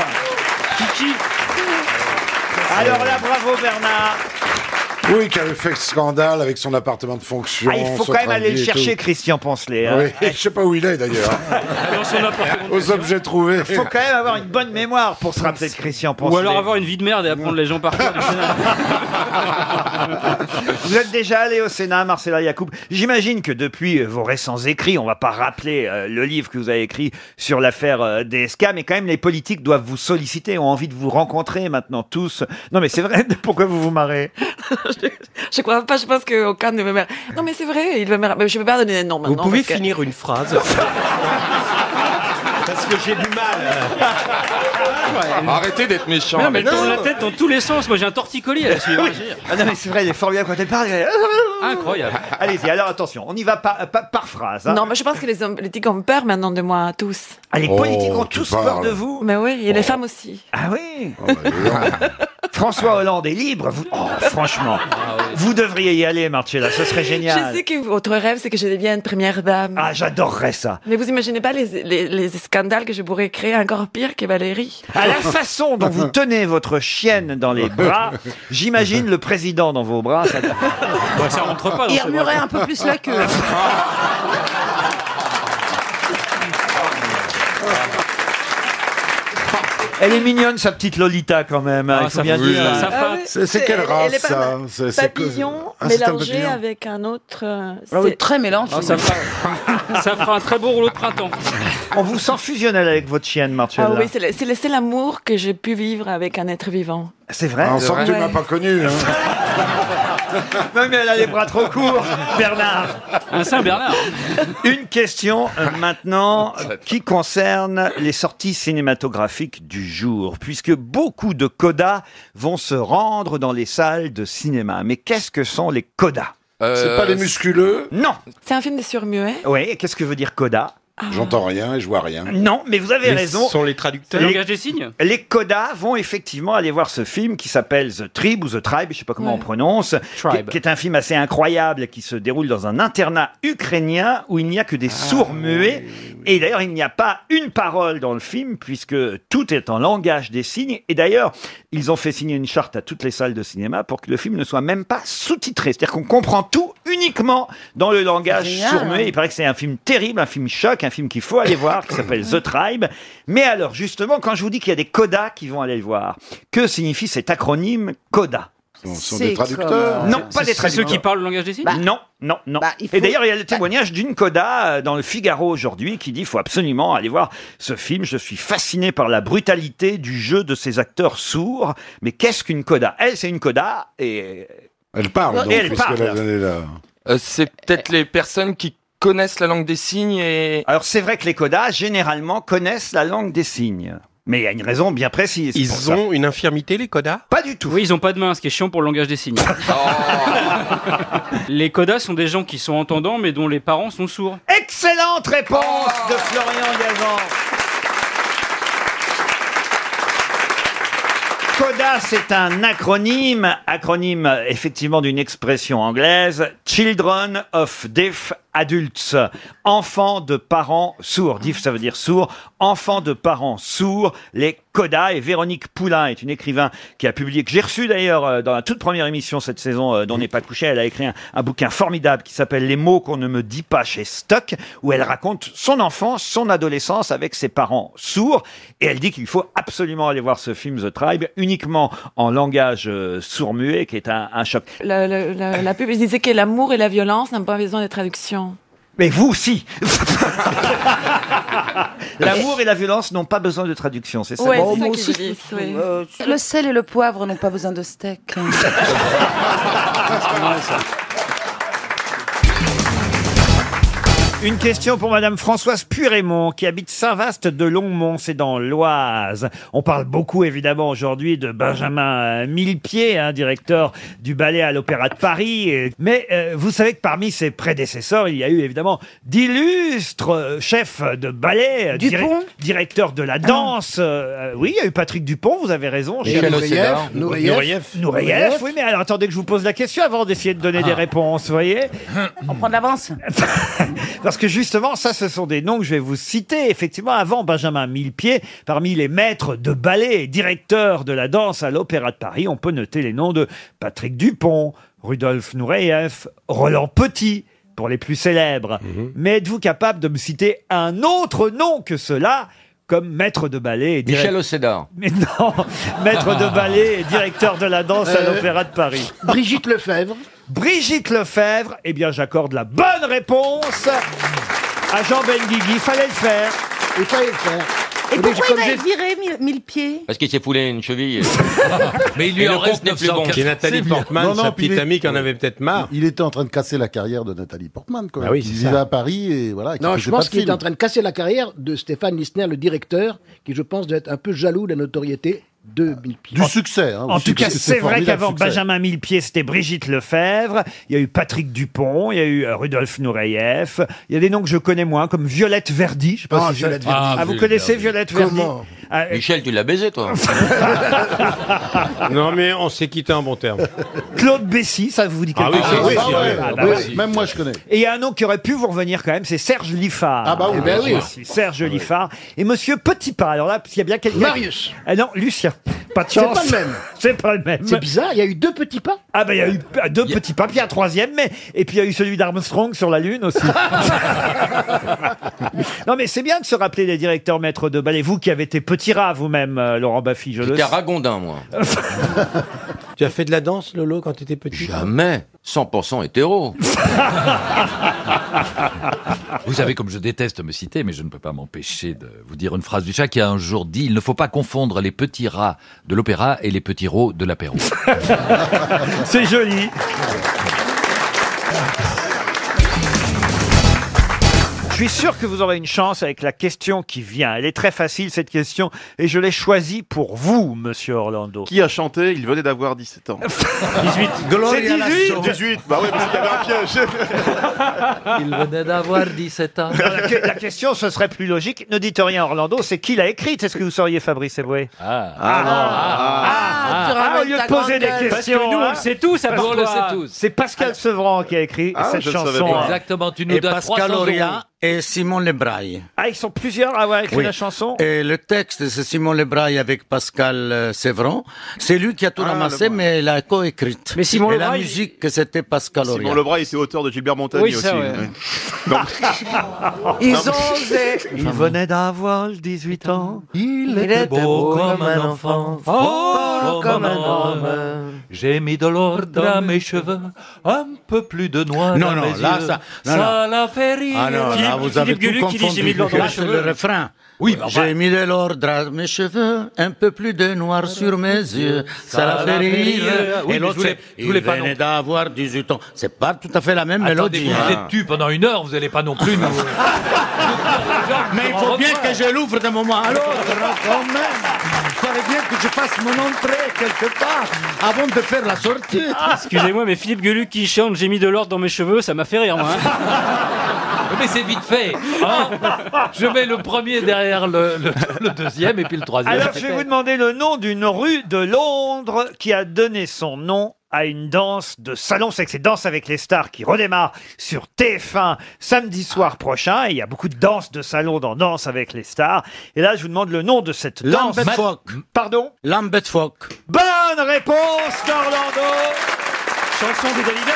Alors là, bravo Bernard.
Oui, qui avait fait scandale avec son appartement de fonction.
Ah, il faut
son
quand même aller
travail
le
et
chercher,
tout.
Christian Poncelet. hein.
Oui, [LAUGHS] je sais pas où il est
[LAUGHS]
d'ailleurs. Aux objets trouvés.
Faut quand même avoir une bonne mémoire pour se rappeler de Christian Poncelet.
Ou alors avoir une vie de merde et apprendre les gens par cœur.
Vous êtes déjà allé au Sénat, Marcella Yacoub. J'imagine que depuis euh, vos récents écrits, on va pas rappeler euh, le livre que vous avez écrit sur l'affaire euh, DSK, mais quand même les politiques doivent vous solliciter, ont envie de vous rencontrer maintenant tous. Non mais c'est vrai, [LAUGHS] pourquoi vous vous marrez
Je crois pas, je pense qu'aucun ne me merde. Non, mais c'est vrai, il veut me mais Je peux pas donner de nom maintenant. parce que-
une phrase Parce que j'ai du mal.
Arrêtez d'être méchant.
Non, mais elle tourne la tête dans tous les sens. Moi, j'ai un torticolis à la suivre. [LAUGHS]
Oui. Ah non mais c'est vrai, il est formidable quand elle parle. elle-
Incroyable.
Allez-y, alors attention, on y va par, par, par phrase. hein.
Non, mais je pense que les hommes politiques ont peur maintenant de moi, tous.
Ah, les politiques
Oh,
ont tous peur de vous
Mais oui, et les femmes aussi.
Ah oui [LAUGHS] François Hollande est libre. Vous... Oh, franchement,
Ah
vous devriez y aller, Marcella, ce serait génial.
Je sais que votre rêve, c'est que je devienne première dame.
Ah, j'adorerais ça.
Mais vous imaginez pas les, les- les scandales que je pourrais créer encore pire que Valérie
À la façon dont vous tenez votre chienne dans les bras, j'imagine le président dans vos bras. Ça,
ça rentre pas dans Il ce remuerait bras. un peu plus la queue.
Elle est mignonne, sa petite Lolita, quand même. hein,
Ah,
il faut
ça
bien
fout
dire.
la- ça Ah oui, C'est- c'est quelle
elle-
race,
elle est pas
ça
mal.
C'est- c'est que-
Papillon
Ah, c'est un
mélangé
papillon.
avec un autre. euh,
Ah oui,
c'est-
très mélangé.
Ah, ça, fera, ça fera un très beau rouleau de printemps.
On vous sent fusionnel avec votre chienne, Marcella.
Ah oui, c'est le, c'est le seul amour que j'ai pu vivre avec un être vivant.
C'est vrai.
Ah, On sent que tu m'as pas connu. hein.
Non, mais elle a les bras trop
[LAUGHS]
courts, Bernard.
Un Saint Bernard.
Une question euh,
Ah.
maintenant euh, qui concerne les sorties cinématographiques du jour, puisque beaucoup de codas vont se rendre dans les salles de cinéma. Mais qu'est-ce que sont les codas
C'est pas les musculeux
Non.
C'est un film de surmuet.
Oui, et qu'est-ce que veut dire coda
J'entends rien et je vois rien.
Non, mais vous avez raison.
Le langage des signes
Les codas vont effectivement aller voir ce film qui s'appelle The Tribe ou The Tribe, je sais pas comment on prononce, qui, qui est un film assez incroyable qui se déroule dans un internat ukrainien où il n'y a que des sourds muets. Et d'ailleurs, il n'y a pas une parole dans le film puisque tout est en langage des signes. Et d'ailleurs, ils ont fait signer une charte à toutes les salles de cinéma pour que le film ne soit même pas sous-titré. C'est-à-dire qu'on comprend tout uniquement dans le langage
Génial.
sourd-muet. Il paraît que c'est un film terrible, un film choc, un film qu'il faut aller voir, qui s'appelle The Tribe. Mais alors, justement, quand je vous dis qu'il y a des codas qui vont aller le voir, que signifie cet acronyme CODA
Ce sont des C'est traducteurs comme, euh, Bah,
Non, pas des
C'est ceux
traducteurs.
qui parlent le langage des signes
Non, non, non. Et d'ailleurs, il y a le témoignage d'une coda euh, dans le Figaro aujourd'hui qui dit faut absolument aller voir ce film. Je suis fasciné par la brutalité du jeu de ces acteurs sourds. Mais qu'est-ce qu'une coda Elle, c'est une coda et
Elle parle,
Et
donc,
elle
parce
parle.
qu'elle a- elle est là.
Euh, c'est peut-être les personnes qui connaissent la langue des signes et.
Alors c'est vrai que les codas généralement connaissent la langue des signes, mais il y a une raison bien précise.
Ils ont
une infirmité les codas Pas du tout.
Oui, ils ont pas de main, ce qui est chiant pour le langage des signes.
Oh.
[LAUGHS] les codas sont des gens qui sont entendants, mais dont les parents sont sourds.
Excellente réponse de Florian Gazan. CODA, c'est un acronyme, acronyme euh, effectivement d'une expression anglaise, Children of Deaf Adults, enfants de parents sourds. Deaf, ça veut dire sourd, enfants de parents sourds, les CODA. Et Véronique Poulain est une écrivain qui a publié, que j'ai reçu d'ailleurs euh, dans la toute première émission cette saison euh, d'On n'est pas couché, elle a écrit un, un bouquin formidable qui s'appelle Les mots qu'on ne me dit pas chez Stock, où elle raconte son enfance, son adolescence avec ses parents sourds. Et elle dit qu'il faut absolument aller voir ce film The Tribe, uniquement en langage euh, sourd-muet, qui est un, un choc.
La, la- la- la pub, il disait que l'amour et la violence n'ont pas besoin de traduction.
Mais vous aussi [LAUGHS] L'amour et la violence n'ont pas besoin de traduction, c'est ça
Ouais,
Bon,
c'est ça
moi
qu'ils
aussi,
disent,
je trouve.
ouais. Le sel et le poivre n'ont pas besoin de steak.
[LAUGHS] Une question pour Madame Françoise Purémont, qui habite Saint-Vaast de Longmont, c'est dans l'Oise. On parle beaucoup, évidemment, aujourd'hui de Benjamin euh, Millepied, hein, directeur du ballet à l'Opéra de Paris. Et- Mais euh, vous savez que parmi ses prédécesseurs, il y a eu, évidemment, d'illustres euh, chefs de ballet. euh,
Dupont
Directeur de la danse. euh, euh, oui, il y a eu Patrick Dupont, vous avez raison.
Michel
Gérard
Nureyev,
Sénat.
Nureyev.
Nureyev, oui, mais alors attendez que je vous pose la question avant d'essayer de donner des réponses, vous voyez
On prend de l'avance
Parce [LAUGHS] Parce que justement, ça, ce sont des noms que je vais vous citer. Effectivement, avant Benjamin Millepied, parmi les maîtres de ballet et directeurs de la danse à l'Opéra de Paris, on peut noter les noms de Patrick Dupont, Rudolf Nureyev, Roland Petit, pour les plus célèbres. Mais êtes-vous capable de me citer un autre nom que cela comme maître de ballet et
Michel
direct-
Océdar.
Mais non, maître de ballet et directeur de la danse à l'Opéra de Paris.
Brigitte Lefebvre.
Brigitte Lefebvre, eh bien j'accorde la bonne réponse à Jean Benguigui. Fallait le faire. Il fallait le faire.
Et pourquoi il va être viré mille, mille
[LAUGHS]
pieds
Parce qu'il s'est foulé une cheville.
Mais
il lui en reste 940.
C'est
Nathalie
bien.
Portman,
Non, non,
sa
puis il
petite
est-
amie qui en avait peut-être marre.
Il était en train de casser la carrière de Nathalie Portman, quand même.
Bah oui, c'est
il
ça.
vivait à Paris et voilà. et qu'il
Non,
faisait
je
pas
pense
de
qu'il est
film.
en train de casser la carrière de Stéphane Lissner, le directeur, qui je pense doit être un peu jaloux de la notoriété de Bill
Ah, Du succès. hein,
En
aussi,
tout cas,
parce que
c'est vrai
formidable
qu'avant
succès.
Benjamin Millepied, c'était Brigitte Lefebvre, il y a eu Patrick Dupont, il y a eu euh, Rudolf Nureyev, il y a des noms que je connais moins, comme Violette Verdi. Je sais pas
Ah,
si ça-
Violette Verdi.
Ah,
Ah,
vous
Violette
connaissez
Verdi.
Violette Verdi
Comment
Ah,
Michel, tu l'as baisé,
[LAUGHS]
toi. non, mais on s'est quitté en bon terme.
Claude Bessy, ça vous dit
Ah oui,
quelque chose
c'est Bessy, Ah ouais, oui. ah bah oui.
Même moi, je connais.
Et il y a un nom qui aurait pu vous revenir quand même, c'est Serge Liffard.
Ah bah oui,
Eh
bien sûr.
aussi, Serge Liffard. Et Monsieur Petitpas, alors là, s'il y a bien quelqu'un...
Marius.
Ah non, Lucien. Pas de
C'est
chance.
pas le même.
[LAUGHS] C'est pas le même.
C'est bizarre, il y a eu deux petits pas.
Ah bah il y a eu p- deux petits pas, puis il y a un troisième, mais et puis il y a eu celui d'Armstrong sur la Lune aussi. non mais c'est bien de se rappeler des directeurs maîtres de ballet. Vous qui avez été petit rat vous-même, euh, Laurent Baffy, je le
J'étais
sais.
ragondin, moi. tu as fait de la danse, Lolo, quand tu étais petit Jamais. 100% hétéro.
[LAUGHS] Vous savez comme je déteste me citer, mais je ne peux pas m'empêcher de vous dire une phrase du chat qui a un jour dit « Il ne faut pas confondre les petits rats de l'opéra et les petits rots
[LAUGHS]
de l'apéro.
[LAUGHS] C'est joli. Je suis sûr que vous aurez une chance avec la question qui vient. Elle est très facile cette question et je l'ai choisie pour vous, Monsieur Orlando.
Qui a chanté Il venait d'avoir 17
[LAUGHS]
ans. 18.
Gloria C'est 18. Lasso.
18, bah oui, parce qu'il y avait un piège.
Il venait d'avoir 17 ans.
Non, la, que- la question, ce serait plus logique. Ne dites rien, Orlando. C'est qui l'a écrite Est-ce que vous sauriez, Fabrice Eboué Ah, ah,
tu
ah,
ramènes
au lieu
ta
de poser
grande
des
gueule.
questions,
Parce que nous, on le sait tous, à
Parce
part toi.
que-
On le sait tous.
C'est Pascal Sevran qui a écrit
Ah,
cette
je le savais
chanson. hein.
pas. Exactement, tu nous et donnes Pascal 300 Auriat euros. et Simon Lebraille.
Ah, ils sont plusieurs à avoir écrit
Oui.
la chanson.
Et le texte, c'est Simon Lebraille avec Pascal euh, Sévran. C'est lui qui a tout
Ah,
ramassé, mais il a co-écrite. Mais
Simon
et
Lebraille,
la musique, que c'était Pascal Auriat.
Simon Lebras, c'est auteur de Gilbert Montagny
Oui,
aussi.
ça, ouais.
[LAUGHS]
Donc-
Ils
Non, mais-
ont osé.
Il venait d'avoir 18 ans.
Il
était beau
comme un
enfant, Oh,
fort
comme un
homme. J'ai mis de l'ordre à mes cheveux, un peu plus de noir
Non,
à
non,
mes
là,
yeux.
ça- non, non.
l'a fait rire.
Ah non, là, Philippe- vous avez Philippe tout Gueluc qui dit confondu. j'ai mis de l'ordre à mes
Là, c'est
cheveux.
le refrain.
Oui, mais
J'ai mis de l'ordre à mes cheveux, un peu plus de noir sur mes yeux. Ah, Ça l'a fait rire. Oui, mais Et je l'autre, voulais- c'est, je il voulais pas venait non- d'avoir 18 ans. C'est pas tout à fait la même Attendez, mélodie. vous hein. êtes tu pendant une heure, vous n'allez pas non plus nous... Mais il faut bien que je l'ouvre d'un moment à l'autre. hein,
quand même, il fallait bien que je fasse mon entrée quelque part avant de faire la sortie.
Ah, Excusez-moi, mais Philippe Gueluc qui chante J'ai mis de l'ordre dans mes cheveux, ça m'a fait rire, moi. hein.
[LAUGHS]
Ah.
Mais c'est vite fait. hein. je mets le premier derrière le, le- le deuxième et puis le troisième.
Alors, je vais vous demander le nom d'une rue de Londres qui a donné son nom à une danse de salon. C'est que c'est Danse avec les stars qui redémarre sur TF1 samedi soir prochain. Et il y a beaucoup de danses de salon dans Danse avec les stars. Et là, je vous demande le nom de cette danse.
Lambeth Fock.
Pardon
Lambert Fock.
Bonne réponse d'Orlando Chanson de Dalida.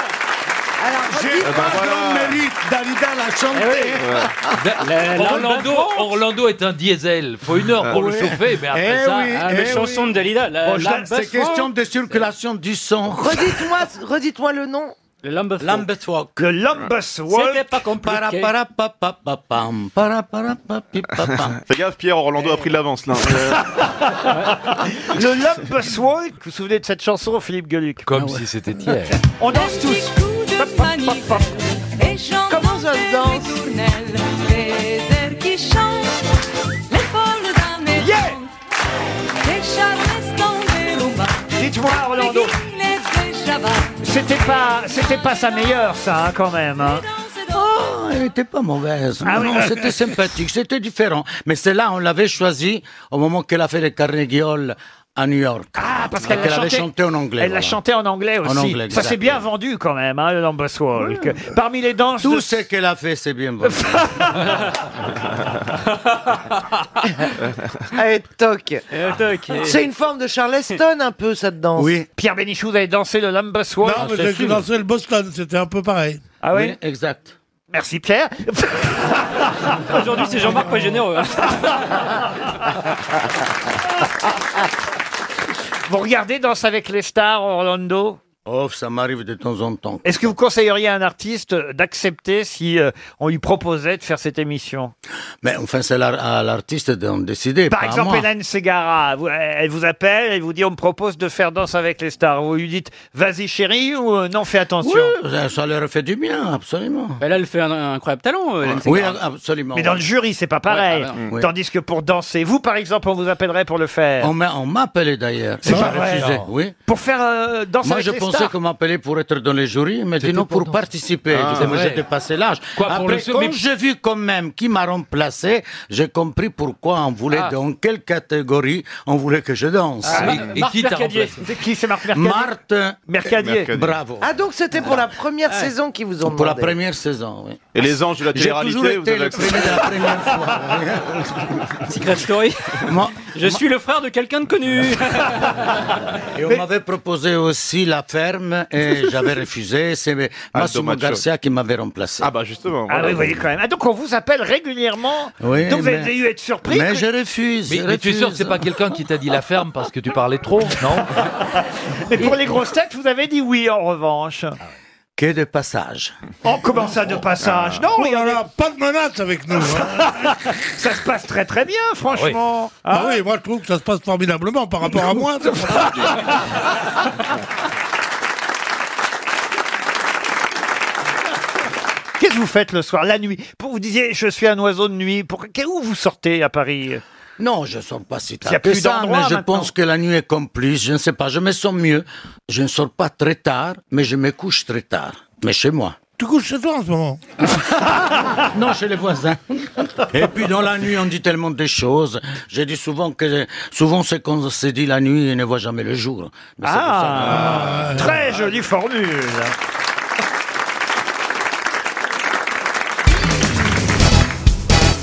Ah,
Eh
J'ai
ben
pas
voilà.
le mérite d'Alida l'a
Eh
chanté.
Orlando, Orlando est un diesel. Faut une heure pour le chauffer, mais après
Eh
ça, ah,
oui, eh oui. Oh, je la-
c'est question de circulation du son.
Redites-moi redites-moi le nom.
Le Lambeth Walk.
Le Lambeth Walk.
C'était pas compliqué.
Fais gaffe, Pierre, Orlando a pris de l'avance là.
[LAUGHS] Le Lambeth Walk. Vous vous souvenez de cette chanson, Philippe Gueluc
Comme si c'était hier.
On danse tous.
Comment ça se danse
Dites-moi, Orlando. C'était pas, c'était pas sa meilleure, ça, hein, quand même. hein.
Oh, elle était pas mauvaise.
Ah [LAUGHS]
non,
oui.
c'était sympathique, c'était différent. Mais celle-là, on l'avait choisi au moment qu'elle a fait les carnets guioles à New York.
Ah, parce
Et
qu'elle l'a
avait
chanté-
chanté en anglais.
Elle l'a
voilà.
chanté en anglais
En
aussi.
anglais,
Ça c'est
exactement.
bien vendu quand même, hein, le Numbers Walk. Parmi les danses.
Tout
de-
ce qu'elle a fait,
[LAUGHS]
c'est bien bon.
Allez, toc. Ah. C'est une forme de Charleston un peu, cette danse.
Oui.
Pierre Bénichou, vous avez dansé le Numbers Walk
Non, mais j'ai dansé le Boston, c'était un peu pareil.
Ah ouais
Oui, Exact.
Merci [LAUGHS] Pierre.
Aujourd'hui, c'est Jean-Marc pas généreux. hein.
Vous regardez Danse avec les stars, Orlando
Oh, ça m'arrive de temps en temps.
Est-ce que vous conseilleriez à un artiste d'accepter si euh, on lui proposait de faire cette émission
Mais enfin, c'est l'ar- à l'artiste d'en décider.
Par
pas à
exemple,
moi.
Hélène Segara, vous- elle vous appelle, elle vous dit on me propose de faire Danse avec les stars. Vous lui dites vas-y chérie ou euh, non fais attention.
Ça- Ça leur fait du bien, absolument.
là, elle fait un, un incroyable talent. euh, Hélène
Oui,
Segarra.
absolument.
Mais dans le jury, c'est pas pareil.
Ouais, ah, non.
Mm. Tandis que pour danser, vous, par exemple, on vous appellerait pour le faire.
On m'a on m'a appelé d'ailleurs.
C'est
J'ai
pas vrai,
refusé,
non.
Oui.
Pour faire euh, danser
Moi,
avec
je
les
pensais
stars.
qu'on m'appelait pour être dans les jurys, mais dis non, pour participer.
Ah,
Je disais, moi,
ouais.
j'ai dépassé l'âge.
Quoi, pour
Après,
le sou-
quand
mais-
j'ai vu quand même qui m'a remplacé, j'ai compris pourquoi on voulait,
Ah.
dans quelle catégorie on voulait que je danse.
Marc- Marc Mercadier. C'est qui c'est Marc Mercadier
Marthe
Mercadier.
Bravo.
Ah, donc c'était pour la première saison qu'ils vous ont
Pour la
demandé.
première saison, oui.
Et les anges de la
J'ai
télé-réalité,
toujours
vous
été
avez
le
accepté.
premier de la première fois.
Secret Story.
Moi-
Je suis le frère de quelqu'un de connu.
Et on m'avait proposé aussi la ferme [LAUGHS] et j'avais refusé. C'est Massimo
dommage.
Garcia qui m'avait remplacé. Ah bah justement.
Ah oui, vous voyez quand même. Ah, donc on vous appelle régulièrement.
Oui,
donc vous
mais-
avez dû être surpris.
Mais
que-
je refuse.
Mais,
je
mais tu es sûr que
refuse.
c'est pas quelqu'un qui t'a dit la ferme parce que tu parlais trop, non
Mais pour les grosses têtes, vous avez dit oui en revanche.
Que de passage.
On commence à Oh, de passage. Non,
Oh là là, pas de menace avec nous. hein.
[LAUGHS] ça se passe très très bien, franchement.
Ah oui, moi je trouve que ça se passe formidablement par rapport à moi. c'est pour ça.
[LAUGHS] Qu'est-ce que vous faites le soir, la nuit Pour vous disiez, je suis un oiseau de nuit. Pour... que- Où vous sortez à Paris
Oh,
Non, je sors pas si
Il y a plus
ça, mais
d'endroits
je
maintenant.
pense que la nuit est complice. Je ne sais pas. Je me sens mieux. Je ne sors pas très tard, mais je me couche très tard. Mais chez moi.
Tu couches chez toi en ce moment
Ah.
Non, chez les voisins. Et puis dans la nuit, on dit tellement de choses. J'ai dit souvent que souvent c'est qu'on se dit la nuit et ne voit jamais le jour. Mais c'est
Ah, très jolie formule.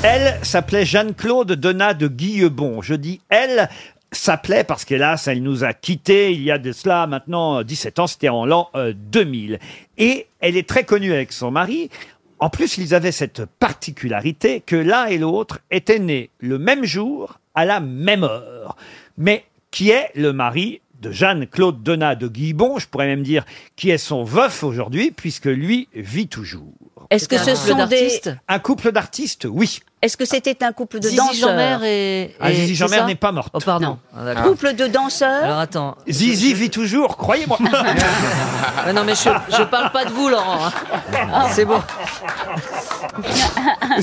Elle s'appelait Jeanne-Claude Donat de Guillebon. Je dis elle s'appelait parce qu'hélas, elle nous a quittés il y a de cela maintenant euh, 17 ans, c'était en l'an euh, 2000. Et elle est très connue avec son mari. En plus, ils avaient cette particularité que l'un et l'autre étaient nés le même jour, à la même heure. Mais qui est le mari de Jeanne-Claude Donat de Guillebon Je pourrais même dire qui est son veuf aujourd'hui, puisque lui vit toujours.
Est-ce que ce sont des.
Un couple d'artistes, oui.
Est-ce que c'était un couple de
Zizi
danseurs
Jeanmaire et-
Ah,
et-
Zizi
c'est
Jeanmaire
ça
n'est pas morte.
Oh, pardon.
Couple de danseurs
Alors attends.
Zizi vit
[LAUGHS]
toujours, croyez-moi.
Ah, non, mais je, je parle pas de vous, Laurent.
[LAUGHS]
hein. C'est bon.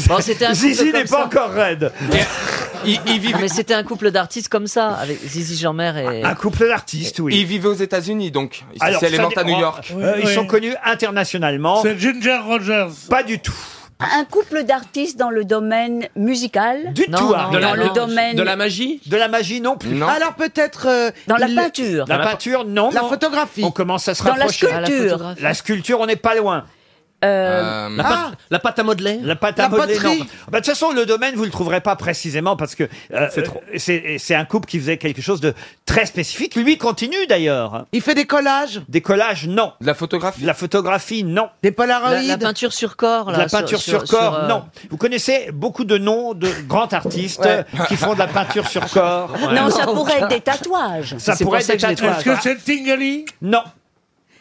Bon, c'était un couple
Zizi
comme
n'est pas
ça.
encore raide.
Non, Ah, mais c'était un couple d'artistes comme ça, avec Zizi Jeanmaire et.
Ah,
Un couple d'artistes, oui.
Il vivait aux États-Unis, donc.
Alors,
c'est elle est
ça
morte à
dépend.
New York.
Euh, Ils sont connus internationalement.
C'est Ginger Rogers.
Pas du tout.
Un couple d'artistes dans le domaine musical
Du tout, Ariel.
Dans le domaine.
magie De la magie non plus.
Alors
peut-être. euh,
Dans la
le-
peinture.
La peinture, non.
La
mais on-
photographie.
On commence à se
Dans la
rapprocher.
Ah,
Ah,
sculpture.
La photographie. La sculpture, on n'est pas loin.
Euh,
La pâte-
ah,
La pâte à modeler La pâte à
La
modeler,
poterie.
non. Bah, de toute façon, le domaine, vous le trouverez pas précisément parce que euh, euh, c'est c'est un couple qui faisait quelque chose de très spécifique. Lui continue d'ailleurs.
Il fait des collages
Des collages, non. De la photographie De la photographie, non.
Des
La,
polaroïdes
la peinture sur corps, là.
De la peinture sur, corps,
euh,
non. Vous connaissez beaucoup de noms de grands artistes
Ouais.
euh, qui font de la peinture sur corps.
Non, ça pourrait être des tatouages.
Ça pourrait être des tatouages.
Est-ce que c'est Tingali
Non.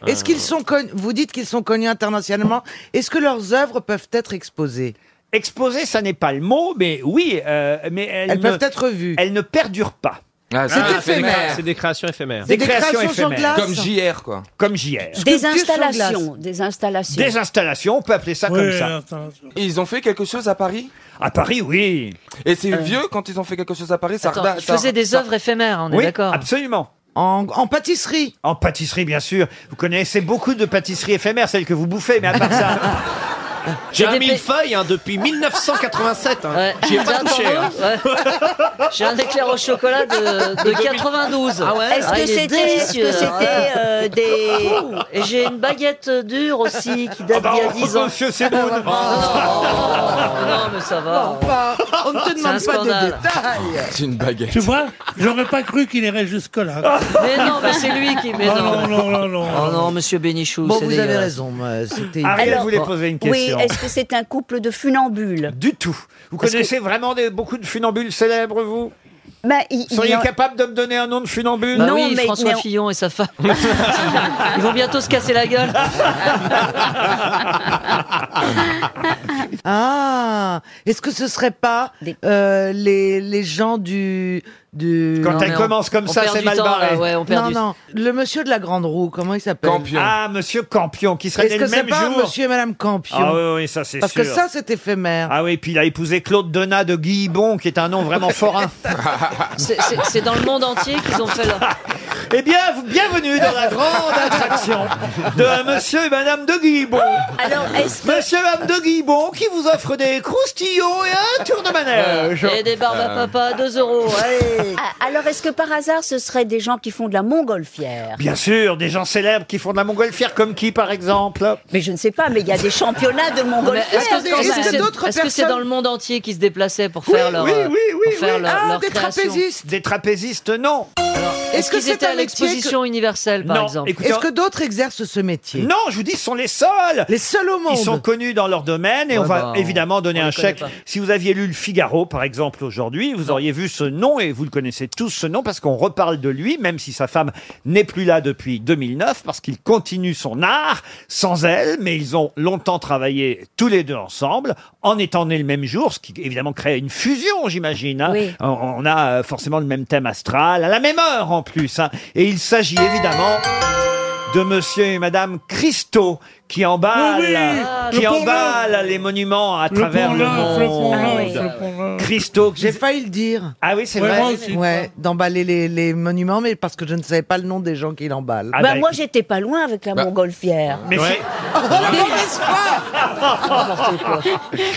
Est-ce qu'ils sont connus Vous dites qu'ils sont connus internationalement. Est-ce que leurs œuvres peuvent être exposées
Exposées, ça n'est pas le mot, mais oui, euh, mais elles,
Elles
ne-
peuvent être vues.
Elles ne perdurent pas.
c'est Ah, éphémère.
C'est
des créations éphémères.
Des, créations,
sur
éphémères.
Comme JR, quoi.
Comme JR.
Des installations. Des installations.
Des installations, on peut appeler ça comme ça.
Et ils ont fait quelque chose à Paris
À Paris, oui.
Et c'est
Euh.
vieux quand ils ont fait quelque chose à Paris, ça
Attends,
reda-
ils
ça-
faisaient des
ça-
œuvres éphémères, on est
oui,
d'accord.
absolument. En, pâtisserie En pâtisserie, bien sûr. Vous connaissez beaucoup de pâtisseries éphémères, celles que vous bouffez, mais à part ça...
J'ai
un
des millefeuilles hein, depuis 1987. Hein. J'y ai pas
Attends,
touché. hein.
ouais. J'ai un éclair au chocolat de, de 92.
Ah ouais
Ah,
Est-ce
il
que
est
c'était est-ce que
délicieux, hein.
c'était, euh, des.
Et j'ai une baguette dure aussi qui
Ah bah,
date
oh,
d'il y a 10 ans.
Monsieur
Seymour Non, non, mais ça va.
on ne te
C'est un
demande pas de
scandale.
détails.
C'est une baguette. Tu vois J'aurais pas cru qu'il irait jusque-là.
Mais non, mais c'est lui qui. Mais
Oh non,
non.
non, non, non.
Oh non, monsieur Bénichou.
Bon,
c'est
vous avez
dégueulasse.
raison, moi, c'était-
Ariel
Alors,
voulait poser une
Oui,
question.
est-ce que c'est un couple de funambules
Du tout. Vous
Parce que-
connaissez vraiment des- beaucoup de funambules célèbres, vous
Ben, il- il
Seriez
en-
capable de me donner un nom de funambule
Bah oui, François Fillon et sa
[LAUGHS]
femme. [LAUGHS] Ils vont bientôt se casser la
[LAUGHS]
gueule.
[LAUGHS] Ah, est-ce que ce serait pas euh, les, les gens du du
Quand Non, elle mais on- commence comme on ça, perd c'est du mal temps, barré. là, ouais, on perd
non,
du-
non, le monsieur de la grande roue, comment il s'appelle
Ah, monsieur Campion, qui serait né
Est-ce que
le
c'est
même
pas
jour.
monsieur et madame Campion
Ah oui, oui, ça c'est sûr.
Parce que ça c'est éphémère.
Ah oui, puis il a épousé Claude Donat de Guillibon, qui est un nom vraiment forain.
C'est- c'est- C'est dans le monde entier qu'ils ont fait leur.
Eh bien, vous- bienvenue dans la grande attraction de Monsieur et Madame de Guillibon.
Alors, est-ce que-
Monsieur et Madame de Guillibon qui vous offre des croustillons et un tour de manège.
Et des barbes à papa à 2 euros. Allez.
[LAUGHS] Ah, Alors, est-ce que par hasard, ce seraient des gens qui font de la montgolfière
Bien sûr, des gens célèbres qui font de la montgolfière, comme qui par exemple
Mais je ne sais pas, mais il y a des championnats de
Non, mais
montgolfière.
Est-ce que quand même, c'est est-ce que c'est dans le monde entier qu'ils se déplaçaient pour faire leur.
oui,
euh,
oui, oui,
pour faire
oui.
leur-
Ah,
leur création
Des trapézistes, non.
Est-ce
que
qu'ils
c'est
étaient
un
à
métier
l'exposition
que-
universelle, par
Non,
exemple
écoutez,
Est-ce que d'autres exercent ce métier
Non, je vous dis, ce sont les seuls.
Les seuls au monde.
Ils sont connus dans leur domaine et
Ouais,
on va
bah, on-
évidemment donner
on
un
les connaît
chèque.
pas.
Si vous aviez lu le Figaro, par exemple, aujourd'hui, vous auriez vu ce nom et vous le connaissez tous ce nom parce qu'on reparle de lui, même si sa femme n'est plus là depuis 2009, parce qu'il continue son art sans elle, mais ils ont longtemps travaillé tous les deux ensemble en étant nés le même jour, ce qui évidemment crée une fusion, j'imagine. hein.
Oui.
On- On a euh, forcément le même thème astral, à la même heure en plus. hein. Et il s'agit évidemment de monsieur et madame Christo qui emballe,
Oui, oui,
qui
le pont
emballe les monuments à travers
pont
le
neuf, le pont
monde.
neuf, le pont neuf.
Christo,
J'ai failli le dire.
Ah oui, c'est
Ouais,
vrai.
moi aussi. Ouais, d'emballer les, les monuments, mais parce que je ne savais pas le nom des gens qui l'emballent.
Ah
bah, moi, j'étais pas loin avec la montgolfière.
Ah, ben,
Ah,
Mais [LAUGHS] Ouais.
Oh, mauvaise foi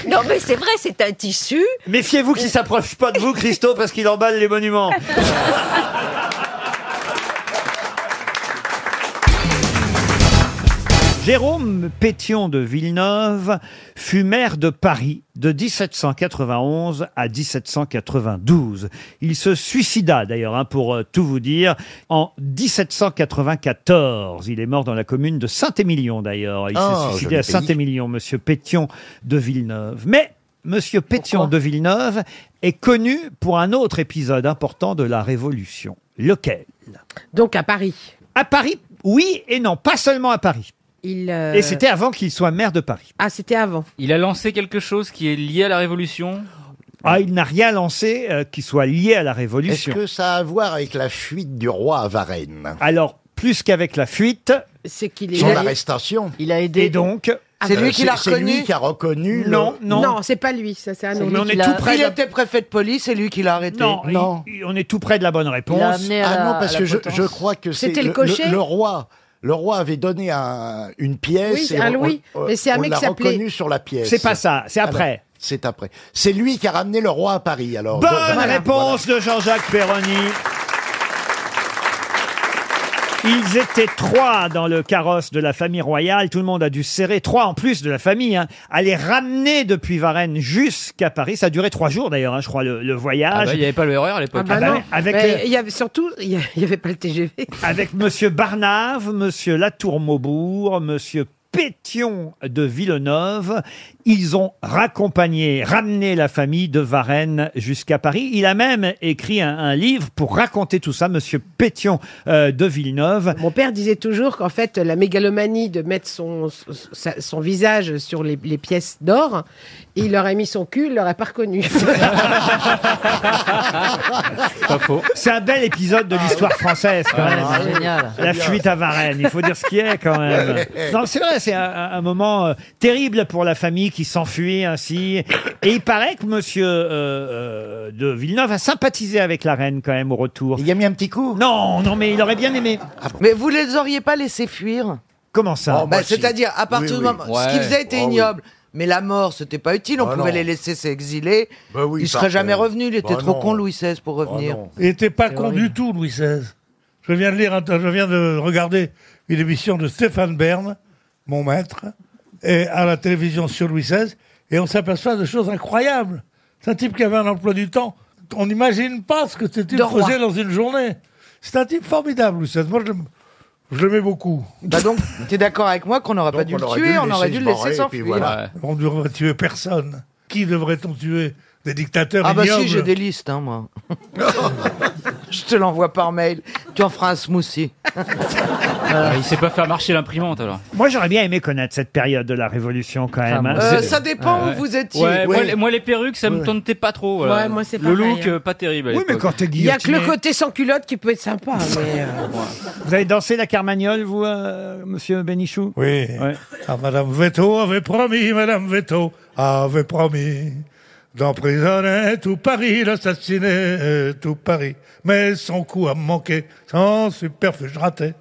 Non, mais c'est vrai, c'est un tissu.
Méfiez-vous qu'il s'approche pas de vous, Christo, parce qu'il emballe les monuments. Jérôme Pétion de Villeneuve fut maire de Paris de 1791 à 1792. Il se suicida d'ailleurs, hein, pour euh, tout vous dire, en 1794. Il est mort dans la commune de Saint-Émilion d'ailleurs. Il
Oh,
s'est suicidé à
joli pays.
Saint-Émilion, monsieur Pétion de Villeneuve. Mais monsieur Pétion de Villeneuve est connu pour un autre épisode important de la Révolution. Lequel
Donc à Paris.
À Paris, oui et non, pas seulement à Paris.
Il, euh,
Et c'était avant qu'il soit maire de Paris.
Ah, c'était avant.
Il a lancé quelque chose qui est lié à la Révolution.
Ah, il n'a rien lancé euh, qui soit lié à la
Est-ce
Révolution.
que ça a à voir avec la fuite du roi à Varennes
Alors, plus qu'avec la fuite,
C'est qu'il
Son arrestation
Il a aidé. Ah,
et donc...
Euh, C'est lui qui a reconnu le-
Non, non.
Non, c'est pas lui, ça, c'est un
Mais
autre.
on est tout près de
Il
la-
était préfet de police, c'est lui qui l'a arrêté.
Non, il- il- on est tout près de la bonne réponse.
ah non, parce que je, je crois que c'est
C'était le cocher
le, roi. Le roi avait donné un- une
Oui,
pièce.
c'est un louis. Mais c'est un
on
mec qui
l'a
s'appelait-
reconnu sur la pièce.
C'est pas ça, c'est après.
Alors, c'est après. C'est lui qui a ramené le roi à Paris. Alors.
Bonne
Voilà.
réponse de Jean-Jacques Perroni. Ils étaient trois dans le carrosse de la famille royale. Tout le monde a dû serrer trois en plus de la famille. Hein, à les ramener depuis Varennes jusqu'à Paris. Ça a duré trois jours d'ailleurs, hein, je crois, le, le voyage.
Ah bah, il n'y avait pas le erreur à l'époque.
Ah bah non. Avec
Mais
le-
il y avait surtout, il y a- il y avait pas le TGV.
avec Monsieur Barnave, Monsieur Latour-Maubourg, Monsieur Pétion de Villeneuve. Ils ont raccompagné, ramené la famille de Varennes jusqu'à Paris. Il a même écrit un, un livre pour raconter tout ça, Monsieur Pétion euh, de Villeneuve.
Mon père disait toujours qu'en fait, la mégalomanie de mettre son, sa- son visage sur les, les pièces d'or, il aurait mis son cul, il l'aurait pas
[LAUGHS]
reconnu.
Ah,
Ah.
C'est un bel épisode de l'histoire française, quand
Ah,
même.
hein.
c'est génial.
La fuite à Varennes, il faut dire ce qui est,
[LAUGHS]
quand même. Non, c'est vrai, c'est un, un moment euh, terrible pour la famille qui s'enfuit ainsi. Et il paraît que monsieur euh, euh, de Villeneuve a sympathisé avec la reine, quand même, au retour. Il
a mis un petit coup Ah
Non, non, mais il aurait bien aimé.
Mais vous les auriez pas laissés fuir
Comment ça
Oh,
Oh, bah,
Bah, C'est-à-dire, à partir du moment. Ce qu'il faisait était ignoble. Mais la mort, c'était pas utile. On
Bah
pouvait
non.
les laisser s'exiler.
Bah oui,
il
par
serait jamais
contre.
revenu. Il était
Bah
trop
non.
con, Louis XVI, pour
Bah
revenir.
Il n'était pas con du tout, Louis XVI. Je viens de lire, un- je viens de regarder une émission de Stéphane Bern, mon maître, et à la télévision sur Louis XVI, et on s'aperçoit de choses incroyables. C'est un type qui avait un emploi du temps. On n'imagine pas ce que c'était
De
de
roi.
faisait dans une journée. C'est un type formidable, Louis XVI. Moi, je l'aime- je l'aimais beaucoup.
Bah
[LAUGHS]
donc, t'es d'accord avec moi qu'on n'aurait pas dû le tuer, on aurait dû le laisser s'enfuir.
On ne devrait tuer personne. Qui devrait-on tuer Des dictateurs
Ah bah
ignobles.
si, j'ai des listes, hein, moi. Je te l'envoie par mail. Tu en feras un smoothie.
Ah, il s'est pas fait marcher l'imprimante alors.
Moi, j'aurais bien aimé connaître cette période de la Révolution quand même. hein.
Euh,
ça dépend
Ouais.
où vous étiez.
Ouais, Moi,
Ouais.
les- moi, les perruques, ça me
Ouais.
tentait pas trop. voilà.
Ouais, moi, c'est
Le
pareil,
look,
hein.
euh, pas terrible. à
Oui, mais
l'époque.
quand t'es Il n'y a que le côté sans culotte qui peut être
Ah,
sympa.
euh,
Mais
Vous
euh,
avez dansé la Carmagnole, vous, euh, monsieur Bénichou
Oui. Ah, Madame Veto avait promis, Madame Veto avait promis d'emprisonner tout Paris, d'assassiner euh, tout Paris. Mais son coup a manqué, sans superfuge raté.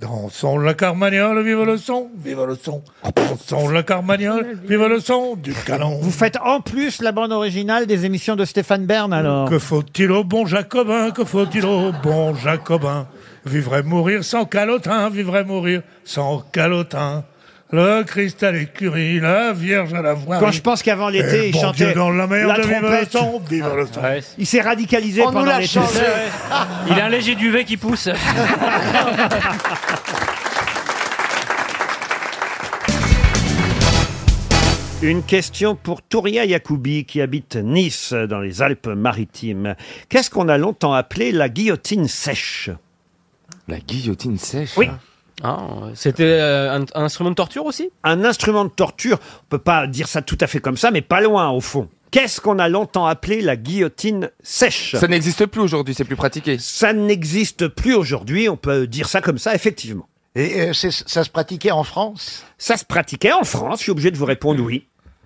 Dansons la carmagnole, vive le son, vive le son. Dansons la carmagnole, vive le son du canon.
Vous faites en plus la bande originale des émissions de Stéphane Bern, alors
Que faut-il au bon jacobin Que faut-il au bon jacobin Vivre et mourir sans calotin, vivre et mourir sans calotin. Le Christ à l'écurie, la Vierge à la voix.
Quand je pense qu'avant l'été, il chantait
dans la merde,
la
vive le
trompette.
son, vive le son.
Il s'est radicalisé pendant l'été.
Il a un léger duvet
[LAUGHS]
qui pousse.
Une question pour Touria Yacoubi qui habite Nice dans les Alpes-Maritimes. Qu'est-ce qu'on a longtemps appelé la guillotine sèche La guillotine sèche Oui.
Ah,
C'était euh, un, instrument de torture aussi
Un instrument de torture, on peut pas dire ça tout à fait comme ça, mais pas loin au fond. Qu'est-ce qu'on a longtemps appelé la guillotine sèche
Ça n'existe plus aujourd'hui, c'est plus pratiqué.
Ça n'existe plus aujourd'hui, on peut dire ça comme ça, effectivement.
Et euh, c'est- ça se pratiquait en France
Ça se pratiquait en France, je suis obligé de vous répondre oui.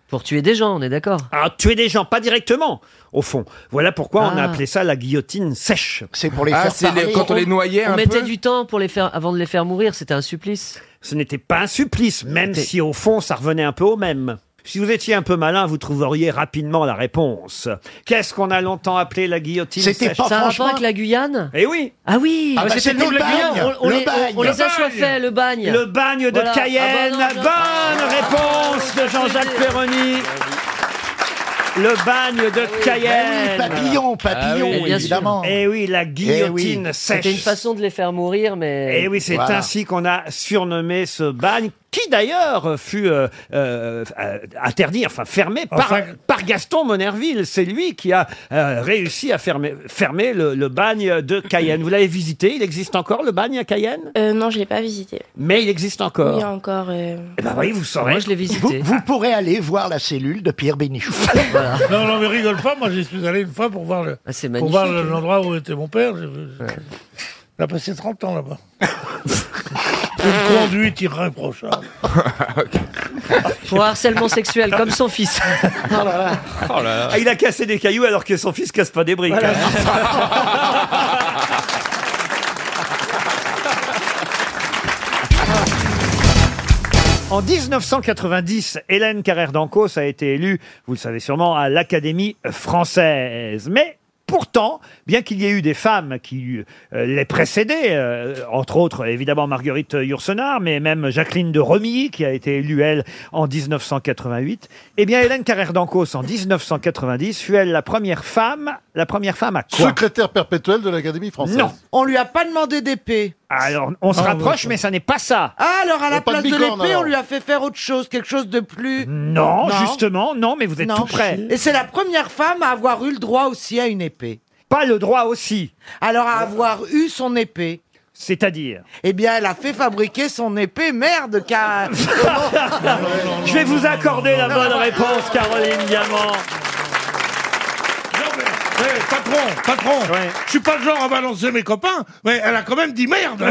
Pour tuer des gens, on est d'accord.
Ah, tuer des gens, pas directement, au fond. Voilà pourquoi on a
Ah.
appelé ça la guillotine sèche.
C'est pour
Ah, c'est les- quand on les noyait
on
un
mettait
peu.
du temps pour les faire, avant de les faire mourir, c'était un supplice.
Ce n'était pas un supplice, même si au fond, ça revenait un peu au même. Si vous étiez un peu malin, vous trouveriez rapidement la réponse. Qu'est-ce qu'on a longtemps appelé la guillotine sèche
Ça a un rapport avec la Guyane
Eh oui
Ah oui
Ah, bah, c'était le bagne.
On, on
Le
les,
bagne.
on les
Le
a
bagne.
assoiffés, le bagne
Le bagne de
Voilà. Ah bah
Cayenne.
non, non. Ah, bah
Bonne réponse de Jean-Jacques Perroni. Le bagne
Eh
de Cayenne.
Ben oui, papillon, papillon, Ah oui, bien évidemment. sûr.
Eh oui, la guillotine
Eh oui.
sèche.
C'était une façon de les faire mourir, mais...
Et oui, c'est
Eh Voilà.
ainsi qu'on a surnommé ce bagne, qui d'ailleurs fut euh, euh, euh, interdit, enfin fermé par,
Enfin-
par Gaston Monerville. C'est lui qui a euh, réussi à fermer, fermer le, le bagne de Cayenne. Vous l'avez visité Il existe encore le bagne à Cayenne
Euh, non, je l'ai pas visité.
Mais il existe encore.
Oui, encore. euh,
Eh ben voyez, vous saurez.
bah Vous, vous pourrez aller voir la cellule de Pierre
[LAUGHS]
Bénichou. Voilà.
Non, non, mais rigole pas, moi j'y suis allé une fois pour voir le-
Ah,
pour voir
magnifique.
l'endroit où était mon père. J'ai- j'ai- On a passé 30 ans là-bas. [LAUGHS] une conduite irréprochable.
[LAUGHS]
Eh,
Pour harcèlement sexuel, comme son
[LAUGHS]
fils. Oh
Ah, il a cassé des cailloux alors que son fils casse pas des briques. hein. En 1990, Hélène Carrère d'Ancos a été élue, vous le savez sûrement, à l'Académie française. Mais pourtant, bien qu'il y ait eu des femmes qui euh, les précédaient, euh, entre autres évidemment Marguerite Yourcenar, mais même Jacqueline de Romilly, qui a été élue, elle, en 1988, eh bien Hélène Carrère d'Ancos, en 1990, fut elle la première femme, la première femme à quoi
Secrétaire perpétuel de l'Académie française.
Non.
On lui a [LAUGHS] pas demandé d'épée.
Alors, on se
Ah,
rapproche,
ouais.
mais ça n'est pas ça.
Ah, alors à
Et
la
pas de
place de
bicorne,
l'épée, on
alors.
lui a fait faire autre chose, quelque chose de plus.
Non, justement, non, mais vous êtes
Non.
tout près.
Et c'est la première femme à avoir eu le droit aussi à une épée.
Pas le droit aussi.
Alors à avoir eu son épée.
C'est-à-dire
Eh bien, elle a fait fabriquer son épée, merde, car.
[LAUGHS] Je vais vous accorder la bonne réponse, Caroline Diamant.
Eh, patron, patron, je suis pas le genre à balancer mes copains, mais elle a quand même dit merde. hein.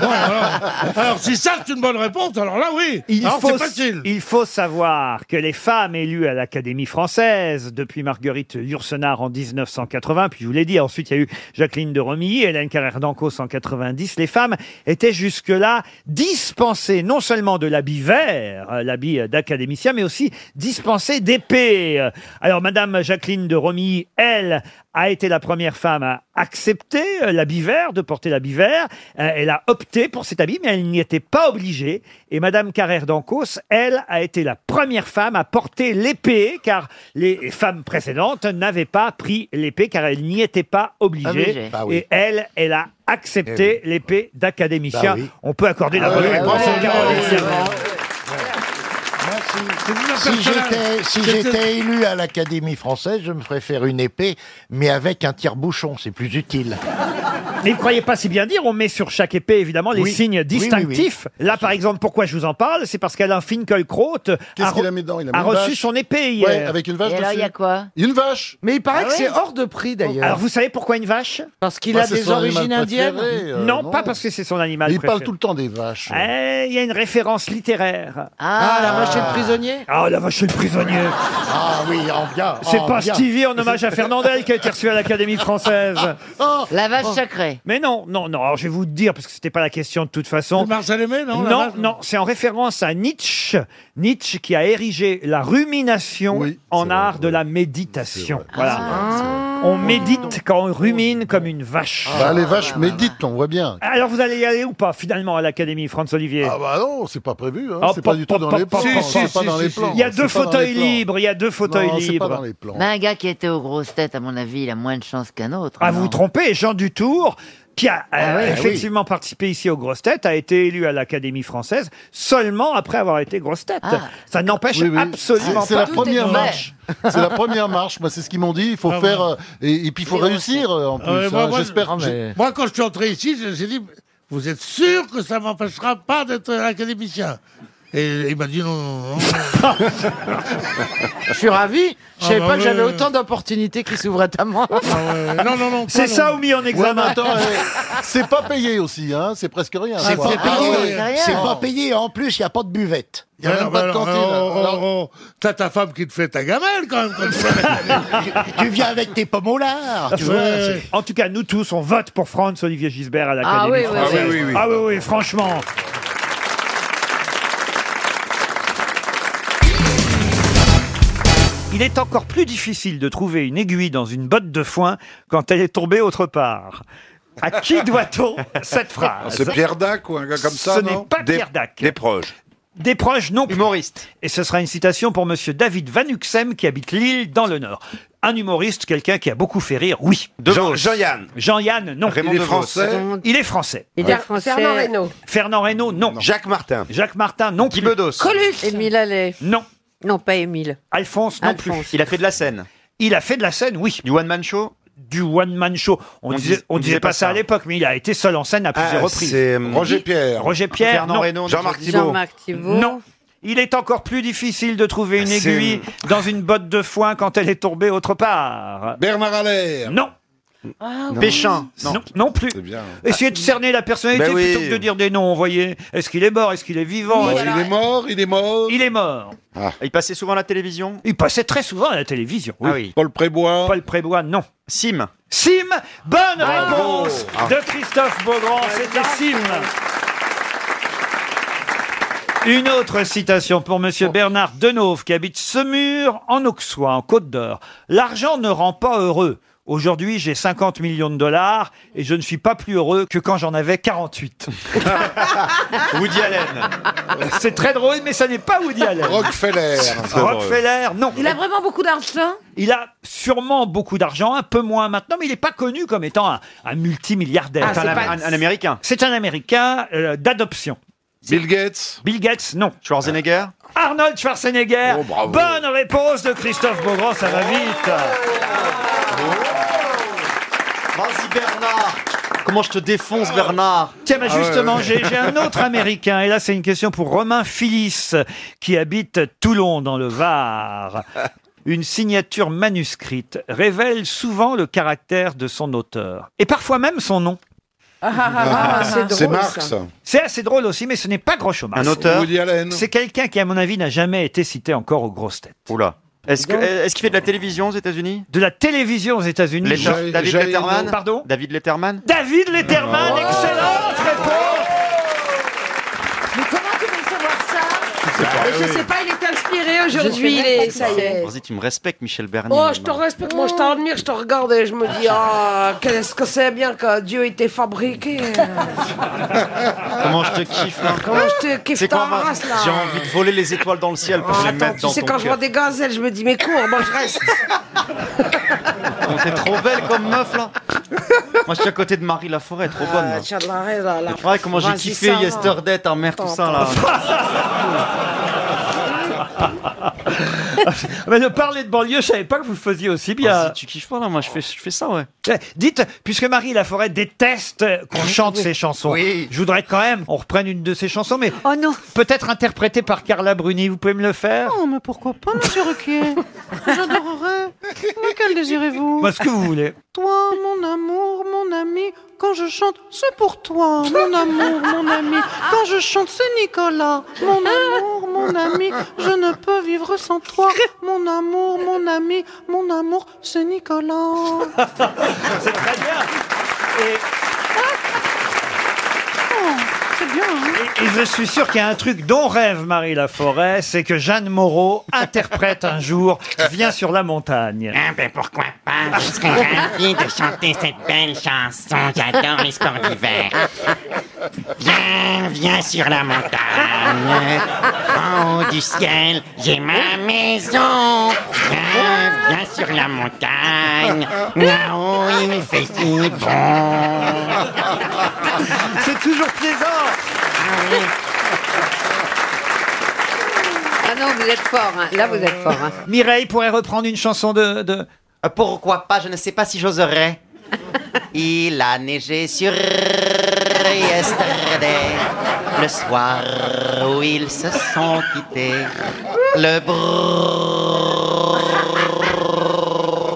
Bon, alors, alors, si ça c'est une bonne réponse, alors là oui.
Il
Alors,
faut,
c'est facile.
il faut savoir que les femmes élues à l'Académie française depuis Marguerite Yourcenar en 1980, puis je vous l'ai dit, ensuite il y a eu Jacqueline de Romilly, Hélène Carrère d'Ancos en 90, les femmes étaient jusque-là dispensées non seulement de l'habit vert, euh, l'habit euh, d'académicien, mais aussi dispensées d'épée. Euh, Alors Madame Jacqueline de Romilly, elle, a été la première femme à accepter euh, l'habit vert, de porter l'habit vert. Euh, elle a opté pour cet habit, mais elle n'y était pas obligée. Et Madame Carrère d'Ancos, elle, a été la première femme à porter l'épée, car les femmes précédentes n'avaient pas pris l'épée, car elles n'y étaient pas obligées.
Obligées. Bah oui. Eh
Et elle, elle a accepté l'épée d'académicien.
Bah oui.
On peut accorder la
Ah
bonne
oui,
réponse
bravo,
à Caroline
bravo,
Diamant.
bravo.
Si j'étais si j'étais élu à l'Académie française, je me ferais faire une épée, mais avec un tire-bouchon, c'est plus utile.
Mais ne croyez pas si bien dire, on met sur chaque épée évidemment les
Oui.
signes
Oui, oui, oui.
distinctifs. Là par exemple, pourquoi je vous en parle C'est parce qu'Alain Finkielkraut
Qu'est-ce
re-
qu'il a mis dedans Il a mis
a
une
reçu
vache.
son épée hier.
Ouais, avec une vache Et alors, dessus. il y a
quoi
Une vache
Mais il paraît
Ah
que c'est
oui
hors de prix d'ailleurs.
Alors vous savez pourquoi une vache
Parce qu'il Bah, a c'est des son animal origines indiennes préféré, euh,
non,
non.
pas parce que c'est son animal
Mais il parle
préféré.
tout le temps des vaches.
Eh, Il y a une référence littéraire.
Ah, la vache et le prisonnier
Ah, la vache et le prisonnier
Ah oui, en bien.
C'est
en
pas
bien.
Stevie en hommage à Fernandel qui a été reçu à
[LAUGHS]
l'Académie française.
Ah, Oh.
La vache sacrée.
Mais non, non, non. Alors je vais vous dire parce que c'était pas la question de toute façon.
Marcel Aimé, non la
Non,
vache
non. C'est en référence à Nietzsche. Nietzsche qui a érigé la rumination en art de la méditation. Voilà. On médite quand on rumine comme une vache.
Bah, les vaches méditent, on voit bien.
Alors vous allez y aller ou pas finalement à l'Académie François-Olivier
Ah bah non, c'est pas prévu. hein.
Ah,
c'est
pop,
pas du tout
pop,
dans
pop,
les plans.
pop, pop,
C'est
si,
pas
si,
dans
si,
les
si.
plans.
Il y a deux
C'est pas dans
fauteuils
les plans.
libres, il y a deux fauteuils
Non, C'est pas
libres. Ah
dans les plans.
Mais un gars qui était aux grosses têtes, à mon avis, il a moins de chance qu'un autre.
Ah,
non
vous vous trompez, Jean Dutour, qui a
Ah
euh,
ouais,
effectivement participé ici aux grosses têtes, a été élu à l'Académie française seulement après avoir été grosse tête.
Ah.
Ça n'empêche
Oui, oui.
absolument
C'est- C'est
pas.
la première marche. C'est la première marche. Moi, c'est ce qu'ils m'ont dit. Il
Ah
faut faire euh, et, et puis il faut réussir euh, en plus.
Ah Ouais, moi,
hein.
moi,
J'espère.
j'ai-
j'ai-
moi, quand je suis entré ici, je me suis dit, vous êtes sûr que ça m'empêchera pas d'être académicien Et il m'a dit non, non, non.
Je suis ravi. Je savais
Ah bah
pas que j'avais
ouais.
autant d'opportunités qui s'ouvraient à moi.
Non, non, non.
C'est ça ou mis en
Ouais, mais
examen [LAUGHS]
attends, euh, c'est pas payé aussi, hein. C'est presque rien.
C'est
quoi.
pas
Ah
payé.
ouais.
hein.
C'est pas payé.
hein.
En plus, il n'y a pas de buvette.
Il y a
Ouais,
même
non,
pas
bah
de
alors,
cantine.
alors,
Alors,
alors, oh. T'as ta femme qui te fait ta gamelle quand même. comme ça.
tu viens avec tes pommes au lard. Tu vois,
Ouais.
c'est-
En tout cas, nous tous, on vote pour Franz Olivier Gisbert à l'Académie
Ah oui, oui,
française.
oui. Ah oui, oui, oui.
Ah oui, oui, franchement. Il est encore plus difficile de trouver une aiguille dans une botte de foin quand elle est tombée autre part. À qui
[LAUGHS]
doit-on cette phrase
C'est Pierre Dac ou un gars comme ça,
Ce
non
n'est pas Pierre Dac.
Des proches.
Des proches non Humoriste. Et ce sera une citation pour monsieur David Van Uxem qui habite Lille dans le Nord. Un humoriste, quelqu'un qui a beaucoup fait rire, oui. Jean- Jean-Yann. Jean-Yann, non.
Raymond Il est De Vos. français
Il est français.
Il est Ouais. français.
Fernand Reynaud.
Fernand Reynaud, non. Jacques Martin. Jacques Martin, non. Guy Bedos.
Émile Allais.
Non.
Non, pas Émile.
Alphonse, non plus. Il a fait de la scène. Il a fait de la scène, oui. Du one-man show Du one-man show. On,
On
disait,
dis-
on disait pas ça à l'époque, mais il a été seul en scène à plusieurs reprises.
c'est, euh, Roger Pierre.
Roger Pierre,
Fernand
non.
Reynaud, Jean-Marc Thibault. Jean-Marc Thibault.
Non. Il est encore plus difficile de trouver une
C'est-
aiguille dans une botte de foin quand elle est tombée autre part. Bernard Allaire. Non.
Péchin.
Non. hein. non. plus. Essayez de cerner la personnalité
Ah. Ben oui.
plutôt que de dire des noms, vous voyez. Est-ce qu'il est mort Est-ce qu'il est vivant
Oui,
Est-ce
alors-
qu'il est-
Il est mort, il est mort.
Il est mort.
Il passait souvent à la télévision
Il passait très souvent à la télévision. Oui.
Ah oui. Paul Prébois.
Paul Prébois, non.
Sim.
Sim Bonne
Bravo.
réponse
Ah.
de Christophe Beaugrand, c'était Sim une autre citation pour Monsieur Bernard Deneuve qui habite Semur en Auxois, en Côte d'Or. L'argent ne rend pas heureux. Aujourd'hui, j'ai 50 millions de dollars et je ne suis pas plus heureux que quand j'en avais 48.
[LAUGHS] Woody Allen.
C'est très drôle, mais ça n'est pas Woody Allen.
Rockefeller. C'est drôle.
Rockefeller, non.
Il a vraiment beaucoup d'argent
Il a sûrement beaucoup d'argent, un peu moins maintenant, mais il n'est pas connu comme étant un, un multimilliardaire.
Ah, c'est Un- pas- un- un Américain.
C'est un Américain euh, d'adoption. Bill Gates Bill Gates, non. Schwarzenegger Oh, Arnold Schwarzenegger. Bonne réponse de Christophe Beaugrand, ça va vite.
Vas-y Bernard. Comment je te défonce Bernard
Tiens,
Ah
bah, justement, j'ai- j'ai un autre Américain. Et là, c'est une question pour Romain Philis, qui habite Toulon, dans le Var. une signature manuscrite révèle souvent le caractère de son auteur, et parfois même son nom.
Ah, c'est drôle, ça.
C'est assez drôle aussi, mais ce n'est pas Groucho Marx.
Un auteur Woody
C'est quelqu'un qui, à mon avis, n'a jamais été cité encore aux grosses têtes.
Oula. Est-ce que- euh,
Donc-
est-ce qu'il fait de la télévision aux États-Unis
De la télévision aux États-Unis.
Letter- David Letterman
Pardon
David Letterman
David Letterman,
Oh.
excellente réponse
Mais comment tu veux savoir ça
sais pas,
Mais Je
Bah oui.
sais pas, il est inspiré
Je
aujourd'hui,
sais
il est- ça y est.
Vas-y, tu me respectes, Michel Bernier.
Oh, je te respecte, moi je t'admire, je te regarde et je me dis, ah, qu'est-ce que c'est bien que Dieu ait été
[LAUGHS]
fabriqué.
Ah.
Comment je te kiffe, là
Comment je te kiffe
C'est
ta
quand ma-
race, là
J'ai envie de voler les étoiles dans le ciel pour les
Oh, Attends,
mettre
tu
dans
sais,
ton
quand je vois
cœur.
des gazelles, je me dis, mais cours, moi je reste.
[LAUGHS] Oh, T'es trop [LAUGHS] belle comme meuf, là [LAUGHS] Moi, je suis à côté de Marie Laforêt, trop bonne, là.
Ah, tiens, de la raie, là, là.
C'est pareil, comment j'ai
Vas-y,
kiffé
ça va.
Yesterday, ta mère, tout ça,
[LAUGHS]
là.
[LAUGHS] Mais de parler de banlieue, je savais pas que vous le faisiez aussi bien. Eh,
tu kiffes pas là, moi je fais, je fais ça, ouais.
Dites, puisque Marie Laforêt déteste qu'on chante ses chansons, je voudrais quand même on reprenne une de ses chansons, mais peut-être interprétée par Carla Bruni, vous pouvez me le
Ah,
faire
Non, mais pourquoi pas, monsieur Ruquier
[LAUGHS]
J'adorerais. Lequel désirez-vous
Moi, ce que vous voulez.
Toi, mon amour, mon ami, quand je chante, c'est pour toi, mon amour, mon ami. Quand je chante, c'est Nicolas, mon amour, mon ami. Je ne peux vivre sans toi, mon amour, mon ami. Mon amour, c'est Nicolas. Ah,
C'est très bien.
C'est bien, hein
Et je suis sûr qu'il y a un truc dont rêve Marie Laforêt, c'est que Jeanne Moreau interprète un jour Viens sur la montagne.
Ah, ben pourquoi pas Je serais ravi de chanter cette belle chanson. J'adore les sports d'hiver. Viens, viens sur la montagne. En haut du ciel, j'ai ma maison. Viens, viens sur la montagne. Là-haut, il fait si bon.
C'est toujours plaisant.
Ah non, vous êtes fort. hein. Là, vous êtes fort. hein.
Mireille pourrait reprendre une chanson de. de...
Euh, Pourquoi pas Je ne sais pas si j'oserais. Il a neigé sur yesterday, le soir où ils se sont quittés. Le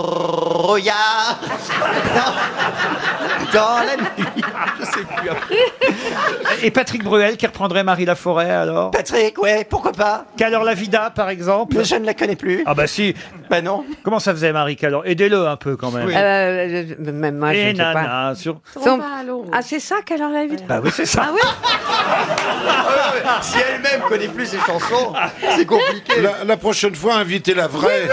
brouillard dans, dans [LAUGHS] la nuit.
Ah,
Je sais
[LAUGHS]
plus.
Et Patrick Bruel qui reprendrait Marie Laforêt alors
Patrick, ouais, pourquoi pas
Calor la vida par exemple
Mais je ne la connais plus.
Ah bah si
Bah non
Comment ça faisait Marie Calor Aidez-le un peu quand même.
Euh, je- je- même moi, je
Et
ne sais pas.
nana, sur...
Son- Ah, c'est ça qu'elle a vu
Bah oui, c'est ça.
Ah oui
Ah
[LAUGHS] si elle-même connaît plus ses chansons, c'est compliqué.
La, la prochaine fois, invitez la vraie.